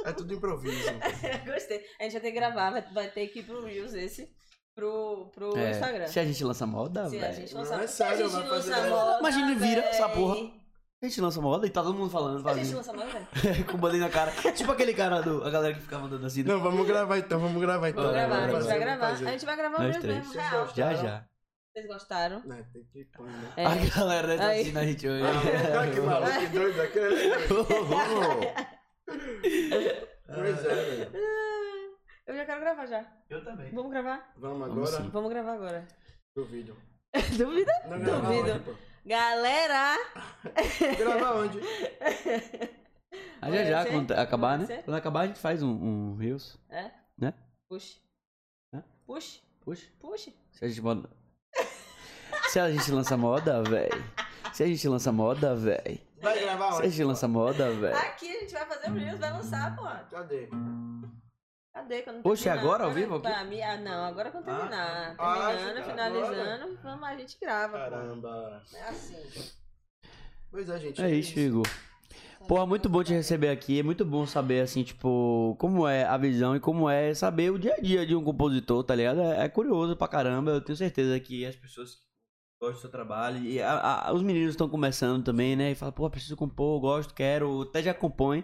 Speaker 3: É tudo improviso.
Speaker 1: Gostei. A gente vai ter que gravar, vai, vai ter que ir pro Reels esse, pro, pro
Speaker 2: É,
Speaker 1: Instagram.
Speaker 2: se a gente lança moda,
Speaker 1: Se a
Speaker 2: velho.
Speaker 1: gente lançar,
Speaker 3: Não é
Speaker 1: se a
Speaker 3: sério,
Speaker 1: gente
Speaker 3: vai fazer
Speaker 1: lançar
Speaker 3: gravar.
Speaker 1: moda,
Speaker 2: Imagina, vira essa
Speaker 1: véi.
Speaker 2: porra. A gente lança moda e tá todo mundo falando,
Speaker 1: A gente
Speaker 2: fazendo.
Speaker 1: lança moda, véi.
Speaker 2: com o na cara. Tipo aquele cara do. A galera que ficava andando assim. né?
Speaker 3: Não, vamos gravar então, vamos gravar então.
Speaker 1: Vamos
Speaker 2: Vai, vai,
Speaker 1: gravar, a gente vai
Speaker 2: vai,
Speaker 1: gravar.
Speaker 3: fazer.
Speaker 1: A gente vai gravar o
Speaker 2: Nós
Speaker 1: Reels
Speaker 2: três.
Speaker 1: mesmo, né? real.
Speaker 2: Já, já.
Speaker 1: Vocês gostaram?
Speaker 3: Né, tem que pôr, né?
Speaker 1: É.
Speaker 2: né? A galera tá
Speaker 1: Aí.
Speaker 2: assistindo a gente hoje.
Speaker 3: Olha Ah, que maluco, que doido aquele. Pois é, velho.
Speaker 1: Eu já quero gravar já.
Speaker 4: Eu também.
Speaker 1: Vamos gravar?
Speaker 3: Vamos
Speaker 2: Vamos
Speaker 3: agora?
Speaker 2: sim.
Speaker 1: Vamos gravar agora.
Speaker 3: Duvido.
Speaker 1: Duvida?
Speaker 3: Não gravar
Speaker 1: Duvido.
Speaker 3: onde, pô?
Speaker 1: Galera!
Speaker 3: Gravar onde?
Speaker 2: Ah, já já,
Speaker 1: Pode
Speaker 2: quando
Speaker 1: ser?
Speaker 2: acabar,
Speaker 1: Pode
Speaker 2: né?
Speaker 1: ser?
Speaker 2: Quando acabar, a gente faz um, um Reels.
Speaker 1: É?
Speaker 2: Né?
Speaker 1: Puxe.
Speaker 2: Hã?
Speaker 1: Puxe.
Speaker 2: Puxa.
Speaker 1: Puxe.
Speaker 2: Se a gente moda. Se a gente lança moda, véi. Se a gente lança moda, véi.
Speaker 3: Vai gravar
Speaker 2: Se
Speaker 3: onde?
Speaker 2: a gente lança moda, véi.
Speaker 1: Aqui a gente vai fazer o Reels, vai lançar, pô.
Speaker 3: Cadê?
Speaker 1: Cadê? Quando
Speaker 2: Poxa,
Speaker 1: terminar,
Speaker 2: agora ao vivo aqui?
Speaker 1: Tá, mi- ah, não, agora quando
Speaker 4: Ah,
Speaker 1: terminar.
Speaker 3: ah,
Speaker 1: terminando,
Speaker 3: tá,
Speaker 1: finalizando, vamos, a gente grava. pô.
Speaker 3: Caramba.
Speaker 1: É assim.
Speaker 3: Pois é, gente.
Speaker 2: É isso, Igor. Porra, é muito bom te receber aqui. É muito bom saber, assim, tipo, como é a visão e como é saber o dia a dia de um compositor, tá ligado? É, é curioso pra caramba. Eu tenho certeza que as pessoas que gostam do seu trabalho e a- a- os meninos estão começando também, né? E falam, pô, preciso compor, gosto, quero, até já compõe,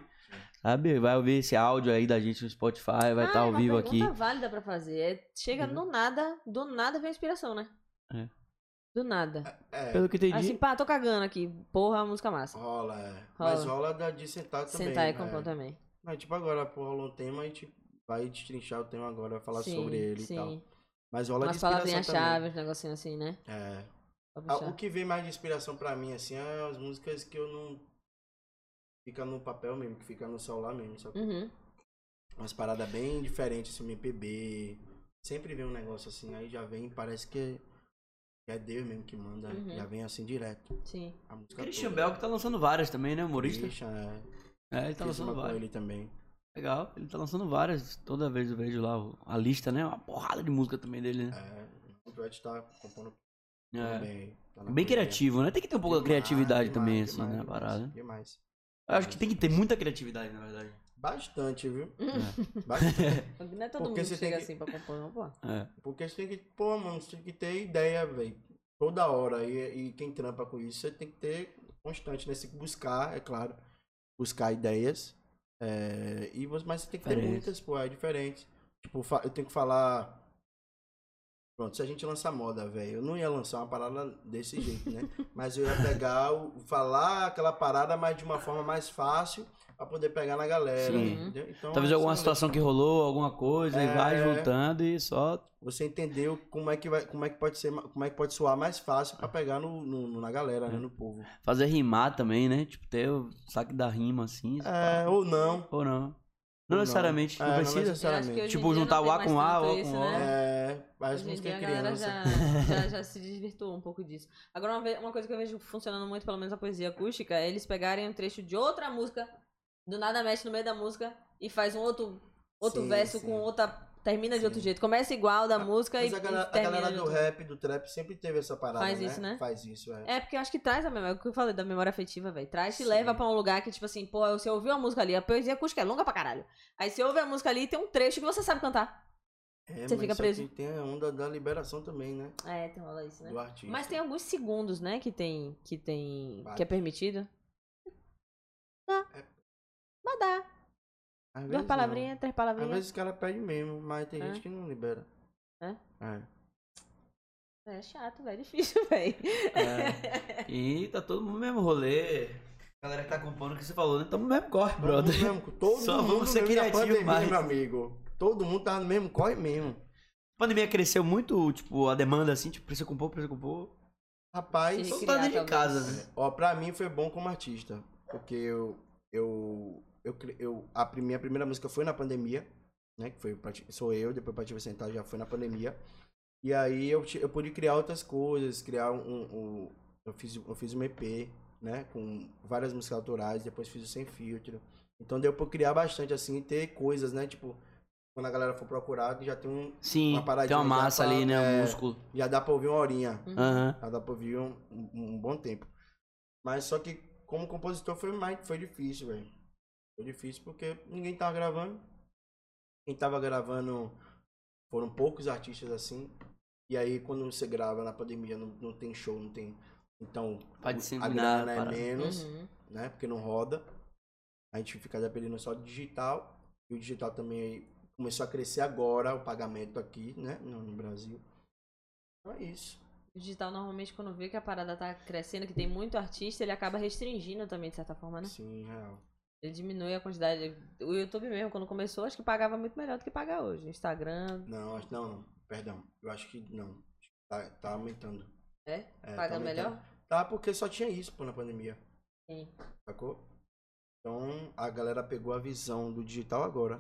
Speaker 2: sabe? Vai ouvir esse áudio aí da gente no Spotify, vai estar
Speaker 1: Ah,
Speaker 2: ao
Speaker 1: uma
Speaker 2: vivo aqui. Uhum.
Speaker 1: pergunta válida pra fazer. É, Chega do nada, do nada vem a inspiração, né?
Speaker 2: É.
Speaker 1: Do nada.
Speaker 3: É,
Speaker 2: Pelo que entendi.
Speaker 1: Assim, pá, tô cagando aqui. Porra, a música massa.
Speaker 3: rola, é. Mas
Speaker 1: Rola.
Speaker 3: rola da- de sentar também.
Speaker 1: Sentar e
Speaker 3: né?
Speaker 1: compor também.
Speaker 3: Mas, tipo, agora, pô, rolou um tema e tipo, vai destrinchar o tema agora, vai falar
Speaker 1: sim,
Speaker 3: sobre ele
Speaker 1: sim.
Speaker 3: e tal. Mas rola de
Speaker 1: Umas
Speaker 3: inspiração também.
Speaker 1: palavrinhas-chave, uns negocinhos assim, né?
Speaker 3: É.
Speaker 1: Pra
Speaker 3: Ah,
Speaker 1: puxar.
Speaker 3: o que vem mais de inspiração pra mim, assim, é as músicas que eu não. Fica no papel mesmo, que fica no celular mesmo. Só
Speaker 1: Uhum.
Speaker 3: umas paradas bem diferentes, assim, MPB. Sempre vem um negócio assim, aí já vem, parece que é Deus mesmo que manda.
Speaker 1: Uhum.
Speaker 3: Já vem assim direto.
Speaker 1: Sim.
Speaker 3: A música
Speaker 2: Christian
Speaker 3: toda.
Speaker 2: Bell que tá lançando várias também, né? Humorista.
Speaker 3: Christian, é.
Speaker 2: É, ele tá
Speaker 3: Fiz
Speaker 2: lançando
Speaker 3: uma com
Speaker 2: várias.
Speaker 3: ele também.
Speaker 2: Legal, ele tá lançando várias. Toda vez eu vejo lá o- a lista, né? Uma porrada de música também dele, né?
Speaker 3: É, o Duet tá compondo
Speaker 2: É.
Speaker 3: bem. Tá na
Speaker 2: Bem
Speaker 3: correria.
Speaker 2: criativo, né? Tem que ter um pouco da
Speaker 3: Demais,
Speaker 2: criatividade
Speaker 3: demais,
Speaker 2: também, assim,
Speaker 3: demais,
Speaker 2: né? A
Speaker 3: demais,
Speaker 2: parada.
Speaker 3: Demais.
Speaker 2: Eu acho que tem que ter muita criatividade, na verdade.
Speaker 3: Bastante, viu?
Speaker 2: É.
Speaker 3: Bastante.
Speaker 1: Não é todo
Speaker 3: Porque
Speaker 1: mundo
Speaker 3: você
Speaker 1: que
Speaker 3: tem
Speaker 1: chega
Speaker 3: que-
Speaker 1: assim pra compor, não, pô.
Speaker 2: É.
Speaker 3: Porque você tem que, pô, mano, você tem que ter ideia, velho. Toda hora. E, e quem trampa com isso, você tem que ter constante, né? Você tem que buscar, é claro. Buscar ideias. É, e, você- mas você tem que ter
Speaker 2: Diferentes.
Speaker 3: muitas, pô, é, diferentes. Tipo, fa- eu tenho que falar Pronto, se a gente lançar moda, velho, eu não ia lançar uma parada desse jeito, né? Mas eu ia pegar, o- falar aquela parada, mas de uma forma mais fácil pra poder pegar na galera.
Speaker 2: Sim.
Speaker 3: entendeu? Então,
Speaker 2: Talvez
Speaker 3: é
Speaker 2: alguma
Speaker 3: isso, né?
Speaker 2: situação que rolou, alguma coisa, e
Speaker 3: É.
Speaker 2: vai juntando e só.
Speaker 3: Você entendeu como é que vai, como é que pode ser, ma- como é que pode soar mais fácil pra pegar no, no- no- na galera, né, no povo.
Speaker 2: Fazer rimar também, né? Tipo, ter o saque da rima assim.
Speaker 3: É, ou não.
Speaker 2: Ou não.
Speaker 3: Ou
Speaker 2: Não necessariamente,
Speaker 3: É,
Speaker 2: não precisa.
Speaker 1: Eu acho que
Speaker 3: necessariamente.
Speaker 1: hoje
Speaker 2: Tipo,
Speaker 1: em dia não
Speaker 2: juntar o
Speaker 1: tem
Speaker 2: A com
Speaker 1: mais
Speaker 2: A, o
Speaker 1: tanto
Speaker 2: A com
Speaker 1: isso,
Speaker 2: O.
Speaker 1: né?
Speaker 3: É, várias
Speaker 1: Hoje em
Speaker 3: músicas
Speaker 1: dia a galera
Speaker 3: criança.
Speaker 1: já, já, já se desvirtuou um pouco disso. Agora, uma, ve- uma coisa que eu vejo funcionando muito, pelo menos na poesia acústica, é eles pegarem um trecho de outra música, do nada mexe no meio da música e faz um outro, outro
Speaker 3: Sim,
Speaker 1: verso
Speaker 3: sim.
Speaker 1: com outra. Termina de
Speaker 3: Sim.
Speaker 1: outro jeito. Começa igual da
Speaker 3: Ah,
Speaker 1: música
Speaker 3: Mas
Speaker 1: e,
Speaker 3: a
Speaker 1: e
Speaker 3: galera, a
Speaker 1: termina.
Speaker 3: galera
Speaker 1: de
Speaker 3: do
Speaker 1: outro-
Speaker 3: rap, do trap sempre teve essa parada,
Speaker 1: Faz isso, né?
Speaker 3: Faz isso, é.
Speaker 1: É, porque eu acho que traz a memória, o que eu falei da memória afetiva, velho. Traz te
Speaker 3: Sim.
Speaker 1: leva pra um lugar que, tipo assim, pô, você ouviu a música ali, a poesia acústica é longa pra caralho. Aí você ouve a música ali e tem um trecho que você sabe cantar.
Speaker 3: É,
Speaker 1: Você
Speaker 3: mas
Speaker 1: fica
Speaker 3: só
Speaker 1: preso.
Speaker 3: que Tem a onda da liberação também, né?
Speaker 1: É, tem rola isso, né?
Speaker 3: Do artista.
Speaker 1: Mas tem alguns segundos, né, que tem. Que tem. Que
Speaker 3: Bate.
Speaker 1: é permitido. Dá. Mas dá.
Speaker 3: Às
Speaker 1: Duas
Speaker 3: vezes não.
Speaker 1: palavrinhas, três
Speaker 3: Às
Speaker 1: palavrinhas.
Speaker 3: vezes os caras pedem mesmo, mas tem
Speaker 1: É.
Speaker 3: gente que não libera.
Speaker 1: É?
Speaker 3: É.
Speaker 1: É chato, velho. Difícil, velho.
Speaker 2: É. E tá todo mundo no mesmo rolê. A galera que tá compondo o que você falou, né? Tamo no mesmo corre,
Speaker 3: Todo mundo
Speaker 2: brother.
Speaker 3: mesmo- Todo
Speaker 2: Só
Speaker 3: mundo
Speaker 2: vamos ser
Speaker 3: mesmo na
Speaker 2: criativo
Speaker 3: pandemia,
Speaker 2: mais.
Speaker 3: meu amigo. Todo mundo tava no mesmo corre mesmo.
Speaker 2: A pandemia cresceu muito, tipo, a demanda assim, tipo, precisa compor, precisa compor.
Speaker 3: Rapaz,
Speaker 1: Sim.
Speaker 2: Todo
Speaker 1: Criar,
Speaker 2: mundo tá dentro de
Speaker 1: talvez.
Speaker 2: casa, né?
Speaker 3: ó, pra mim foi bom como artista. Porque eu. eu, eu, cre- eu a pri- minha primeira música foi na pandemia, né? Que foi pra Ti- Sou Eu, depois pra Tive Sentar já foi na pandemia. E aí eu, ti- eu pude criar outras coisas, criar um. um- eu, fiz, eu fiz um EP, né? Com várias músicas autorais, depois fiz o Sem Filtro. Então deu pra eu criar bastante, assim, e ter coisas, né? Tipo, quando a galera for procurar, já tem um.
Speaker 2: Sim,
Speaker 3: Uma paradinha
Speaker 2: tem uma
Speaker 3: já
Speaker 2: massa
Speaker 3: pra-
Speaker 2: ali, né? Um
Speaker 3: é.
Speaker 2: músculo.
Speaker 3: Já dá pra ouvir uma horinha.
Speaker 2: Aham.
Speaker 3: Já dá pra ouvir um, um- um bom tempo. Mas só que como compositor foi mais foi difícil, velho. Foi difícil porque ninguém tava gravando. Quem tava gravando foram poucos artistas assim. E aí quando você grava na pandemia não, não tem show, não tem. Então
Speaker 2: Pra
Speaker 3: a
Speaker 2: disseminar.
Speaker 3: grana
Speaker 2: a
Speaker 3: é
Speaker 2: parada.
Speaker 3: menos,
Speaker 1: Uhum.
Speaker 3: né? Porque não roda. A gente fica dependendo só do digital. E o digital também começou a crescer agora, o pagamento aqui, né? No, no Brasil. Então é isso.
Speaker 1: O digital normalmente quando vê que a parada tá crescendo, que tem muito artista, ele acaba restringindo também, de certa forma, né?
Speaker 3: Sim, assim, real.
Speaker 1: Ele diminui a quantidade. O YouTube mesmo, quando começou, acho que pagava muito melhor do que paga hoje. Instagram,
Speaker 3: Não, acho não, não. Perdão. Eu acho que não. Tá, tá aumentando.
Speaker 1: É?
Speaker 3: tá
Speaker 1: paga
Speaker 3: aumentando.
Speaker 1: melhor?
Speaker 3: Tá, porque só tinha isso, pô, na pandemia.
Speaker 1: Sim.
Speaker 3: Sacou? Então a galera pegou a visão do digital agora.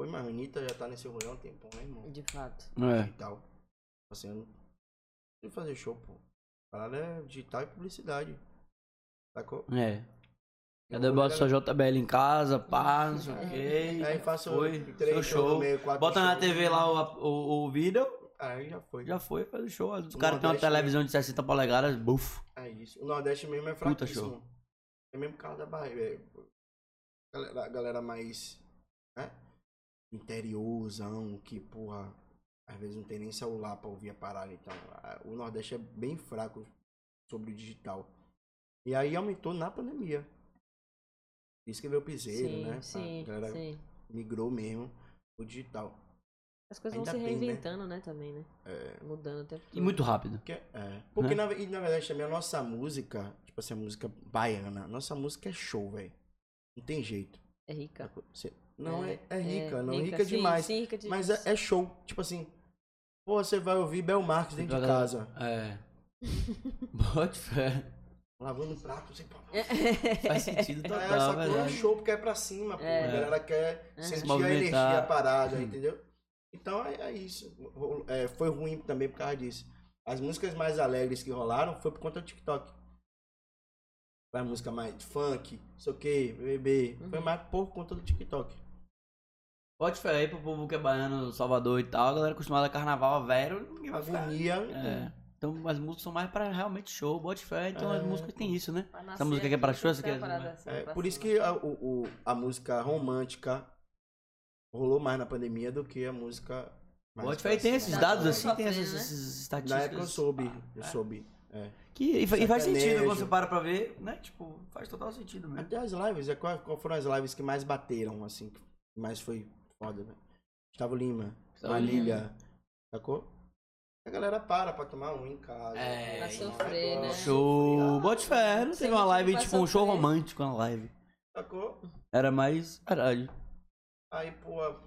Speaker 3: Foi, mas a Anitta já tá nesse rolê há um tempão, né, irmão?
Speaker 1: De fato.
Speaker 2: É.
Speaker 3: Digital. Assim, eu não tem que fazer show, pô. A parada é digital e publicidade. Sacou?
Speaker 2: É.
Speaker 3: Eu
Speaker 2: Cadê
Speaker 3: vou
Speaker 2: bota
Speaker 3: ligar-
Speaker 2: sua JBL em casa, pá, não sei o quê.
Speaker 3: Aí faço um
Speaker 2: Foi,
Speaker 3: três
Speaker 2: seu
Speaker 3: shows
Speaker 2: show.
Speaker 3: no meio, quatro
Speaker 2: Bota na
Speaker 3: shows.
Speaker 2: TV lá o, o, o vídeo,
Speaker 3: Aí já foi.
Speaker 2: já foi, faz o show. Os
Speaker 3: No
Speaker 2: caras têm uma
Speaker 3: Nordeste, né?
Speaker 2: televisão de 60 polegadas, buf.
Speaker 3: É isso. O Nordeste mesmo é
Speaker 2: Puta
Speaker 3: fraquíssimo. É mesmo por causa da Bahia. A galera, a galera mais, né? Interiorzão, que, porra, às vezes não tem nem celular pra ouvir a parada. Então, a- o Nordeste é bem fraco sobre o digital. E aí aumentou na pandemia. Isso que veio o piseiro,
Speaker 1: sim,
Speaker 3: né?
Speaker 1: sim,
Speaker 3: a galera
Speaker 1: sim.
Speaker 3: migrou mesmo o digital.
Speaker 1: As coisas vão
Speaker 3: Ainda
Speaker 1: se
Speaker 3: bem, né? É.
Speaker 1: reinventando, né? também, né? Mudando o tempo
Speaker 2: E
Speaker 1: todo.
Speaker 2: muito rápido.
Speaker 3: Porque, é,
Speaker 1: Né?
Speaker 3: porque na, e na verdade também a nossa música, tipo assim, a música baiana, nossa música é show, velho. Não tem jeito.
Speaker 1: É rica.
Speaker 3: Você- não é, é rica, não rica,
Speaker 1: sim,
Speaker 3: demais.
Speaker 1: Sim, rica de...
Speaker 3: Mas é, é show. Tipo assim, pô, você vai ouvir Bel Marques dentro de casa,
Speaker 2: É. Bote fé.
Speaker 3: lavando prato, você.
Speaker 2: Faz sentido
Speaker 3: É,
Speaker 2: total,
Speaker 3: sacou? É
Speaker 2: velho.
Speaker 3: show porque é pra cima, pô.
Speaker 1: É.
Speaker 3: A galera quer
Speaker 1: Uhum.
Speaker 3: sentir a
Speaker 2: Movimentar. Uhum.
Speaker 3: energia parada, entendeu? Então é, é isso. Ro- é, foi ruim também por causa disso. As músicas mais alegres que rolaram foi por conta do TikTok. Foi a música mais funk, não sei o que, bebê. Foi
Speaker 1: Uhum.
Speaker 3: mais por conta do TikTok.
Speaker 2: Bote fé aí pro povo que é baiano, Salvador e tal. A galera acostumada a carnaval, velho, ninguém vai ficar.
Speaker 3: Agonia.
Speaker 2: É. Então as músicas são mais pra realmente show, bote fé. Então as
Speaker 3: É.
Speaker 2: músicas tem isso, né?
Speaker 1: Pra
Speaker 2: Essa
Speaker 1: nascer
Speaker 2: música aqui é pra
Speaker 1: aqui,
Speaker 2: show,
Speaker 1: tem
Speaker 2: essa
Speaker 1: que
Speaker 2: aqui é-
Speaker 1: ser uma parada assim,
Speaker 3: É,
Speaker 1: pra
Speaker 3: por isso
Speaker 1: cima.
Speaker 3: que a, o- o- a música romântica rolou mais na pandemia do que a música. mais
Speaker 2: Bote fé aí tem
Speaker 3: pra
Speaker 2: esses
Speaker 3: cima.
Speaker 2: dados
Speaker 1: Tá
Speaker 2: assim, tem
Speaker 1: sofrendo,
Speaker 2: essas,
Speaker 1: né?
Speaker 2: essas
Speaker 3: Na
Speaker 2: estatísticas.
Speaker 3: época eu soube, eu
Speaker 2: Ah,
Speaker 3: soube.
Speaker 2: Que, e, fa- e faz
Speaker 3: Sertanejo.
Speaker 2: sentido quando você para pra ver, né? Tipo, faz total sentido mesmo.
Speaker 3: Até as lives, é qual, qual foram as lives que mais bateram, assim, que mais foi foda, velho? Gustavo Lima,
Speaker 2: Gustavo
Speaker 3: Marília, sacou? A galera para pra tomar um em casa.
Speaker 4: É,
Speaker 3: pra
Speaker 4: Pra
Speaker 3: tomar um
Speaker 1: sofrer, né?
Speaker 3: negócio,
Speaker 2: Show. Bote fé, não
Speaker 1: Sem
Speaker 2: teve uma live,
Speaker 1: motivo pra
Speaker 2: tipo, um show
Speaker 1: sofrer.
Speaker 2: romântico na live.
Speaker 3: Sacou?
Speaker 2: Era mais. Caralho.
Speaker 3: Aí, pô, a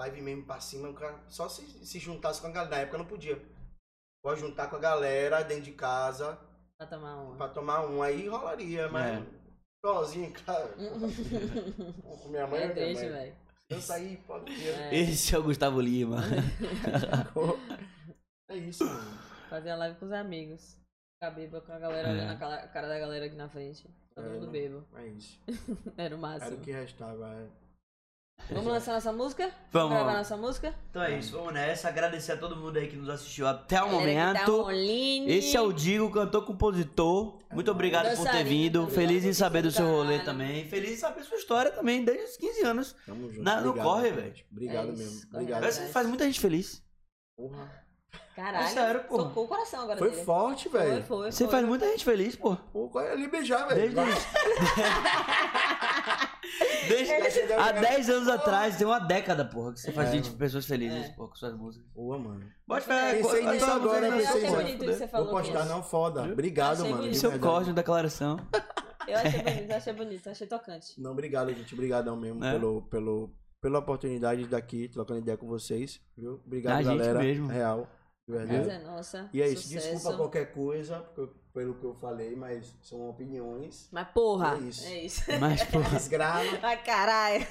Speaker 3: live mesmo pra cima, o cara só se, se juntasse com a galera. Na época não podia. Pode juntar com a galera dentro de casa
Speaker 1: Pra tomar uma.
Speaker 3: pra tomar um, aí rolaria, mas sozinho, cara. pô, com minha mãe,
Speaker 1: É
Speaker 3: minha
Speaker 1: triste,
Speaker 3: mãe.
Speaker 1: velho.
Speaker 3: Eu saí, pô,
Speaker 1: É,
Speaker 3: é.
Speaker 2: Esse é o Gustavo Lima.
Speaker 3: é isso, mano.
Speaker 1: fazer a live com os amigos. Ficar bêbado com a galera
Speaker 2: É.
Speaker 1: olhando a cala- cara da galera aqui na frente. Todo
Speaker 3: É,
Speaker 1: mundo
Speaker 3: né?
Speaker 1: bêbado.
Speaker 3: É isso.
Speaker 1: Era o
Speaker 3: Era o
Speaker 1: máximo.
Speaker 3: que restava. é.
Speaker 1: Vamos lançar nossa música?
Speaker 2: Vamos.
Speaker 1: gravar nossa música?
Speaker 4: Então é isso, vamos nessa. Agradecer a todo mundo aí que nos assistiu até o
Speaker 1: Galera que tá
Speaker 4: momento.
Speaker 1: online.
Speaker 2: um Esse é o Digo, cantor, compositor. Muito obrigado por ter
Speaker 1: Dançarino
Speaker 2: vindo.
Speaker 1: também.
Speaker 2: Feliz em saber do seu rolê
Speaker 1: Caralho.
Speaker 2: também. Feliz em saber sua história também, desde os 15 anos.
Speaker 4: Tá
Speaker 3: Tamo junto.
Speaker 2: Na- no
Speaker 3: obrigado,
Speaker 2: corre,
Speaker 3: cara.
Speaker 2: velho.
Speaker 3: Obrigado
Speaker 1: É isso,
Speaker 3: mesmo.
Speaker 1: corre
Speaker 3: Obrigado.
Speaker 1: atrás.
Speaker 2: Isso faz muita gente feliz.
Speaker 3: Porra.
Speaker 1: Caralho.
Speaker 2: É sério, pô.
Speaker 1: Socou o coração agora
Speaker 3: Foi
Speaker 1: dele.
Speaker 3: forte,
Speaker 1: Foi,
Speaker 3: velho.
Speaker 1: foi,
Speaker 2: Você
Speaker 1: foi.
Speaker 2: faz muita gente feliz, pô.
Speaker 3: Pô, corre ali beijar, velho.
Speaker 2: Desde,
Speaker 3: Vai.
Speaker 2: desde há 10 anos atrás, tem uma década, porra, que você faz
Speaker 3: É.
Speaker 2: gente, pessoas felizes,
Speaker 1: É.
Speaker 2: pô, com suas músicas.
Speaker 3: Boa, mano.
Speaker 2: Bota fé,
Speaker 3: Pensei
Speaker 2: co-
Speaker 3: nisso
Speaker 2: tá,
Speaker 3: agora,
Speaker 2: você-
Speaker 1: Eu achei
Speaker 3: Vocês, né?
Speaker 1: bonito o que você falou.
Speaker 3: Vou postar,
Speaker 1: Kenzo.
Speaker 3: não, foda. Obrigado,
Speaker 1: Achei
Speaker 3: mano.
Speaker 1: bonito.
Speaker 3: de
Speaker 2: Seu né?
Speaker 3: verdade.
Speaker 2: código, declaração.
Speaker 1: Eu achei bonito, eu achei bonito, eu achei tocante.
Speaker 3: Não, obrigado, gente. Obrigadão mesmo
Speaker 2: Né?
Speaker 3: pelo, pelo, pela oportunidade de estar aqui trocando ideia com vocês. Viu? Obrigado,
Speaker 2: A gente
Speaker 3: galera.
Speaker 2: mesmo.
Speaker 3: Real. De
Speaker 1: Mas
Speaker 3: verdade.
Speaker 1: é nossa.
Speaker 3: E é isso.
Speaker 1: sucesso.
Speaker 3: Desculpa qualquer coisa porque- pelo que eu falei, mas são opiniões.
Speaker 1: Mas porra.
Speaker 3: É isso.
Speaker 1: É isso.
Speaker 2: Mas, porra,
Speaker 3: Desgrava.
Speaker 1: Ai, caralho.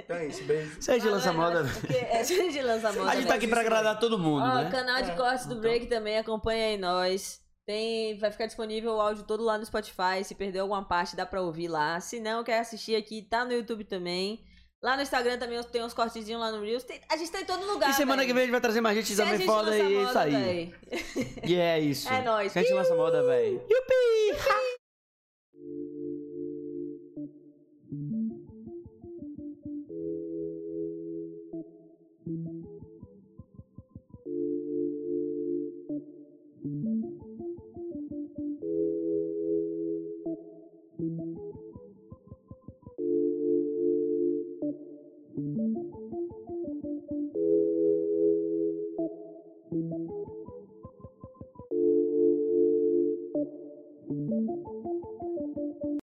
Speaker 3: Então é isso. Beijo.
Speaker 2: você é de lança moda. velho.
Speaker 1: Porque é, a gente lança moda. né?
Speaker 2: A gente tá aqui pra agradar todo mundo,
Speaker 1: Ó,
Speaker 2: né?
Speaker 1: canal de
Speaker 3: É,
Speaker 1: cortes do
Speaker 2: então.
Speaker 1: Break também, acompanha aí nós. Tem, vai ficar disponível o áudio todo lá no Spotify. Se perdeu alguma parte, dá pra ouvir lá. Se não, quer assistir aqui, tá no YouTube também. Lá no Instagram também tem uns cortezinhos lá no Reels. Tem- a gente tá em todo lugar.
Speaker 2: E semana que vem a gente vai trazer mais gente também foda e é isso aí. E é isso.
Speaker 1: É nóis.
Speaker 2: A gente lança moda, velho.